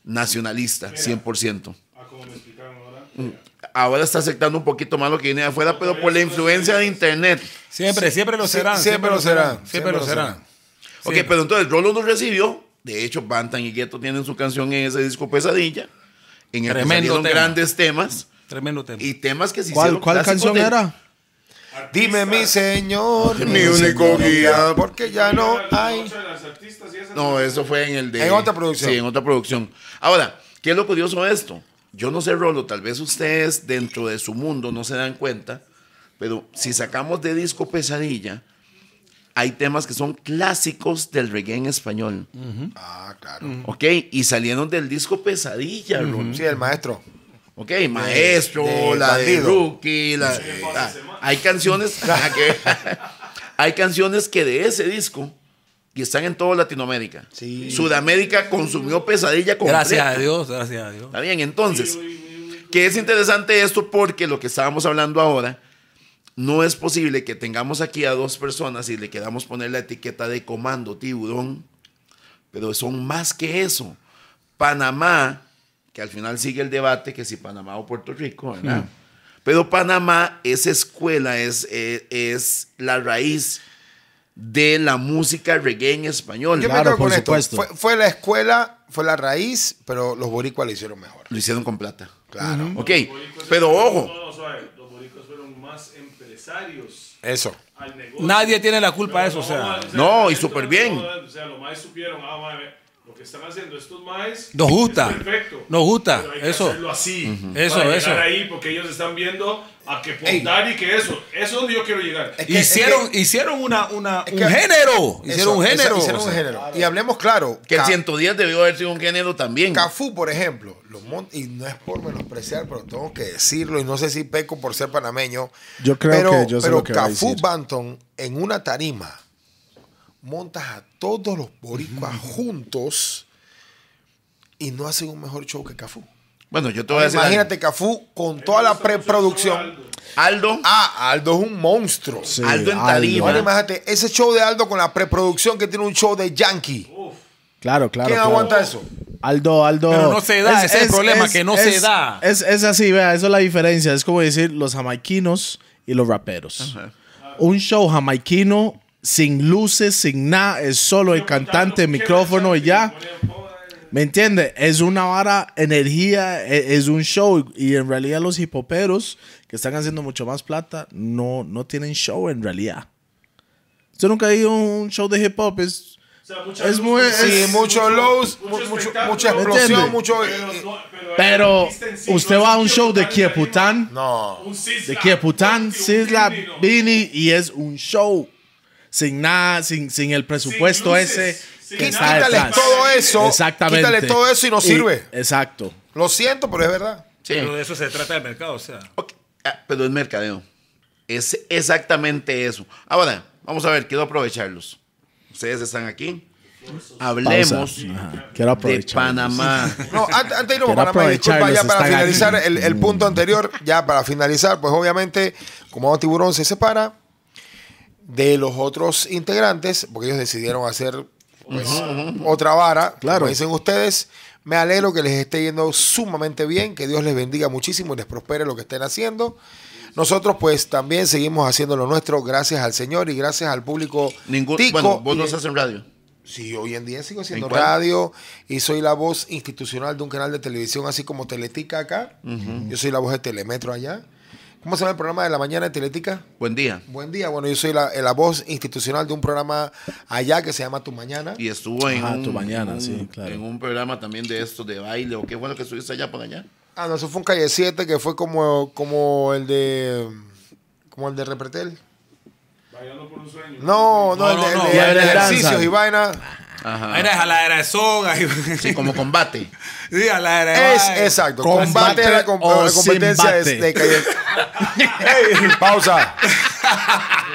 nacionalista, 100%.
Ah, como me explicaron ahora.
Mm.
Ahora está aceptando un poquito más lo que viene de afuera, pero por la influencia de internet.
Siempre, siempre lo
Sí,
serán.
siempre lo serán,
Siempre lo serán.
Ok,
Sí.
pero entonces Rolo nos recibió. De hecho, Bantan y Gueto tienen su canción en ese disco Pesadilla. En
Tremendo
el que salieron
tema.
grandes temas.
Tremendo tema.
Y temas que se
¿Cuál,
hicieron
cuál
clásicos
canción
de-
era?
Dime mi señor, mi
Mi
único
único
guía, porque ya no hay...
No, eso fue en el de...
En otra producción.
Sí, en otra producción. Ahora, ¿qué es lo curioso de esto? Yo no sé, Rolo, tal vez ustedes dentro de su mundo no se dan cuenta, pero si sacamos de disco Pesadilla, hay temas que son clásicos del reggae en español.
Ah, claro.
¿Ok? Y salieron del disco Pesadilla, Rolo.
Sí, el maestro.
Ok, maestro,
de
la de
bandido.
rookie, la, la- hay canciones que, hay canciones que de ese disco y están en toda Latinoamérica.
Sí.
Sudamérica consumió pesadilla con
Gracias a Dios, gracias a Dios.
Está bien, entonces, que es interesante esto porque lo que estábamos hablando ahora no es posible que tengamos aquí a dos personas y le queramos poner la etiqueta de comando tiburón, pero son más que eso. Panamá, que al final sigue el debate que si Panamá o Puerto Rico, ¿verdad?
Hmm.
Pero Panamá es escuela, es, eh, es la raíz de la música reggae en español.
Yo me
Claro,
quedo con
por
esto.
supuesto.
Fue, fue la escuela, fue la raíz, pero los boricuas lo hicieron mejor.
Lo hicieron con plata.
Claro.
Ok, pero ojo.
No, no, suave. Los boricos fueron más empresarios
Eso.
al negocio.
Nadie tiene la culpa de eso, o
Pero no,
sea.
o
No, y
esto
súper
no
bien.
es joda, O sea, los maes supieron, ah, mae, lo que están haciendo estos maes.
Nos gusta.
es Perfecto.
Nos gusta.
Pero hay que
Eso.
hacerlo así.
Eso,
para llegar
eso.
ahí porque ellos están viendo a qué apuntar y que eso. Eso es donde yo quiero llegar.
Es que-
Hicieron,
es
hicieron una, una,
es
un
que-
género.
que-
Hicieron un
eso,
género.
Hicieron
o
un
sea.
género. Y hablemos claro.
Que el
Ca-
110 debió haber sido un género también.
Cafú, por ejemplo, los mon- y no es por menospreciar, pero tengo que decirlo, y no sé si peco por ser panameño.
Yo creo
pero,
que yo sé
Pero
lo que va a
Cafú
decir.
Banton, en una tarima, montas a todos los boricuas juntos y no hacen un mejor show que Cafú.
Bueno, yo te voy a decir. algo.
Imagínate Cafú con toda la preproducción.
Aldo,
Ah, Aldo es un monstruo.
Sí,
Aldo en
Aldo.
tarima.
Ahora imagínate, ese show de Aldo con la preproducción que tiene un show de Yankee.
Claro, claro.
¿Quién
claro.
aguanta eso?
Aldo, Aldo.
Pero no se da, ese es el problema, que no se
es-
da.
Es, es así, vea, eso es la diferencia. Es como decir los jamaiquinos y los raperos. Un show jamaiquino sin luces, sin nada, es solo el cantante, el micrófono y ya. ¿Me entiende? Es una vara, energía, e- es, un show. Y en realidad los hipoperos que están haciendo mucho más plata no, no tienen show en realidad. Usted nunca ha ido a un show de hip hop, es... Es muy-
Sí,
es-
muchos lows, mu- mucho-
espectáculo,
mucha
¿me
explosión,
entiende?
mucho... eh,
no-
Pero
el artista en sí no
usted
es
va a
un
un show de
Kiepután en la
Kiepután.
No.
Un Sisla,
de Kiepután,
un
Sisla,
Bini, no.
Bini, y es un show. Sin nada, sin, sin el presupuesto
luces,
ese.
sin
que
nada.
está
Quítale
detrás.
todo eso.
Exactamente.
Quítale todo eso y no sirve.
exacto.
Lo siento, pero es verdad.
Sí.
Pero de eso se trata el mercado, o sea.
Ok, ah, pero es mercadeo. Es exactamente eso. Ahora, vamos a ver, quiero aprovecharlos. Ustedes están aquí. Hablemos
Pausa. Ajá. Quiero
de
aprovechar.
Panamá.
No, an- antes, de irnos a
Quiero
Panamá, disculpa,
aprovecharlos,
ya para
están
finalizar
aquí. Mm.
el, el punto anterior, ya para finalizar, pues obviamente, como Don Tiburón se separa de los otros integrantes, porque ellos decidieron hacer pues, otra vara, claro. como dicen ustedes, me alegro que les esté yendo sumamente bien, que Dios les bendiga muchísimo y les prospere lo que estén haciendo. Nosotros pues también seguimos haciendo lo nuestro, gracias al Señor y gracias al público.
Ningún,
tico
bueno, vos
y-
no estás en radio.
Sí, hoy en día sigo haciendo
¿En cuál?
radio y soy la voz institucional de un canal de televisión, así como Teletica acá. Yo soy la voz de Telemetro allá. ¿Cómo se llama el programa de la mañana de Teletica?
Buen día.
Buen día. Bueno, yo soy la, eh, la voz institucional de un programa allá que se llama Tu Mañana.
Y estuvo en,
Ajá,
un,
tu mañana,
en un-
sí, claro.
en un programa también de estos de baile. O qué bueno que estuviste allá por allá.
Ah, no, eso fue un Calle 7 que fue como, como el de... Como el de Repretel.
Bailando por un sueño.
No, no,
No,
el de,
no,
el
no.
de-
Y
el de
era de danza.
ejercicios y vaina.
Ajá.
Era a la era de soga. Y,
Sí, como combate.
sí, a la era
Ah,
de
Es,
vaina.
exacto.
Combate
Combate, la, com-
o
la competencia de,
sin bate.
de Calle... Ey, pausa.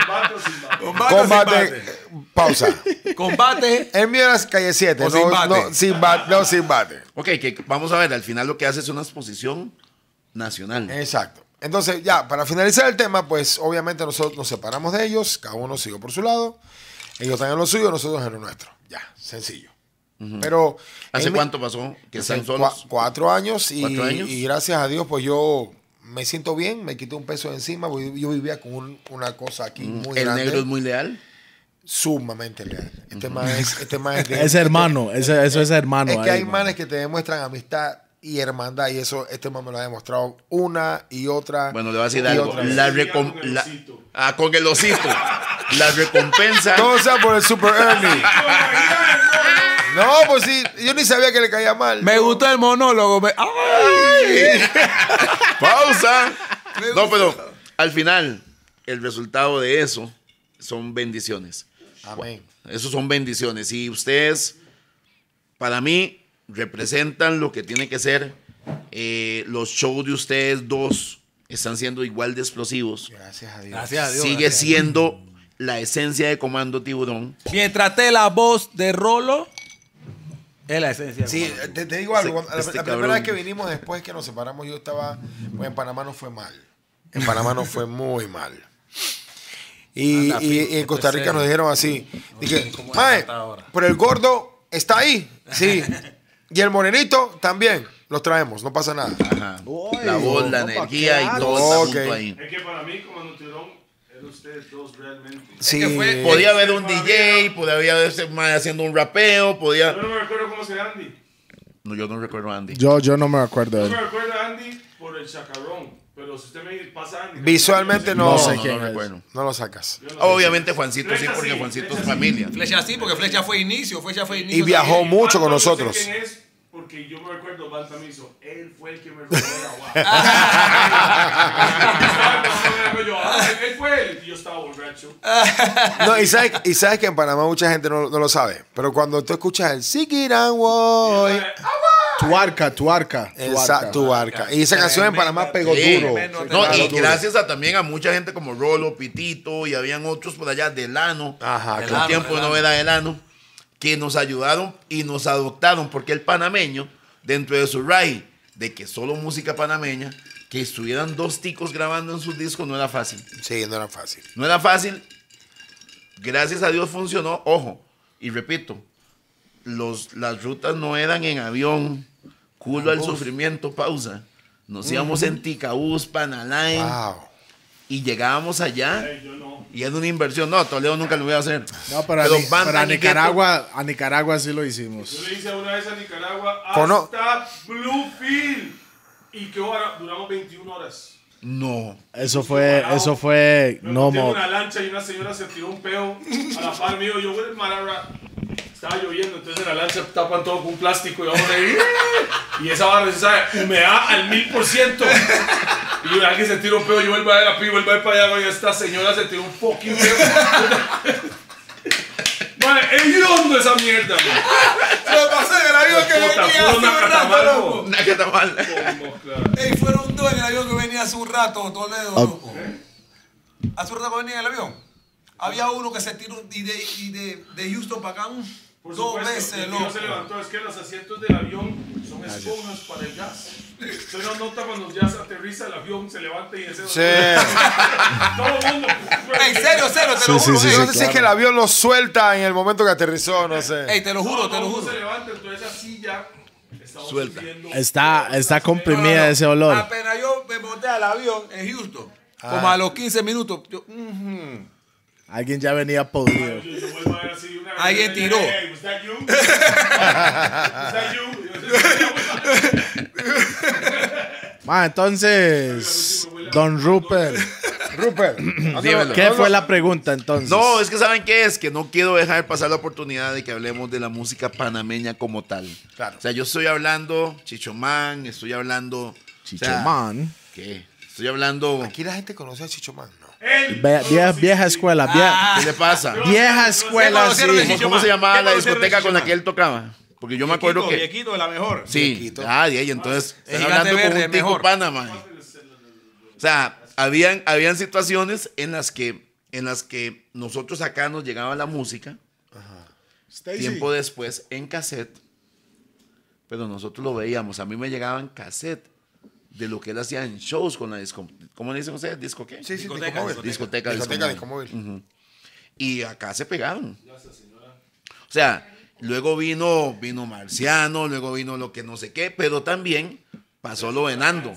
Vato sin vato.
Combate. o sin
Combate.
bate?
Pausa.
Combate.
El mío era calle 7.
O
No,
sin bate.
no, sin bate. No, sin bate.
Ok, que vamos a ver, al final lo que hace es una exposición nacional.
Exacto. Entonces, ya, para finalizar el tema, pues obviamente nosotros nos separamos de ellos, cada uno siguió por su lado, ellos están en lo suyo, nosotros en lo nuestro. Ya, sencillo. Pero.
¿Hace
en mi-
cuánto pasó que están
hace
solos?
cua- cuatro años y,
¿Cuatro años?
y gracias a Dios, pues yo me siento bien, me quité un peso de encima, porque yo vivía con un- una cosa aquí muy
El
grande.
negro es muy leal.
Sumamente leal. Este man es, este man es de-
Es hermano, ese- eso es hermano.
es que
ahí,
hay
man.
manes que te demuestran amistad y hermandad y eso este man me lo ha demostrado una y otra.
Bueno, le voy a decir
y
algo.
otra.
La
Sí,
recom-
con el
la-
osito.
ah, con el osito. la recompensa.
Todo sea por el Super Ernie. No, pues sí, yo ni sabía que le caía mal.
Me gustó el monólogo. me- ¡Ay!
Pausa. No, pero al final, el resultado de eso son bendiciones.
Amén.
Eso son bendiciones. Y ustedes, para mí, representan lo que tiene que ser. Eh, los shows de ustedes dos están siendo igual de explosivos.
Gracias a Dios.
Gracias a Dios.
Sigue
gracias.
siendo la esencia de Comando Tiburón.
Mientras te la voz de Rolo, es la esencia.
Sí,
hermano.
te, te digo algo.
Este-
cuando- la,
este
la
cabrón.
primera vez que vinimos después que nos separamos, yo estaba. Pues en Panamá no fue mal. En Panamá no fue muy mal. Y,
Anda,
y-
pico,
y en
qué
Costa Rica
pesero.
nos dijeron así. Dije,
¿Cómo la
"Mae,
trata ahora?"
pero el gordo está ahí. Sí. Y el morenito también los traemos, no pasa nada.
Ajá. la voz, la energía y todo está
Ok.
junto ahí.
Es que para mí, como Nutirón, eran ustedes dos realmente.
Sí.
Podía haber un DJ, podía haber ese mae haciendo un rapeo, podía...
Yo no me recuerdo cómo se llama Andy.
No, yo no recuerdo a Andy.
Yo, yo no me acuerdo de
Yo
él.
me recuerdo a Andy por el chacarrón. Pero si usted me pasa a Andy.
Visualmente no,
No,
no,
no,
sé
no
quién es.
recuerdo.
lo sacas.
Obviamente Juancito sí, porque Juancito es familia.
Flecha sí, porque Flecha fue inicio, Flecha fue inicio.
Y viajó
también.
mucho con
Pato, yo sé
nosotros.
quién es, Porque yo me recuerdo, Baltamizo, él fue el que me robó la guapa. Yo, ah, él fue él. Y yo estaba borracho.
No, y sabes, y sabes que en Panamá mucha gente no, no lo sabe. Pero cuando tú escuchas el Sikiran Woy,
Tuarca, tuarca.
esa
tuarca.
tu arca. Y esa canción en Panamá pegó
Sí.
duro.
No,
Pegó
y
duro.
gracias a, también a mucha gente como Rolo, Pitito y habían otros por allá, Delano.
Ajá,
que
claro.
el tiempo no era Delano, que nos ayudaron y nos adoptaron porque el panameño, dentro de su raíz, de que solo música panameña, que estuvieran dos ticos grabando en sus discos no era fácil.
Sí, no era fácil.
No era fácil. Gracias a Dios funcionó. Ojo, y repito, los, las rutas no eran en avión. Culo al sufrimiento, pausa. Nos íbamos en Ticabús, Panalay
Wow.
y llegábamos allá.
Eh, Yo no.
Y era una inversión. No, Toledo nunca lo voy a hacer.
No, pero, a,
Pero
Ni-
Banda
pero a
Ni Ghetto-
Nicaragua, a Nicaragua sí lo
Yo
hicimos.
le hice una vez a Nicaragua hasta
Cono-
Bluefield. ¿Y qué hora? Duramos 21 horas.
No.
Eso fue, eso fue,
Me
no,
monté en
mo-
una lancha y una señora se tiró un peo a la par mío. Yo, güey, Marara, estaba lloviendo, entonces en la lancha tapan todo con plástico y vamos ahí. Y esa barra se sabe, humedad al mil por ciento. Y una vez que se tira un peo, yo vuelvo a ver a Pi, vuelvo a ver para allá, güey, esta señora se tiró un fucking peo. Madre, es hediondo esa mierda, güey.
Lo pasé en el avión que
Puta,
venía
puro
hace un rato,
nacatamarco.
loco.
Nah, que está mal.
Como, claro.
Ey, fueron dos en el avión que venía hace un rato, Toledo, loco. Hace un rato que venía en el avión. Había uno que se tiró y de, y de, de Houston para acá un-
Por
dos
supuesto,
veces,
el tío
loco.
se levantó, es que los asientos del avión son esponjas para el gas. Usted no nota cuando ya se aterriza el avión, se levanta y ese...
Sí.
Todo el mundo...
Ey, serio, serio, te lo
Sí,
juro.
sí,
ey.
Yo no sé si es que el avión lo suelta en el momento que aterrizó, no sé.
Ey, te lo juro, te
Todo
lo
el mundo
juro.
se levanta, entonces así ya... estamos
Suelta.
subiendo.
está, está
No, no,
comprimida
no.
ese olor.
Apenas yo me monté al avión en Houston, como a los 15 minutos, yo, ujú.
Alguien ya venía podrido.
Yo- yo vuelvo a ver así una vez,
Alguien
eh,
tiró.
eh, ¿was that you? ¿Was that you? Y yo, "Sí, sí,
Ma, entonces, Don Rupert,
Rupert.
Dímelo.
¿qué fue la pregunta entonces?
No, es que ¿saben qué es? Que no quiero dejar pasar la oportunidad de que hablemos de la música panameña como tal.
Claro.
O sea, yo estoy hablando Chichomán, estoy hablando... o sea,
Chichomán.
¿Qué? Estoy hablando...
Aquí la gente conoce a Chichomán, ¿no?
él
Ve-
solo
vieja,
sí".
vieja escuela, vieja,
¿Qué le pasa?
Yo-
vieja
¿Qué
escuela, sí.
conocieron de
¿Cómo,
Chichomán?
cómo se llamaba
¿Qué
la
conocieron de
discoteca con la
Chichomán?
que él tocaba? Porque yo me acuerdo que...
Viequito, la mejor.
Sí, ah, de ahí, entonces
El
están
gigante
hablando
verde,
con un tico
mejor.
Panamá. O sea, habían, habían situaciones en las que en las que nosotros acá nos llegaba la música, tiempo después en cassette, pero nosotros lo veíamos. A mí me llegaban cassette de lo que él hacía en shows con la disco. ¿Cómo le dicen ustedes? ¿Disco qué?
Sí, sí,
Discoteca,
Discomóvil.
discoteca,
Discoteca,
Discomóvil.
Discomóvil.
Y acá se pegaron. O sea, luego vino, vino Marciano, luego vino lo que no sé qué, pero también pasó lo de Nando.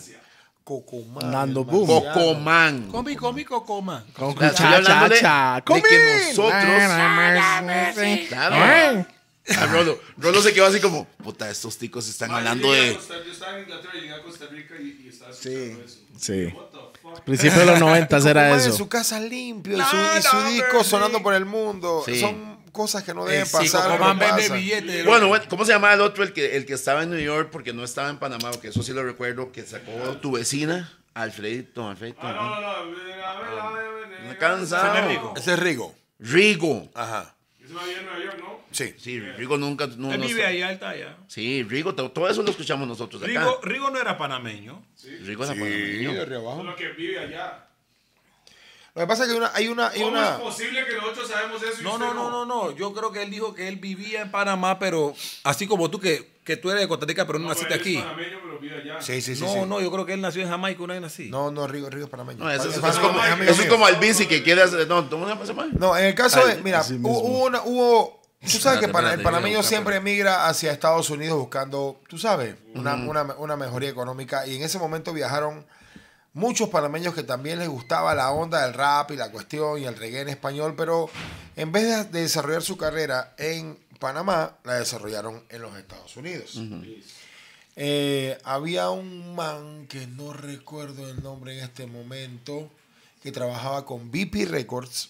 Cocumán.
Nando Boom.
Cocomán.
Comi, comi, cocoma.
Con
O sea, estoy
cucha, cha,
hablándole
cha.
de que
Comín.
nosotros... Ah, pues, Claro.
Ay.
Ah, Rolo, Rolo se quedó así como, puta, estos ticos están
Madre,
hablando
yo llegué a
de...
Costa- Yo estaba en Inglaterra y llegué a Costa Rica y, y estaba escuchando eso.
Sí.
What the fuck?
Principio de los noventas era
Cocumán en
eso.
su casa limpio y su, y su disco sonando por el mundo.
Sí.
Son cosas que no deben
Eh, Sí,
pasar.
Cocomán
no
vende
pasan.
billetes. loco.
Bueno, bueno, ¿cómo se llama el otro? El que, el que estaba en New York porque no estaba en Panamá, porque eso sí lo recuerdo, que sacó tu vecina, Alfredito, Alfredito.
Ah,
¿no?
no, no, no. ven, a ver, a ver, ven, ven,
Me
ven.
cansa.
Ese es Rigo.
Rigo.
Ajá.
Eso me había en Nueva York, ¿no?
Sí.
Sí, Rigo nunca... no-
Él
no
vive
está-
allá, él está allá.
Sí, Rigo, to- todo eso lo escuchamos nosotros acá.
Rigo, Rigo no era panameño.
Rigo era panameño.
Ah.
Eso es lo que vive allá.
Lo que pasa es que hay una, hay una, hay
¿Cómo
una-
es posible que nosotros sabemos eso? y
No,
usted
no, no, no, no. Yo creo que él dijo que él vivía en Panamá, pero así como tú, que, que tú eres de Costa Rica, pero no,
No,
naciste
él Pues es
aquí.
panameño, pero vive allá.
Sí, sí, sí.
no,
sí.
no, yo creo que él nació en Jamaica, una vez así.
No, no, Rigo, Rigo es panameño.
No, eso, eso
Es
es
fácil,
como,
es amigo
eso es
mío.
como el bici que quiere hacer. No, eh, ¿cómo se llama ese man?
No, en el caso de,
Ay,
mira,
así
hu-
mismo.
hubo, una- hubo Tú sabes que
Espérate,
para, el
espérate,
panameño
yo voy a buscar
siempre
por
emigra hacia Estados Unidos buscando, tú sabes, una, una- una mejoría económica. Y en ese momento viajaron muchos panameños que también les gustaba la onda del rap y la cuestión y el reggae en español, pero en vez de, de desarrollar su carrera en Panamá, la desarrollaron en los Estados Unidos. Eh, había un man que no recuerdo el nombre en este momento, que trabajaba con BP Records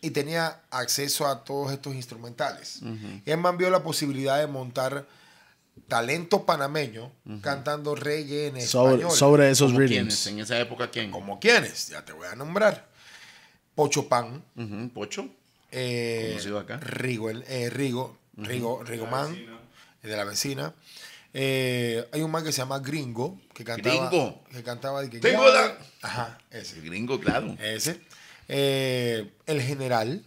y tenía acceso a todos estos instrumentales. Y el man vio la posibilidad de montar talento panameño cantando reggae en
Sobre,
español.
sobre esos
¿Cómo quiénes?
rhythms.
En esa época, ¿quién?
¿Como quiénes? Ya te voy a nombrar. Pocho Pan,
Ujú, Pocho.
eh,
Conocido acá.
Rigo, el- eh, Rigo, Rigo, Rigo Man, el de la vecina. Eh, hay un man que se llama Gringo, que cantaba.
Gringo.
Que cantaba de que
Tengo la-
Ajá, ese.
El gringo, claro.
Ese. Eh, el general,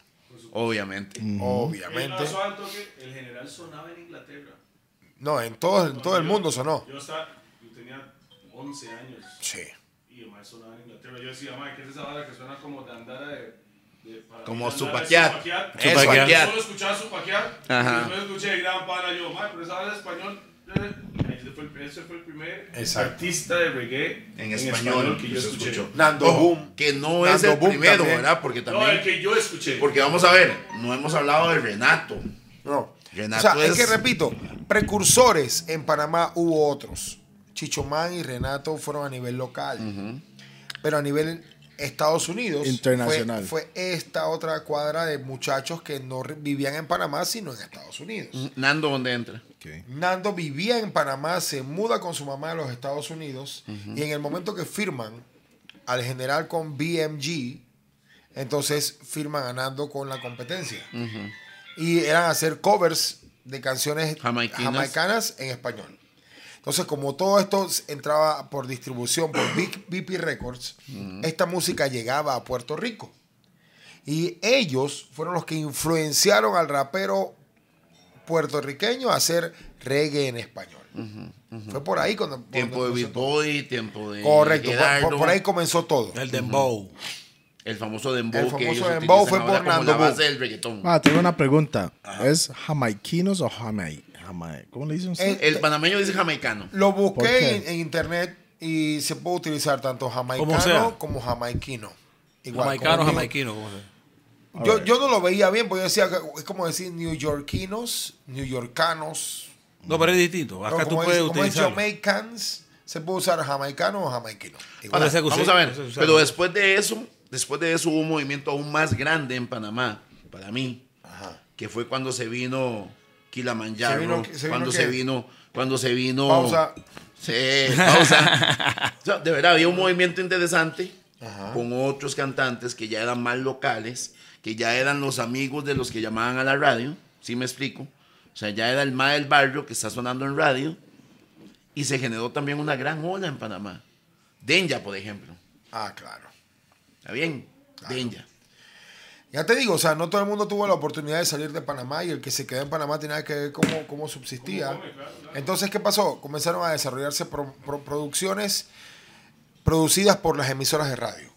Obviamente.
obviamente.
El, alto que el general sonaba en Inglaterra.
No, en todo, en todo el mundo sonó.
Yo, estaba, yo tenía 11 años
Sí.
y el man sonaba en Inglaterra. Yo decía, Mike, ¿qué es esa bala que suena como de andar de. de para
Como
andar de
supaquear.
supaquear?
Eso,
Yo
supaquear.
Solo escuchaba supaquear.
Ajá.
Y después escuché de gran pana. Yo, Mike, pero esa bala de español. eh, Ese fue, el- ese fue el primer
Exacto.
artista de reggae
En español,
que yo
se
escuché.
escuchó.
Nando
Ojo,
Boom.
Que no
Nando
es el
Boom
primero,
también.
¿verdad? Porque
No, el
también.
que yo escuché.
Porque vamos a ver, no hemos hablado de Renato.
No.
Renato
o sea, es...
es-
que repito, precursores en Panamá hubo otros. Chichomán y Renato fueron a nivel local. Pero a nivel Estados Unidos
Internacional.
Fue, fue esta otra cuadra de muchachos que no re- vivían en Panamá, sino en Estados Unidos.
Nando, ¿dónde entra?
Nando vivía en Panamá, se muda con su mamá a los Estados Unidos y en el momento que firman al general con BMG, entonces firman a Nando con la competencia. Y eran hacer covers de canciones
Jamaiquinas.
jamaicanas en español. Entonces, como todo esto s- entraba por distribución por Big BP Records, esta música llegaba a Puerto Rico. Y ellos fueron los que influenciaron al rapero puertorriqueño a hacer reggae en español. Fue por ahí cuando... cuando
Tiempo de
empezó
Beat Boy, tiempo de.
todo. Correcto, por-
Gerardo,
por, por ahí comenzó todo.
El dembow.
El famoso Dembow.
El
que
famoso
ellos
dembow
utilizan
fue
ahora
por
como
Nando
la base
Boom.
del reggaetón.
Ah, tengo una pregunta. ¿Es jamaiquinos o jamai? jamai ¿Cómo le dicen ustedes?
Eh,
El panameño dice jamaicano.
Lo
¿Por
busqué
qué?
en, en internet y se puede utilizar tanto
Como sea.
jamaicano como jamaiquino. Igual,
Jamaicano,
como-
jamaiquino. ¿cómo se?
Yo, yo no lo veía bien porque yo decía, que es como decir newyorkinos, newyorkanos.
No, pero es distinto.
No,
Acá tú
como
puedes
es, como es
utilizar.
Jamaicans, se puede usar jamaicano o jamaiquino. Igual.
Ahora, Parece que
vamos
usted-
a ver.
usted usa-
Pero después de eso, después de eso hubo un movimiento aún más grande en Panamá, para mí,
Ajá.
que fue cuando se vino Kilimanjaro,
¿Se vino- se vino
cuando
qué?
se vino, cuando se vino.
Pausa.
Sí, pausa. O sea, de verdad, había un movimiento interesante con otros cantantes que ya eran más locales, que ya eran los amigos de los que llamaban a la radio, ¿sí me explico? O sea, ya era el más del barrio que está sonando en radio y se generó también una gran ola en Panamá. Denja, por ejemplo.
Ah, claro.
¿Está bien? Denja.
Ya te digo, o sea, no todo el mundo tuvo la oportunidad de salir de Panamá y el que se quedó en Panamá tenía que ver cómo, cómo subsistía. Entonces, ¿qué pasó? Comenzaron a desarrollarse pro- pro- producciones producidas por las emisoras de radio.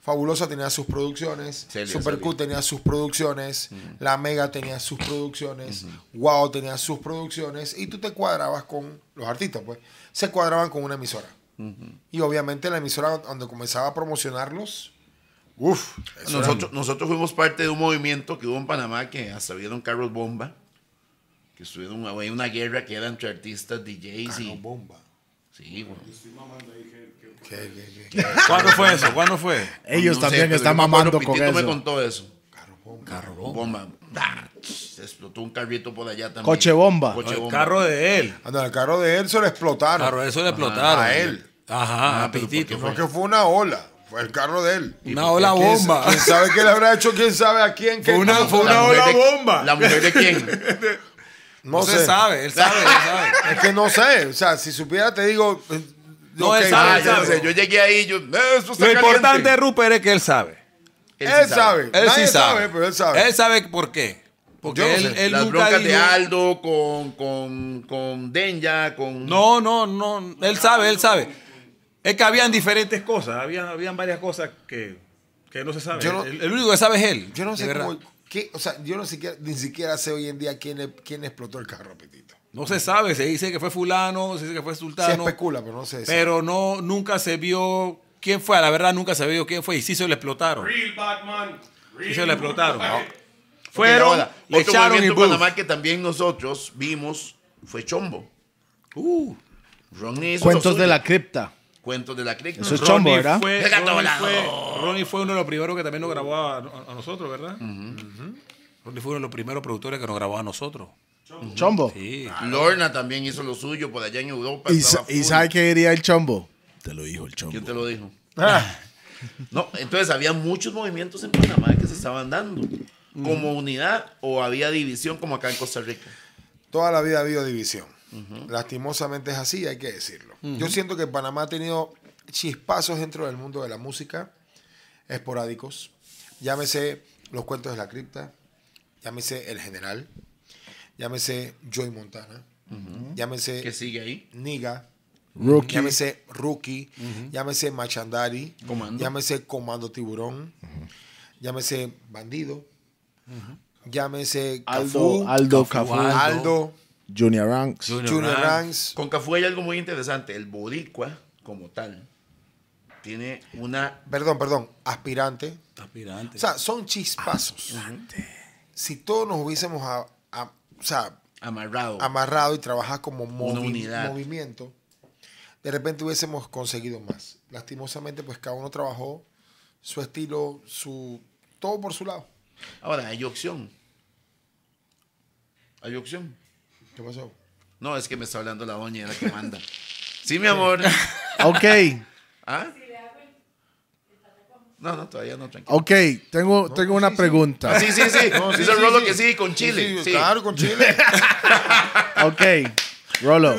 Fabulosa tenía sus producciones,
Celia, Celia.
Supercut tenía sus producciones, La Mega tenía sus producciones, Wow tenía sus producciones y tú te cuadrabas con los artistas, pues, se cuadraban con una emisora. Y obviamente la emisora donde comenzaba a promocionarlos, uff,
Nosotros, nosotros fuimos parte de un movimiento que hubo en Panamá que hasta vieron carros bomba, que estuvieron había una guerra que era entre artistas, DJs y...
bomba.
Sí, bueno.
¿Qué, qué, qué?
¿Cuándo fue eso? ¿Cuándo fue?
Ellos
No sé,
también
pero
están
yo me acuerdo,
mamando con
Pitito me
eso.
contó eso.
Carro bomba.
Bomba. Ta, Se explotó un carrito por allá también.
Coche bomba.
Coche
El
bomba.
carro de él.
Ah, no, el carro de él se lo explotaron.
Carro, eso le explotaron.
a él.
Ajá,
Ah,
a
pero ¿por
Pitito.
qué
No que fue una ola, fue el carro de él.
Una ola
¿Quién sa-
bomba.
¿Quién sabe qué le habrá hecho? ¿Quién sabe a quién? qué-
Fue una-
no,
fue
La
una
mujer
ola
de-
bomba.
¿La mujer de quién?
no
No
sé.
se sabe, él sabe, él sabe.
Es que no sé. O sea, si supiera te digo... eh,
No,
ok,
él sabe,
ah,
él
ya
sabe.
sé, Yo llegué ahí, yo... "Eh, esto está
Lo
caliente".
importante de Rupert es que él sabe.
Él
Él,
sí
sabe.
Él
Nadie
sí sabe.
pero él sabe.
Él sabe por qué. Porque
Yo no
él,
sé.
él
Las
nunca
broncas de
dijo-
Aldo con, con, con Denja, con...
No, no, no. Él sabe, él sabe. Es que habían diferentes cosas. Habían, habían varias cosas que, que no se sabe.
Yo no-
el, el único que sabe es él.
Yo no
de
sé
verdad.
cómo, ¿Qué? O sea, yo no siquiera, ni siquiera sé hoy en día quién, le- quién explotó el carro, Petito.
No se sabe, se dice que fue fulano, se dice que fue
Se
sultano.
especula, pero no sé.
pero no, nunca se vio quién fue. La verdad, nunca se vio quién fue. Y sí se le explotaron.
Real Batman.
Sí
Real
se le explotaron.
Batman.
Fueron,
Ahora,
le
otro
echaron el
movimiento
bus.
Panamá que también nosotros vimos fue Chombo.
Uh,
Ronnie hizo lo
Cuentos
suyo.
de la cripta.
Cuentos de la cripta.
Eso es
Ron-
Chombo,
Ronnie
¿verdad?
fue-
El gato
Ronnie
volado.
fue- Ronnie fue uno de los primeros que también nos grabó a, a- a nosotros, ¿verdad? Ujú. Ronnie fue uno de los primeros productores que nos grabó a nosotros.
Chombo.
Sí.
Lorna también hizo lo suyo por allá en Europa.
¿Y, sa-
estaba
y
full.
sabe qué diría el chombo? Te lo dijo el
¿Quién
chombo.
te lo dijo?
Ah.
No, entonces había muchos movimientos en Panamá que se estaban dando. Como
Mm.
unidad o había división como acá en Costa Rica.
Toda la vida ha habido división. Lastimosamente es así, hay que decirlo. Yo siento que Panamá ha tenido chispazos dentro del mundo de la música, esporádicos. Llámese Los Cuentos de la Cripta, llámese El General, llámese Joy Montana, llámese
Que sigue ahí.
Niga,
Rookie.
llámese Rookie, llámese Machandari,
Comando.
llámese Comando Tiburón, llámese Bandido, llámese Cafú,
Aldo, Aldo Cafú.
Aldo,
ah.
Junior Ranks.
Junior Ranks.
Con Cafú hay algo muy interesante. El boricua, como tal, tiene una...
Perdón, perdón, aspirante.
Aspirante.
O sea, son chispazos. Si todos nos hubiésemos a- a- o sea,
Amarrado.
amarrado y trabajado como
Una
movi-
unidad.
movimiento, de repente hubiésemos conseguido más. Lastimosamente, pues cada uno trabajó su estilo, su todo por su lado.
Ahora, hay opción. Hay opción.
¿Qué pasó?
No, es que me está hablando la doña, era la que manda. Sí, mi amor.
Ok,
¿Ah? No, no, todavía no, tranquilo. Ah,
ok. Tengo, tengo una pregunta.
Sí, sí, sí.
sí,
Dice
sí,
Rolo
sí.
que sí, con chile.
Sí,
sí.
Claro, con Chile.
Ok. Rolo.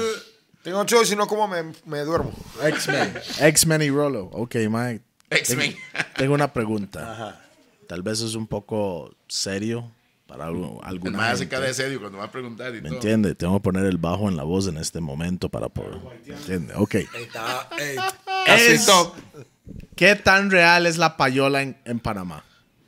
Tengo ocho y si no, ¿cómo me, me duermo?
X-Men. X-Men y Rolo. Ok, Mike.
X-Men.
Tengo, tengo una pregunta. Tal vez es un poco serio para algu-
El
alguna
más
gente.
se cara de serio cuando va a preguntar y
¿Me
todo.
entiende? Tengo que poner el bajo en la voz en este momento para poder... ¿Me entiende? Ok.
Está- ey,
Es- ¿Qué tan real es la payola en, en Panamá?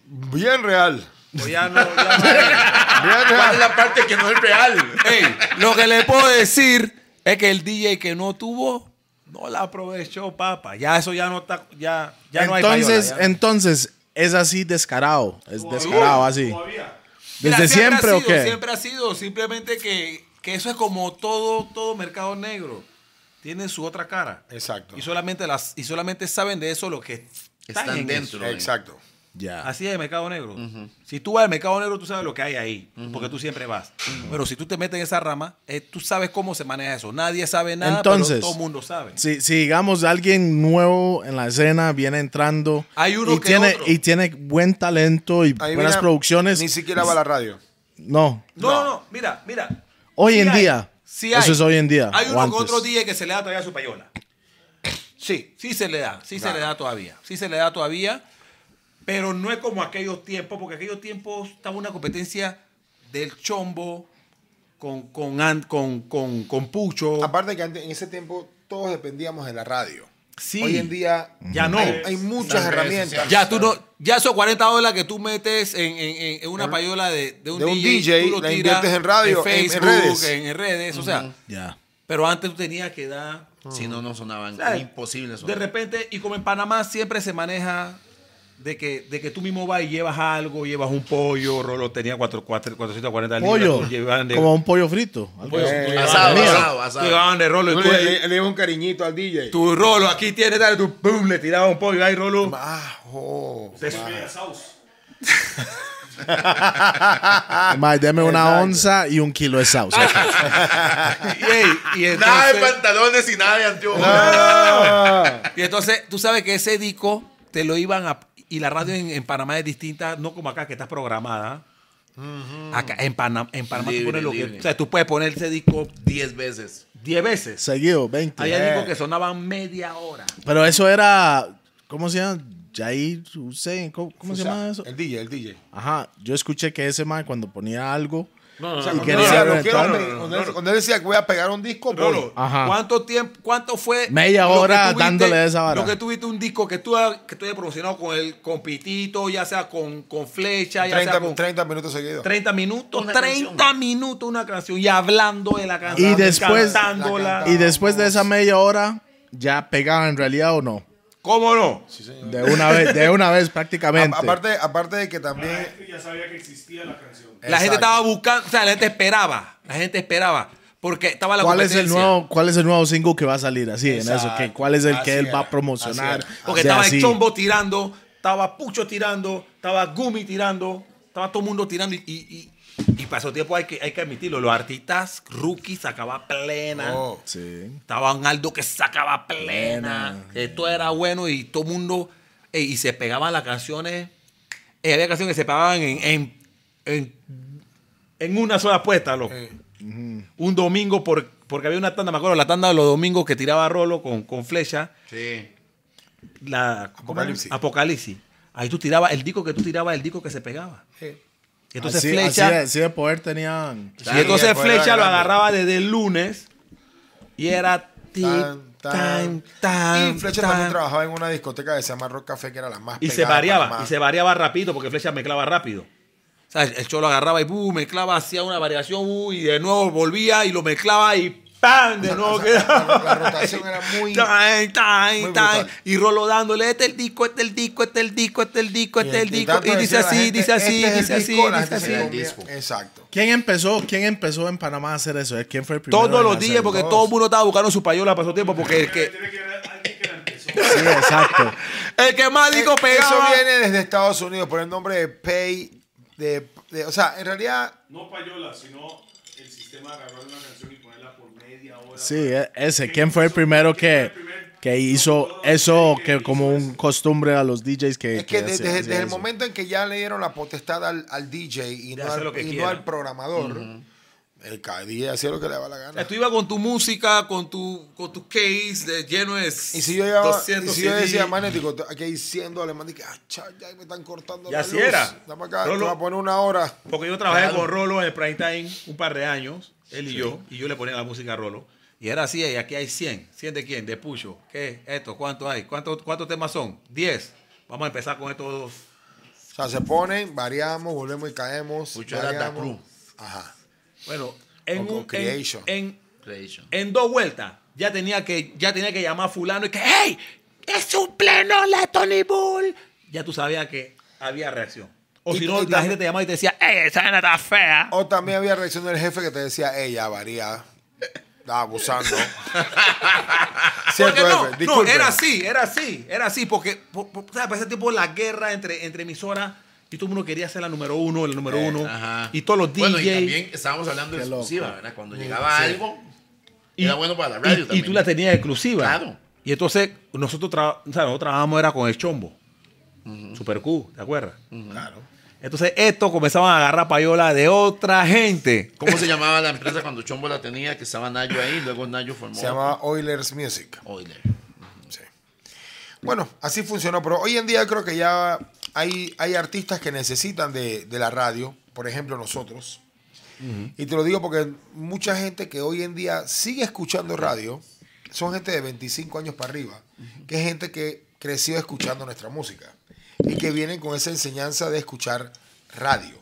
Bien real.
o Pues ya no- ya
Bien
¿Cuál
real.
es la parte que no es real?
no. Ey, lo que le puedo decir es que el DJ que no tuvo, no la aprovechó, papá. Ya eso ya no está, ya, ya no hay payola,
entonces,
ya.
entonces, es así descarado. Es
Todavía,
descarado así.
Todavía.
¿Desde
Mira,
siempre,
ha
o
sido,
qué?
Siempre ha sido, simplemente que, que eso es como todo, todo mercado negro. Tiene su otra cara.
Exacto.
Y solamente, las, y solamente saben de eso los que están,
Están
en
dentro.
eso.
Exacto.
Ya.
Así es el mercado negro. Si tú vas al mercado negro, tú sabes lo que hay ahí, porque tú siempre vas. Pero si tú te metes en esa rama, eh, tú sabes cómo se maneja eso. Nadie sabe nada,
Entonces-
pero todo el mundo sabe.
Si, si, digamos alguien nuevo en la escena viene entrando
Hay uno
y,
que
tiene,
otro.
y tiene buen talento y
Ahí,
buenas
mira,
producciones,
Ni siquiera va a la radio.
no.
No, no, no, mira, mira.
Hoy en
hay,
día.
sí
Eso
hay.
es hoy en día.
Hay
o
uno
antes.
con otro DJ que se le da todavía su payola.
Sí.
Sí se le da, sí se le da todavía, sí se le da todavía, pero no es como aquellos tiempos, porque aquellos tiempos estaba una competencia del chombo con, con, Ant- con, con, con Pucho.
Aparte que antes- en ese tiempo todos dependíamos de la radio.
Sí.
Hoy en día
Ya no.
hay, hay muchas
Las redes
herramientas.
sociales.
Ya tú no, ya esos 40 dólares que tú metes en, en- en- en una payola de, de un
De un
DJ,
DJ,
tú lo
la
tiras
inviertes en radio, en- en
Facebook,
redes.
en, en redes, o sea,
Ya.
pero antes tú tenías que dar
Si no, no sonaban.
sea,
imposible
De
sonar.
repente, y como en Panamá siempre se maneja de que, de que tú mismo vas y llevas algo, llevas un pollo, Rolo tenía cuatro, cuatro- 440 libras.
Pollo.
tú llevaban de,
Como un pollo frito.
un pollo, tú llevabas
Eh, asado,
de-
asado,
Tú llevaban de Rolo. y
Tú
tú-
le, le- le das un cariñito al DJ.
tu Rolo, aquí tienes, dale, tú, pum, le tiraba un pollo, ay, Rolo.
Bajo.
Te subía a Saus.
Mae, deme una onza y un kilo de salsa.
Y, ey, y
Nada de
entonces,
pantalones y nada de anteojos.
Ah.
y entonces, tú sabes que ese disco te lo iban a... Y la radio en, en Panamá es distinta, no como acá que estás programada. Acá en Panamá, en Panamá tú
Libre,
pones lo que...
libre.
O sea, tú puedes poner ese disco
Diez veces.
10 veces.
Seguido, 20.
Había discos que sonaban media hora.
Pero eso era. ¿Cómo se llama? Jair Hussein. ¿Cómo, cómo se
O sea,
llama eso?
El DJ, el DJ.
Ajá. Yo escuché que ese man cuando ponía algo
No, no,
O sea,
Y
no.
cuando
quería
él decía, no
reventar.
quiero-
No, no, no,
cuando él-
no.
Cuando él decía que voy a pegar un disco, voy.
Rolo,
Ajá.
¿Cuánto tiempo, cuánto fue?
Media
lo que
hora dándole esa vara.
Lo que tuviste un disco que tú, ha- que tú hayas promocionado con el con pitito, ya sea con, con flecha, Ah, ya sea
30,
con
30 minutos seguidos.
30 minutos,
Una
30
canción.
minutos una canción y hablando de la canción.
Y después-
cantándola.
Y después de esa media hora, ¿ya pegaba en realidad o no?
¿Cómo no?
De una vez, de una vez
A-
prácticamente.
aparte, aparte de que también.
Ya sabía que existía la canción.
La gente
Exacto.
estaba buscando, o sea, la gente esperaba, la gente esperaba, porque estaba la
¿Cuál es, el
competencia.
nuevo, ¿Cuál es el nuevo single que va a salir? Así, en eso.
Exacto.
que ¿Cuál es el que
Así
él va
era,
a promocionar?
así era.
Porque
O sea,
estaba el
así.
Chombo tirando, estaba Pucho tirando, estaba Gumi tirando, estaba todo el mundo tirando. Y, y, y, y pasó tiempo, hay que, hay que admitirlo, los artistas rookies sacaba plena.
Oh.
Sí.
Estaba un Aldo que sacaba plena. Esto era bueno y todo el mundo. eh, y se pegaban las canciones. eh, había canciones que se pegaban en, en, en- en una sola puesta, loco. Un domingo, por, porque había una tanda, me acuerdo, la tanda de los domingos que tiraba Rolo con, con flecha.
Sí.
La, ¿cómo era?
Apocalipsis.
Apocalipsis. Ahí tú tirabas, el disco que tú tirabas, el disco que se pegaba.
Sí.
Entonces
así,
flecha.
así de- así de poder tenían.
Y entonces
después pues, era
Flecha lo
grande.
agarraba desde el lunes y era
Tan,
tan,
tan.
tan,
y
tan,
Flecha también trabajaba en una discoteca que se llama Rock Café, que era la más
Y se
pegada de
variaba,
Panamá.
y se variaba rápido porque Flecha mezclaba rápido. O sea, el- el cholo agarraba y boom, mezclaba, hacía una variación uh, y de nuevo volvía y lo mezclaba y ¡pam! De nuevo
la-
quedaba.
la- la rotación era muy-
Tan, tan,
muy
tan.
brutal.
Y Rolo dándole, este es el disco, este es el disco, este es el disco, este es el disco, este es el
Y
disco.
tanto
Y dice
decía la
así,
gente,
dice así,
"Este es el
dice así,
disco", la
dice
gente se
así.
comía. Exacto.
¿Quién empezó, ¿Quién empezó en Panamá a hacer eso? ¿Eh? ¿Quién fue el primero?
Todos
en
los
hacerlo?
días, porque todo el mundo estaba buscando su payola pasó tiempo, porque el que,
Tiene que haber alguien que la empezó.
Sí, exacto.
el que más disco
Eh, Eso
pegaba.
viene desde Estados Unidos por el nombre de Pay. De, de- o sea, en realidad,
No payola, sino el sistema de agarrar una canción y ponerla por media hora.
Sí, e- ese. ¿Quién fue el primero que, que hizo eso que como un costumbre a los DJs que...
es que de-
hacía-
desde,
hacía
desde el
eso?
momento en que ya le dieron la potestad al, al DJ y, no
hacer
al,
lo que
y no
quiera.
al programador, el cada día hacía lo que le daba la gana.
Eh, Tú ibas con tu música, con tu, con tu case de lleno de
Y si yo, llegaba, y
200
si yo
CD.
decía, magnético, te- aquí hay 100 dólares, man, dije, ah, cha, ya me están cortando
Y
la
así
luz.
era.
Dame acá,
Rolo-
te voy a poner una hora.
Porque yo trabajé con Rolo en el Prime Time un par de años, él y yo, y yo le ponía la música a Rolo. Y era así, y aquí hay 100. ¿100 de quién? De Pucho. ¿Qué? ¿Esto? ¿Cuánto hay? ¿Cuánto- ¿Cuántos temas son? 10. Vamos a empezar con estos dos.
O sea, se ponen, variamos, volvemos y caemos.
Mucho era Da
variamos.
Cruz.
Ajá.
Bueno, en,
con
un- en-
Creation.
en-
Creation.
en dos vueltas ya tenía, que, ya tenía que llamar a fulano y que, ¡Hey! ¡Es un pleno la Tony Bull! Ya tú sabías que había reacción. O
Y-
si no,
y
la
tam-
gente te llamaba y te decía, ¡Ey, esa nena está fea!
O también había reacción del jefe que te decía, ella varía. Estaba abusando.
Porque
Cierto,
no,
jefe.
no,
Disculpe.
era así, era así, era así, porque por, por- ¿sabes? Para pues ese tiempo la guerra entre, entre emisoras y todo el mundo quería ser la número uno, el número uno,
Ajá.
Eh, y todos los DJs.
Bueno, y también estábamos hablando de
Qué loco.
exclusiva, ¿verdad? Cuando llegaba algo,
Y-
era bueno para la
y-
radio
y
también.
tú la tenías exclusiva.
Claro.
Y entonces nosotros, tra- o sea, nosotros trabajábamos era con el chombo. Super Q, ¿te acuerdas? Claro. Entonces estos comenzaban a agarrar payola de otra gente.
¿Cómo se llamaba la empresa cuando Chombo la tenía? Que estaba Nayo ahí, luego Nayo formó.
Se llamaba Oilers Music.
Oiler.
Sí. Bueno, así funcionó, pero hoy en día creo que ya hay, hay artistas que necesitan de, de la radio, por ejemplo nosotros. Y te lo digo porque mucha gente que hoy en día sigue escuchando radio son gente de 25 años para arriba, que es gente que creció escuchando nuestra música y que vienen con esa enseñanza de escuchar radio.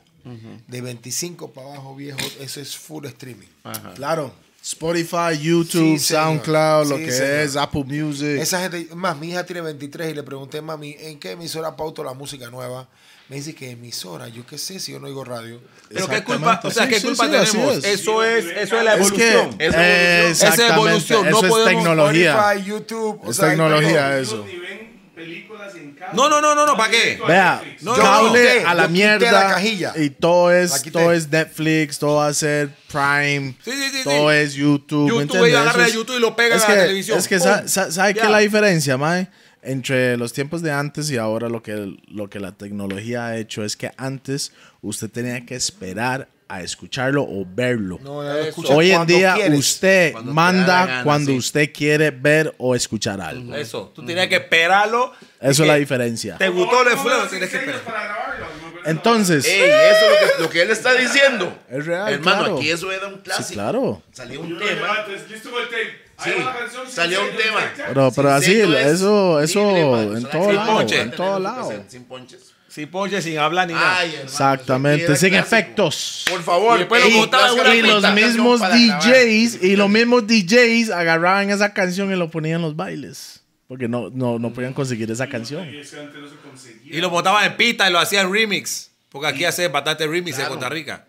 De 25 para abajo, viejo, eso es full streaming.
Claro. Spotify, YouTube,
Sí, señor.
SoundCloud, lo
Sí,
que
señor.
es, Apple Music.
Esa gente, más mi hija tiene 23 y le pregunté, mami, ¿en qué emisora pauto la música nueva? Me dice que emisora, yo qué sé si yo no oigo radio.
Pero qué
Exactamente.
culpa, o sea,
Sí,
qué
sí,
culpa
sí, así
tenemos.
es.
Eso es, eso es la
Es que
evolución.
Es evolución.
exactamente,
Es evolución, no
eso es
podemos
tecnología.
Spotify, YouTube,
Es
hay
tecnología,
todo.
eh. eso.
Ni ven películas en casa.
No, no, no, no, no, ¿para qué?
Vea,
No, no,
cable
no.
a
Yo
la
quité la
mierda
cajilla.
y todo
La
es,
quité.
todo es Netflix, todo va a ser Prime,
Sí, sí, sí, sí.
todo es YouTube. ¿me
YouTube,
entiendes?
ellos agarran
Eso es-
a YouTube y lo pegan
es
a la
que-
televisión.
Es que,
¡Pum!
sa- sa- ¿sabe qué
Ya.
es la diferencia, Mae? Entre los tiempos de antes y ahora lo que, lo que la tecnología ha hecho es que antes usted tenía que esperar a escucharlo o verlo.
No, ya lo escuchas
Hoy en
cuando
día
quieres.
usted
Cuando te da
manda
la gana,
cuando
sí.
usted quiere ver o escuchar algo.
Eso, tú tenías que esperarlo.
Eso
Y
es la
que
diferencia.
Te gustó lo de fulano, tienes que esperar.
Para grabarlo, me acuerdo.
Entonces,
Eh,
Ey, eso es lo que, lo que él está diciendo.
Es real,
Hermano,
claro.
aquí eso era un clásico.
sí, claro.
Salía
Y
un
uno
tema.
llegaba, "Entonces, "Ah, pues, listo con el tape. Ahí
Sí,
va la canción, sí,
salió
sí,
un
sí,
tema.
sí, sí.
Pero, pero así,
Sello es
eso, eso,
libre, man.
en
Son
todo
las
lado,
canciones
en
que
todo
tenemos que
lado.
hacer Sin ponches.
Sin ponche, sin hablar ni nada.
Ay, hermano, eso
Exactamente,
sí
sin
era clásico.
efectos.
Por favor,
Y después lo
ey,
botaban
las
una
Y
canciones
los
para
mismos
grabar.
DJs, y los mismos DJs agarraban esa canción y lo ponían en los bailes. Porque no, no, no podían conseguir esa canción.
Y eso antes no se conseguía.
Y lo botaban en pista y lo hacían remix. Porque aquí hace bastante remix en Costa Rica.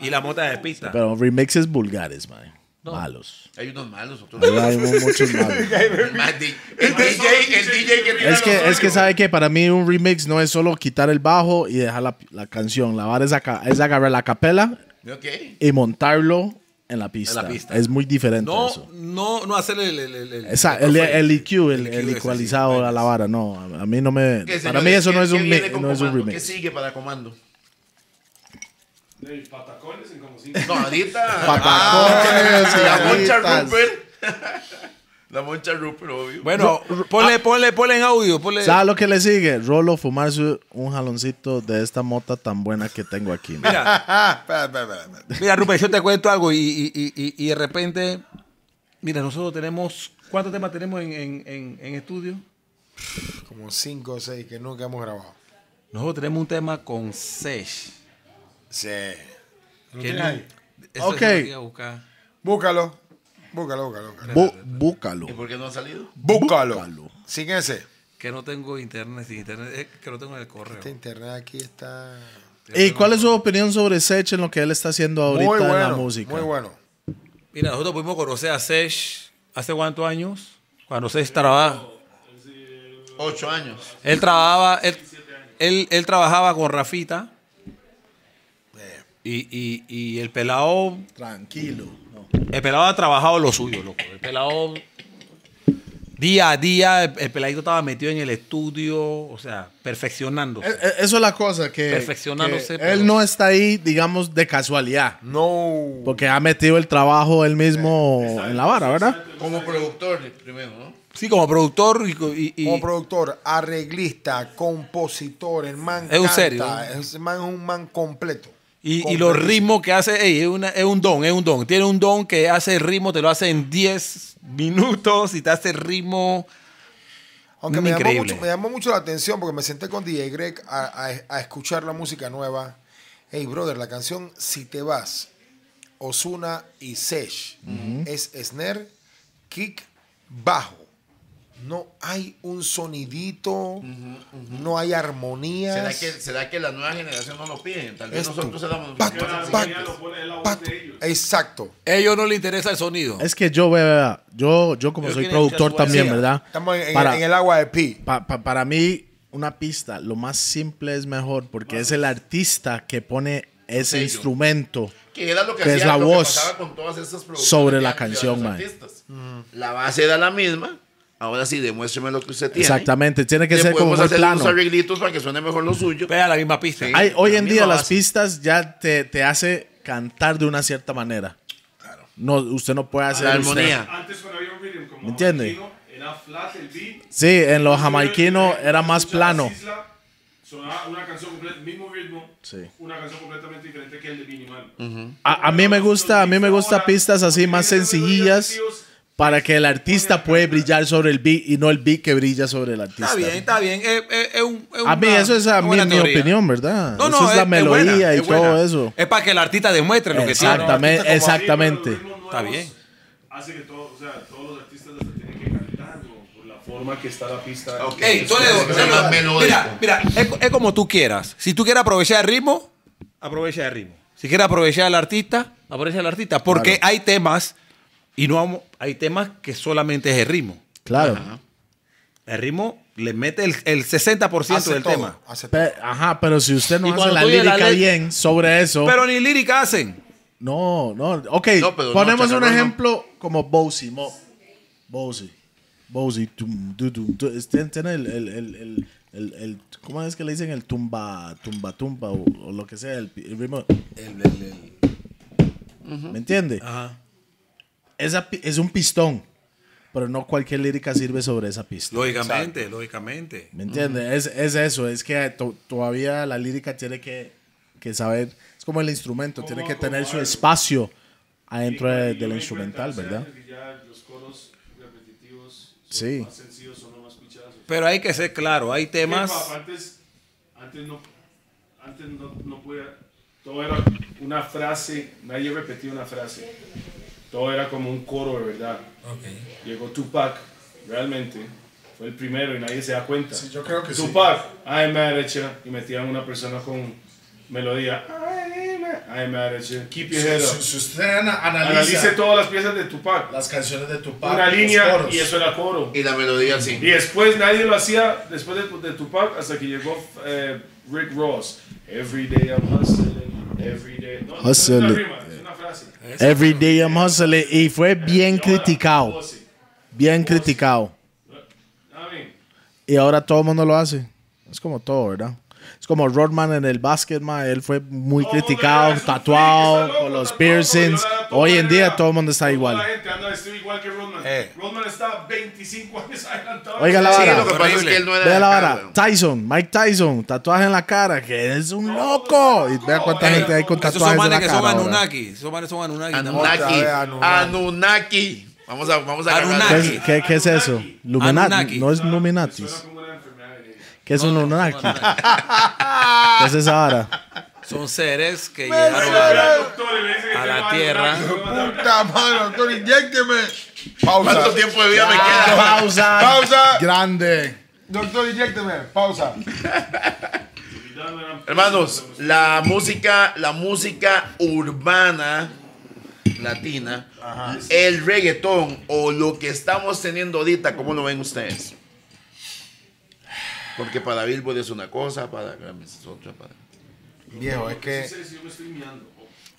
Y la mota de pista.
Pero remixes vulgares, man. Malos.
Hay unos malos, otros
Ahí hay muchos malos.
Más di-
Este
El DJ, el DJ que tira
Es que,
los
es que
ojos.
sabe que para mí un remix no es solo quitar el bajo y dejar la, la canción. La vara es, aca- es agarrar la capela
Ok.
y montarlo en la pista.
pista.
Es muy diferente
No,
eso.
no, no hacer el. el, el, el-
Esa-
el-
el, el IQ, el,
El
el
IQ es
ecualizado
así,
a la vara, no. A a mí no me.
Ok,
Para
señores,
mí eso
¿qué-
no es
qué
un,
viene
mi-
con
no es un
comando? ¿Qué
remix.
sigue para comando?
De patacones en como cinco.
No, ahorita.
Patacones,
Ah, la moncha
ahoritas.
Rupert. La moncha Rupert, obvio.
Bueno,
ah.
ponle, ponle, ponle en audio. Ponle.
¿Sabes lo que le sigue? Rolo fumarse un jaloncito de esta mota tan buena que tengo aquí. man.
Mira,
Ah, espera, espera, espera, espera.
mira, Rupert, yo te cuento algo y, y, y- y- y de repente. Mira, nosotros tenemos. ¿Cuántos temas tenemos en, en, en- en estudio?
Como cinco o seis que nunca hemos grabado.
Nosotros tenemos un tema con Sesh.
Sí. ¿Lo
Que
tienes
no-
ahí?
eso
Ok.
se lo voy a buscar.
Búscalo. Búscalo, búscalo, búscalo.
Bú- búscalo.
¿Y por qué no ha salido?
Búscalo. Sin ese.
Que no tengo internet, sin internet, eh, que no tengo en el correo.
Este internet aquí está
¿Y cuál es su opinión sobre Sech en lo que él está haciendo ahorita
muy bueno.
en la música?
Muy bueno.
Mira, nosotros pudimos conocer a Sesh hace cuántos años, cuando Sesh trabajaba.
Ocho años.
Él trabajaba, él, él, él trabajaba con Rafita. Y, y, y el pelado,
Tranquilo. no.
el pelado ha trabajado lo suyo, loco. El pelado, día a día, el, el peladito estaba metido en el estudio, o sea, perfeccionándose.
E- e- Eso es la cosa que,
Perfeccionándose,
que
pero-
él no está ahí, digamos, de casualidad,
No.
porque ha metido el trabajo él mismo en la vara, ¿verdad?
Como productor, primero, ¿no?
Sí, como productor y... co- y- y-
Como productor, arreglista, compositor, el man
Es un
canta,
serio.
Es el man es un man completo.
Y, y los ritmos que hace, ey, es, una- es un don, es un don. Tiene un don que hace el ritmo, te lo hace en 10 minutos y te hace el ritmo.
Aunque me llamó,
Increíble.
mucho, me llamó mucho la atención porque me senté con DJ Greg a, a- a escuchar la música nueva. Hey, brother, la canción Si Te Vas, Osuna y Sesh es snare, kick, bajo. No hay un sonidito, no hay armonía.
¿Será que, ¿Será que la nueva generación no lo pide? Tal vez
Esto.
nosotros éramos.
Pato,
Ahora,
pato,
ya lo pone en la voz
pato.
de ellos.
Exacto.
A ellos no les interesa el sonido.
Es que yo, vea, yo, yo como
Ellos
soy
quieren escuchar
productor
su
también,
voz.
¿verdad?
Estamos en, en-
Para-
en el agua de pi.
Pa- pa- para mí, una pista, lo más simple es mejor, porque es el artista que pone ese
Sello.
instrumento.
Que era lo que,
que es
hacía,
la
lo
voz
que pasaba con todas estas producciones
sobre
que
la
han llevado
canción,
los
man.
artistas. La base era la misma. Ahora sí, demuéstreme lo que usted tiene.
Exactamente, tiene que
Le
ser como
podemos
muy
hacer
plano.
unos arreglitos para que suene mejor lo suyo.
Pega la misma pista.
Sí.
Hay- hoy en
la
día
misma
las
base.
pistas ya te, te hace cantar de una cierta manera. No, usted no puede hacer
La
usted-
armonía.
Antes cuando había un rhythm como
¿Me entiende?
jamaiquino, Era flat el beat.
Sí, en los jamaiquinos era más
Escuchabas
plano.
Isla, Sonaba una canción completa, mismo ritmo,
Sí.
una canción completamente diferente que el de Minimal.
A, a mí me gusta, a mí me gusta pistas así más sencillas para que el artista puede brillar sobre el beat y no el beat que brilla sobre el artista.
Está bien, está bien. Es, es- es un- es
A mí
una-
eso es a
una
mí,
buena
mi
teoría.
opinión, ¿verdad?
No, no,
eso es, la melodía
buena, Eh,
y
es
todo
buena.
eso.
Es para que el artista demuestre lo que tiene.
Exactamente,
Artista como
exactamente.
Está bien.
Hace que todo, o sea, todos los artistas hasta tienen que cantar o por la forma que está la pista.
Ok.
Ey, Toledo,
Es
Toledo,
más melódico.
mira, mira, es, es como tú quieras. Si tú quieres aprovechar el ritmo, aprovecha el ritmo. Si quieres aprovechar al artista, aprovecha al artista. Porque hay temas, y no vamos- hay temas que solamente es el ritmo.
Claro.
El ritmo le mete el, el 60%
Hace
del
todo,
tema.
hace todo.
Pe- ajá, pero si usted
Y
no hace
cuando
la
tú oyes la
lírica
letra-
bien sobre eso.
Pero ni lírica hacen.
no, no. Ok,
No, pero no,
ponemos un
Chacarrón no.
ejemplo como Bowsy. Mo, Bowsy. Bowsy. tum, du, dum, du. Este tiene el, el, el, el, el- el- ¿Cómo es que le dicen? El tumba, tumba, tumba o, o lo que sea. El, el ritmo. ¿Me entiende?
Ajá.
Esa pi- es un pistón. pero no cualquier lírica sirve sobre esa pista.
Lógicamente, lógicamente.
¿Me entiendes? es, es eso, es que to- todavía la lírica tiene que, que saber, es como el instrumento, tiene que tener su espacio adentro de- del instrumental, ¿verdad?
los coros repetitivos son
Sí.
más sencillos, son los más pichados.
Pero hay que ser claro, hay
Papá,
temas.
Antes, antes no, antes no, no podía. Todo era una frase, nadie repetía una frase. Todo era como un coro de verdad. Llegó Tupac, realmente, fue el primero y nadie se da cuenta.
Sí, yo creo que sí.
Tupac, I'm mad at ya, y metían una persona con melodía. I'm mad at ya, keep your head up.
Si usted ana-
Analice todas las piezas de Tupac.
las canciones de Tupac,
Una
los
línea
coros.
y eso era coro.
Y la melodía sí.
Y después nadie lo hacía después de, de Tupac hasta que llegó eh, Rick Ross. Every day I'm hustling, every day. No, no es una
Hustling.
rima, es una frase.
Every Day I'm Hustling, y fue bien
Y ahora,
criticado,
Ozzy.
bien criticado.
I mean,
Y ahora todo el mundo lo hace. Es como todo, ¿verdad? Es como Rodman en el básquet, ma, él fue muy
todo el mundo
criticado,
era, es un freak,
tatuado,
está loco,
con los
tatuado,
piercings.
todo el mundo era,
Hoy en día
era.
todo el mundo está
Toda
igual.
La gente anda vestido igual que Rodman.
Eh.
Rodman está 25 años adelantado.
Oiga la
Sí,
vara.
lo que pasa es
Horrible.
que él no era de
Vea la
acá,
vara.
weón.
Tyson, Mike Tyson, tatuaje en la cara, que es un loco. Y vea cuánta
Eh,
gente hay con
esos
Esos son
tatuajes en
manes
la
que son
cara. ahora.
Anunnaki. Esos manes son Anunnaki.
Anunnaki.
Otra vez,
Anunnaki. Vamos a, vamos a agarrar-
¿Qué
Anunnaki.
es, qué- qué es eso? Luminati.
Anunnaki.
No es
Suena
Luminatis.
como una enfermedad. eh.
¿Qué es un Anunnaki? ¿Qué es esa vara?
Son seres que llegaron a
Ve al
la,
doctor y le dice que
a
te
la
va
tierra.
ayudar, que te va a dar-
Puta madre, doctor, inyécteme. Pausa.
¿Cuánto
Pues,
tiempo de vida me queda?
Pausa.
Pausa.
Grande.
Doctor, inyécteme. Pausa.
Hermanos, la música, la música urbana latina, el reggaetón o lo que estamos teniendo ahorita, ¿cómo lo ven ustedes? Porque para Billboard es una cosa, para Grammy es otra. Para...
Viejo, es que.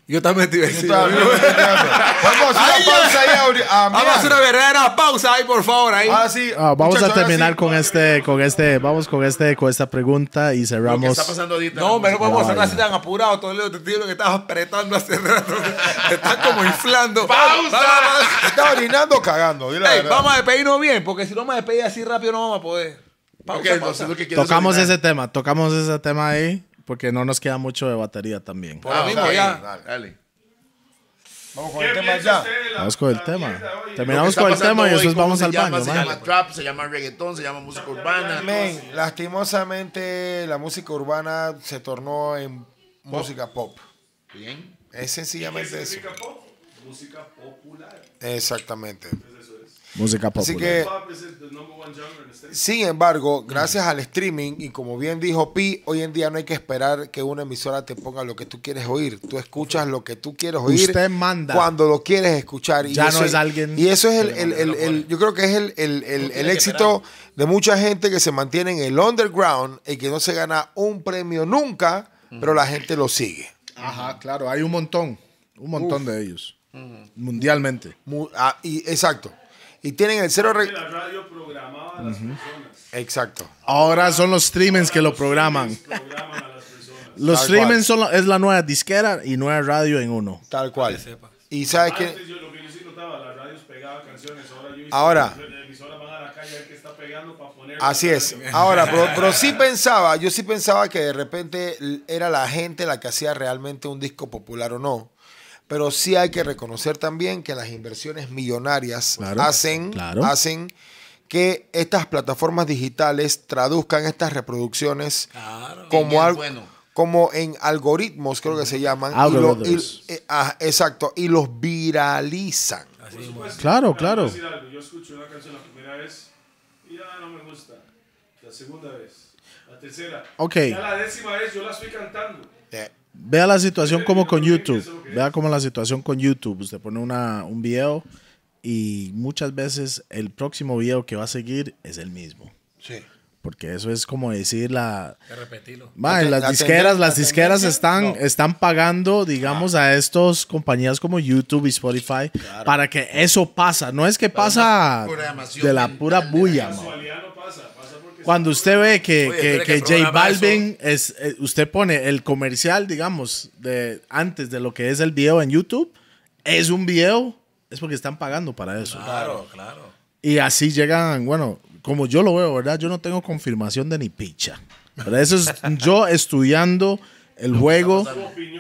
Yo también te iba a decir.
Vamos a hacer una pausa ahí ahorita. Ah,
Vamos a hacer una
mira.
verdadera pausa ahí, por favor. Ahí.
Ahora sí,
Ah, vamos a
muchachos, ahora
terminar
sí.
con este, con este, vamos con este, con esta pregunta y
Lo que
cerramos.
está pasando ahorita.
No,
la
me vamos a
Ay.
cerrar así tan apurado, Toledo. Te digo que estabas apretando hace rato. Te estás como inflando.
¡Pausa!
Vamos,
¿Te ¿Estás orinando o cagando? Dile la
Ey,
verdad.
vamos a despedirnos bien, porque si no me despedí así rápido no vamos a poder. Pausa,
música. Ok,
pausa.
entonces lo que quiero es
Tocamos
opinar.
ese tema, tocamos ese tema ahí, porque no nos queda mucho de batería también.
Por lo mismo
Ah, ok,
ya.
Dale. dale.
Vamos con
¿Qué
el tema
piensa
ya.
usted de la-
Vamos con el
la
tema.
mierda hoy?
Lo que
Terminamos
está
con el
pasando
tema y
hoy,
después
¿cómo
vamos
se
al
llama?
baño.
Se
man.
llama trap, se llama reggaetón, se llama música urbana.
Men, lastimosamente la música urbana se tornó en música pop.
Bien.
Es sencillamente eso.
Música pop, música popular.
Exactamente.
Música popular.
Así que,
Pop is the number one genre in the States.
sin embargo, gracias al streaming y como bien dijo Pi, hoy en día no hay que esperar que una emisora te ponga lo que tú quieres oír. Tú escuchas lo que tú quieres oír.
Usted manda.
Cuando lo quieres escuchar. Y
Ya
eso
no es alguien
Y eso es el,
que le
el-
mande
el-
los
el-
goles.
yo creo que es el, el- el- el éxito de mucha gente que se mantiene en el underground y que no se gana un premio nunca, pero la gente lo sigue.
Ajá, claro, hay un montón, un montón de ellos, mundialmente.
Mu- ah, y, exacto. Y tienen el cero. re-
La radio programaba a las personas.
Exacto.
Ahora son los streamings que lo programan.
Programan a las personas.
Los
Tal
streamings son la- es la nueva disquera y nueva radio en uno.
Tal cual. Y sabes que.
Antes yo, lo que yo Ah, sí notaba, las radios pegaban canciones. Ahora yo
Ahora.
La emisora van a la calle a ver qué está pegando para poner.
Así es. Ahora, pero, pero sí pensaba, yo sí pensaba que de repente l- era la gente la que hacía realmente un disco popular o no. Pero sí hay que reconocer también que las inversiones millonarias
Claro,
hacen,
claro.
hacen que estas plataformas digitales traduzcan estas reproducciones como
es
algo.
bueno.
Como en algoritmos, creo que se llaman. y lo- y-
Algoritmos.
eh, ah, exacto. Y los viralizan.
Claro,
Ahora,
claro.
te voy a decir algo, Yo escucho una canción la primera vez y ya no me gusta. La segunda vez. La tercera.
Ok.
Ya la décima vez yo la estoy cantando.
Eh,
Vea la situación como con YouTube. Vea como la situación con YouTube. Usted pone una, un video y muchas veces el próximo video que va a seguir es el mismo.
sí.
Porque eso es como decir la...
Repetirlo.
Mae,
La-
las
la
disqueras,
tenden-
las
la
disqueras
tendencia,
están,
no. Ah.
están pagando, digamos, a estas compañías como YouTube y Spotify para que eso pasa. No es que pasa
programación
de la
mental
pura
de
bulla, mae.
Casualidad no pasa. Pasa porque.
Cuando usted ve que,
Oye,
que,
tiene que
que J
programar
Balvin, es, eh, usted pone el comercial, digamos, de antes de lo que es el video en YouTube, es un video, es porque están pagando para eso.
Claro, claro.
Y así llegan, bueno, como yo lo veo, ¿verdad? Yo no tengo confirmación de ni picha. Pero eso es yo estudiando el juego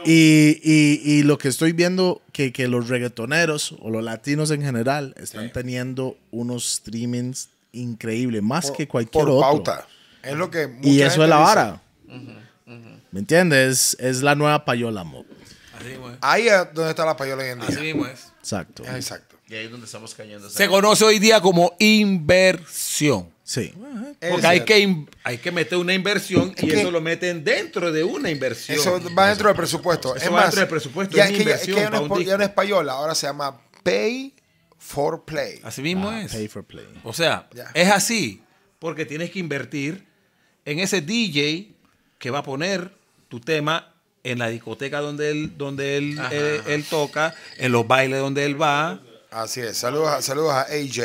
y, y- y lo que estoy viendo que, que los reggaetoneros o los latinos en general están teniendo unos streamings increíbles, más que cualquier
por
otro.
pauta. Es lo que mucha
Y eso
gente
es la
dice.
vara. ¿Me entiendes? Es, es la nueva payola mod.
Así mismo es.
Ahí es donde está la payola hoy en día.
Así mismo es.
Exacto.
Ah, Exacto.
Y ahí es donde estamos cayendo.
Se conoce hoy día como inversión.
Sí.
Es
Porque hay
cierto.
que, in- hay que meter una inversión y
que-
eso lo meten dentro de una inversión.
Eso va dentro del presupuesto.
Eso
es
va
más,
dentro del presupuesto,
Ya
es
es
una
que ya, es que
inversión
ya no
para
es,
un
po- ya
disco.
no es payola, ahora se llama Pay for Play.
Así mismo
Ah,
es.
Pay for play.
O sea,
Ya.
es así porque tienes que invertir en ese DJ que va a poner tu tema en la discoteca donde él, donde él, él- él toca, en los bailes donde él va.
Así es. Saludos a, saludos a AJ.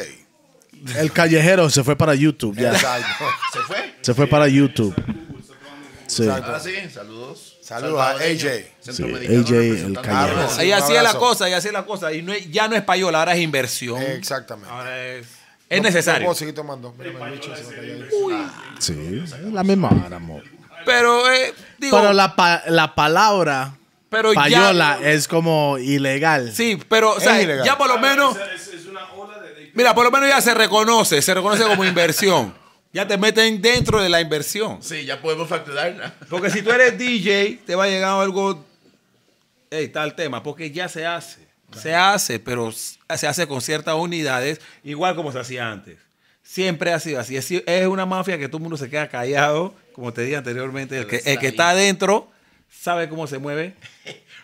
El callejero se fue para YouTube. Ya.
Exacto.
¿Se fue?
Se fue para YouTube. Sí.
Ahora Ah, sí, saludos.
Saludos a AJ.
Centroamericano
Sí, AJ, el
representante.
callejero.
Vamos.
Ahí
un
hacía la
abrazo.
cosa, ahí hacía la cosa. Y no es- ya no es payola, ahora es inversión.
Exactamente.
Ahora es, Ah, es
No- No
necesario.
puedo seguir tomando. Mírame, el bicho, se me cayó ahí.
Sí. Es la misma vara, amor.
pues,
pero, eh, digo,
Pero la, pa- la palabra
Pero ya-
payola es como ilegal.
sí, pero, o sea,
Es ilegal.
ya por lo menos,
Es, es una ola de- de
mira, por lo menos ya se reconoce, se reconoce como inversión. Ya te meten dentro de la inversión.
Sí, ya podemos facturarla.
Porque si tú eres DJ, te va a llegar algo. Ey, tal tema, porque ya se hace. Se hace, pero s- se hace con ciertas unidades, igual como se hacía antes. Siempre ha sido así. Es, es una mafia que todo el mundo se queda callado, como te dije anteriormente. El que, el que está adentro sabe cómo se mueve.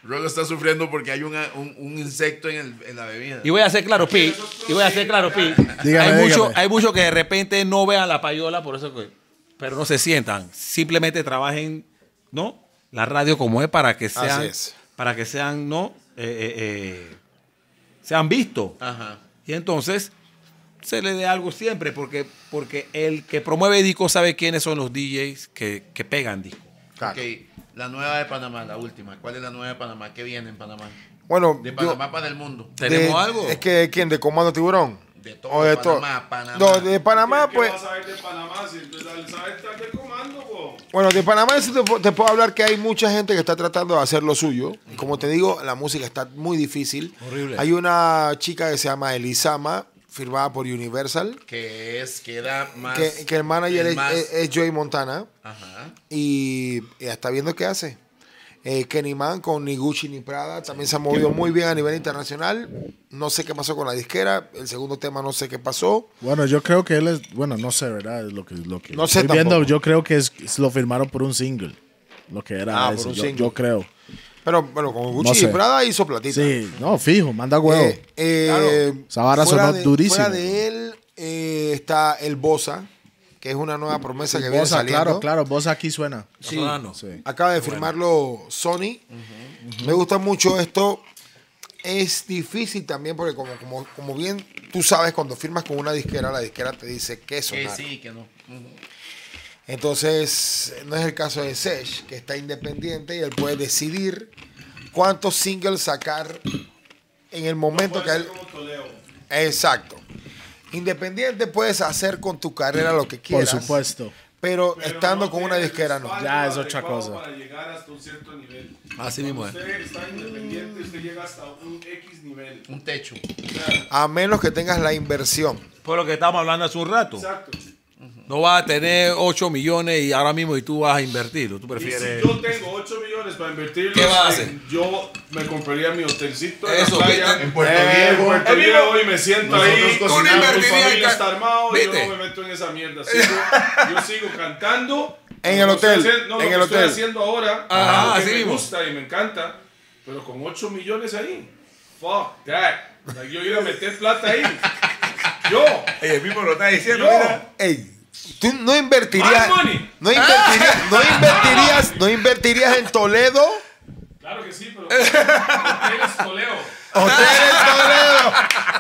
Rogo está sufriendo porque hay una- un, un insecto en, el- en la bebida.
Y voy a ser claro, Pi. Y voy a ser claro, Pi.
Dígame,
hay muchos
dígame.
hay mucho que de repente no vean la payola, por eso que. Pero no se sientan. Simplemente trabajen, ¿no? La radio como es para que sean.
es.
Para que sean, ¿no? Eh, eh, eh, sean vistos.
Ajá.
Y entonces se le dé algo siempre, porque, porque el que promueve disco sabe quiénes son los DJs que, que pegan disco.
Claro.
Ok, la nueva de Panamá, la última. ¿Cuál es la nueva de Panamá? ¿Qué viene en Panamá?
Bueno,
De
yo-
Panamá para el mundo.
de-
¿Tenemos algo?
Es que ¿quién? ¿De Comando Tiburón?
De todo,
¿O de
Panamá,
todo?
Panamá.
No, de Panamá,
¿Qué
pues.
vas a ver de Panamá si entonces sabes estar de comando, po?
Bueno, de Panamá sí te, pu- te puedo hablar que hay mucha gente que está tratando de hacer lo suyo. Y Como te digo, la música está muy difícil.
Horrible.
Hay una chica que se llama Elisama, firmada por Universal,
Que es, que era más.
que, que el manager
es
es,
más-
es- es Joey Montana.
Ajá.
Y ya está viendo qué hace. Eh, Kenny Man con ni Gucci ni Prada también se ha movido muy bien a nivel internacional. No sé qué pasó con la disquera. El segundo tema no sé qué pasó.
Bueno, yo creo que él es. Bueno, no sé, ¿verdad? Es lo que, lo que
No sé
estoy viendo.
tampoco.
Yo creo que es, es- lo firmaron por un single. Lo que era
Ah, por
eso,
un
yo,
single.
yo creo.
Pero bueno, con Gucci
No sé.
y Prada hizo platita.
Sí, no, fijo, manda huevo.
Eh, eh,
Claro. Esa vara
fuera
sonó
de-
durísimo.
Fuera de él eh, está el Bosa, que es una nueva promesa que viene
Bosa,
saliendo.
claro, claro, vos aquí suena.
Sí.
Sí.
Acaba de firmarlo Sony. Me gusta mucho esto. Es difícil también porque como, como, como bien tú sabes, cuando firmas con una disquera, la disquera te dice qué
Que
sonar.
sí, que no.
Entonces, no es el caso de Sesh, que está independiente y él puede decidir cuántos singles sacar en el momento que a él... Exacto. Independiente puedes hacer con tu carrera lo que
Por
quieras.
supuesto.
Pero,
Pero
estando
no
con una
tiene
disquera no.
respaldo
Ya es otra
adecuado
cosa.
Para llegar hasta un cierto nivel.
Así mismo es.
Usted está independiente, usted llega hasta un X nivel.
Un techo.
A menos que tengas la inversión.
Por lo que estábamos hablando hace un rato.
Exacto.
No vas a tener 8 millones y ahora mismo y tú vas a invertirlo. Tú
Y si
prefieres.
yo tengo 8 millones para invertirlos,
¿Qué vas a
en-
hacer?
Yo me compraría mi hotelcito en
Eso,
la playa,
¿qué?
en
Puerto
en
Viejo.
Puerto
Amigo,
Viejo y me siento
nosotros
ahí.
cocinamos,
con mi
invertiría en
familia
ca-
está armado, y
Vete.
yo no me meto en esa mierda. Sigo- yo sigo cantando.
En
Lo
el
que
hotel,
estoy haciendo-
en
no, lo
el
que estoy
hotel.
haciendo ahora,
Ajá,
lo que
así
me
mismo.
gusta y me encanta, pero con 8 millones ahí. Fuck that. Like, yo iba a meter plata ahí. Yo.
El mismo lo está diciendo,
Yo.
Ey, tú no invertirías.
My money.
No invertirías, no invertirías, no invertirías en Toledo.
Claro que sí, pero. Hoteles Toledo.
Hotel en Toledo.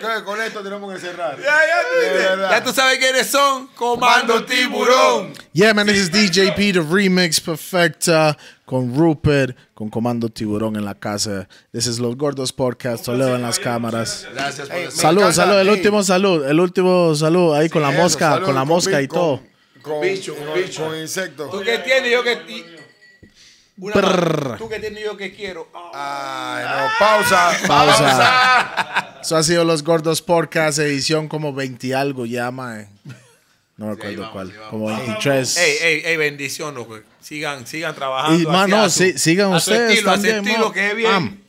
Creo que con esto tenemos que cerrar.
Ya, ya, tú
De
dices.
verdad.
Ya tú sabes quiénes son. Comando Tiburón.
Yeah, man, this is DJ P, the remix perfecta con Rupert, con Comando Tiburón en la casa. This is Los Gordos Podcast, Toledo en las cámaras.
Gracias por
Ey,
estar.
me
Salud,
encanta,
salud, el
ey.
último salud, el último salud ahí con la
Eso,
mosca,
salud,
con la mosca
bi-
y todo.
Con, con bicho, con, con insectos.
¿Tú qué tienes? Yo que. ti- Una más. ¿Tú qué tienes? Yo que quiero. Ah.
Ay, no, pausa.
Pausa. Eso ha sido Los Gordos Podcast, edición como 20 y algo ya, mae. No me acuerdo cuál, como 23.
Ey, ey, ey, bendición, loco. Sigan, sigan trabajando.
Y, man,
hacia
no,
su-
sí, sigan
a su
ustedes
estilo, a su
también,
estilo,
man.
que es bien.
Am.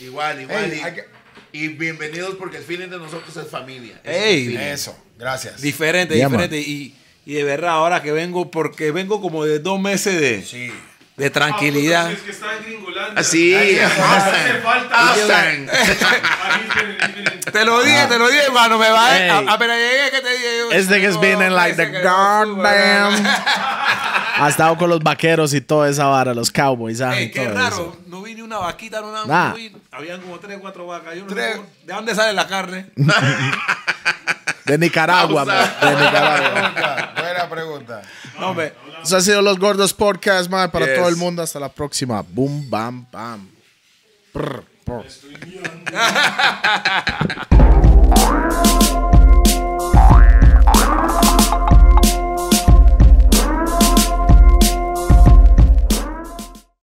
Igual, igual. y,
Ey, hay que-
y bienvenidos porque el feeling de nosotros es familia. Es
Ey.
el feeling.
Eso, gracias.
Diferente,
Yeah, man.
diferente. Y, y de verdad, ahora que vengo, porque vengo como de dos meses de,
Sí.
de tranquilidad.
Ah, puta, si es que está en Gringolandia.
Así.
Hace falta.
Hashtag.
Ahí vienen, ahí vienen.
Te lo dije, te lo dije, hermano, me va.
Ey.
eh. A- Apenas llegué, que te dije yo.
Este que es
No,
been in like
parece
the
que no subo,
goddamn.
¿verdad?
Ha estado con los vaqueros y toda esa vara, los cowboys, ah, y
Ey, qué
todo
raro,
eso.
no vi ni una vaquita, no nada.
Nah.
no vi- habían como tres, cuatro vacas. Yo no
Tres.
sé cómo- ¿De dónde sale la carne?
De Nicaragua, man, de Nicaragua.
Pregunta, Buena pregunta.
No, hombre.
Eso ha sido los Gordos Podcast, man, para
Yes.
todo el mundo. Hasta la próxima. Boom, bam, bam. Prr, prr.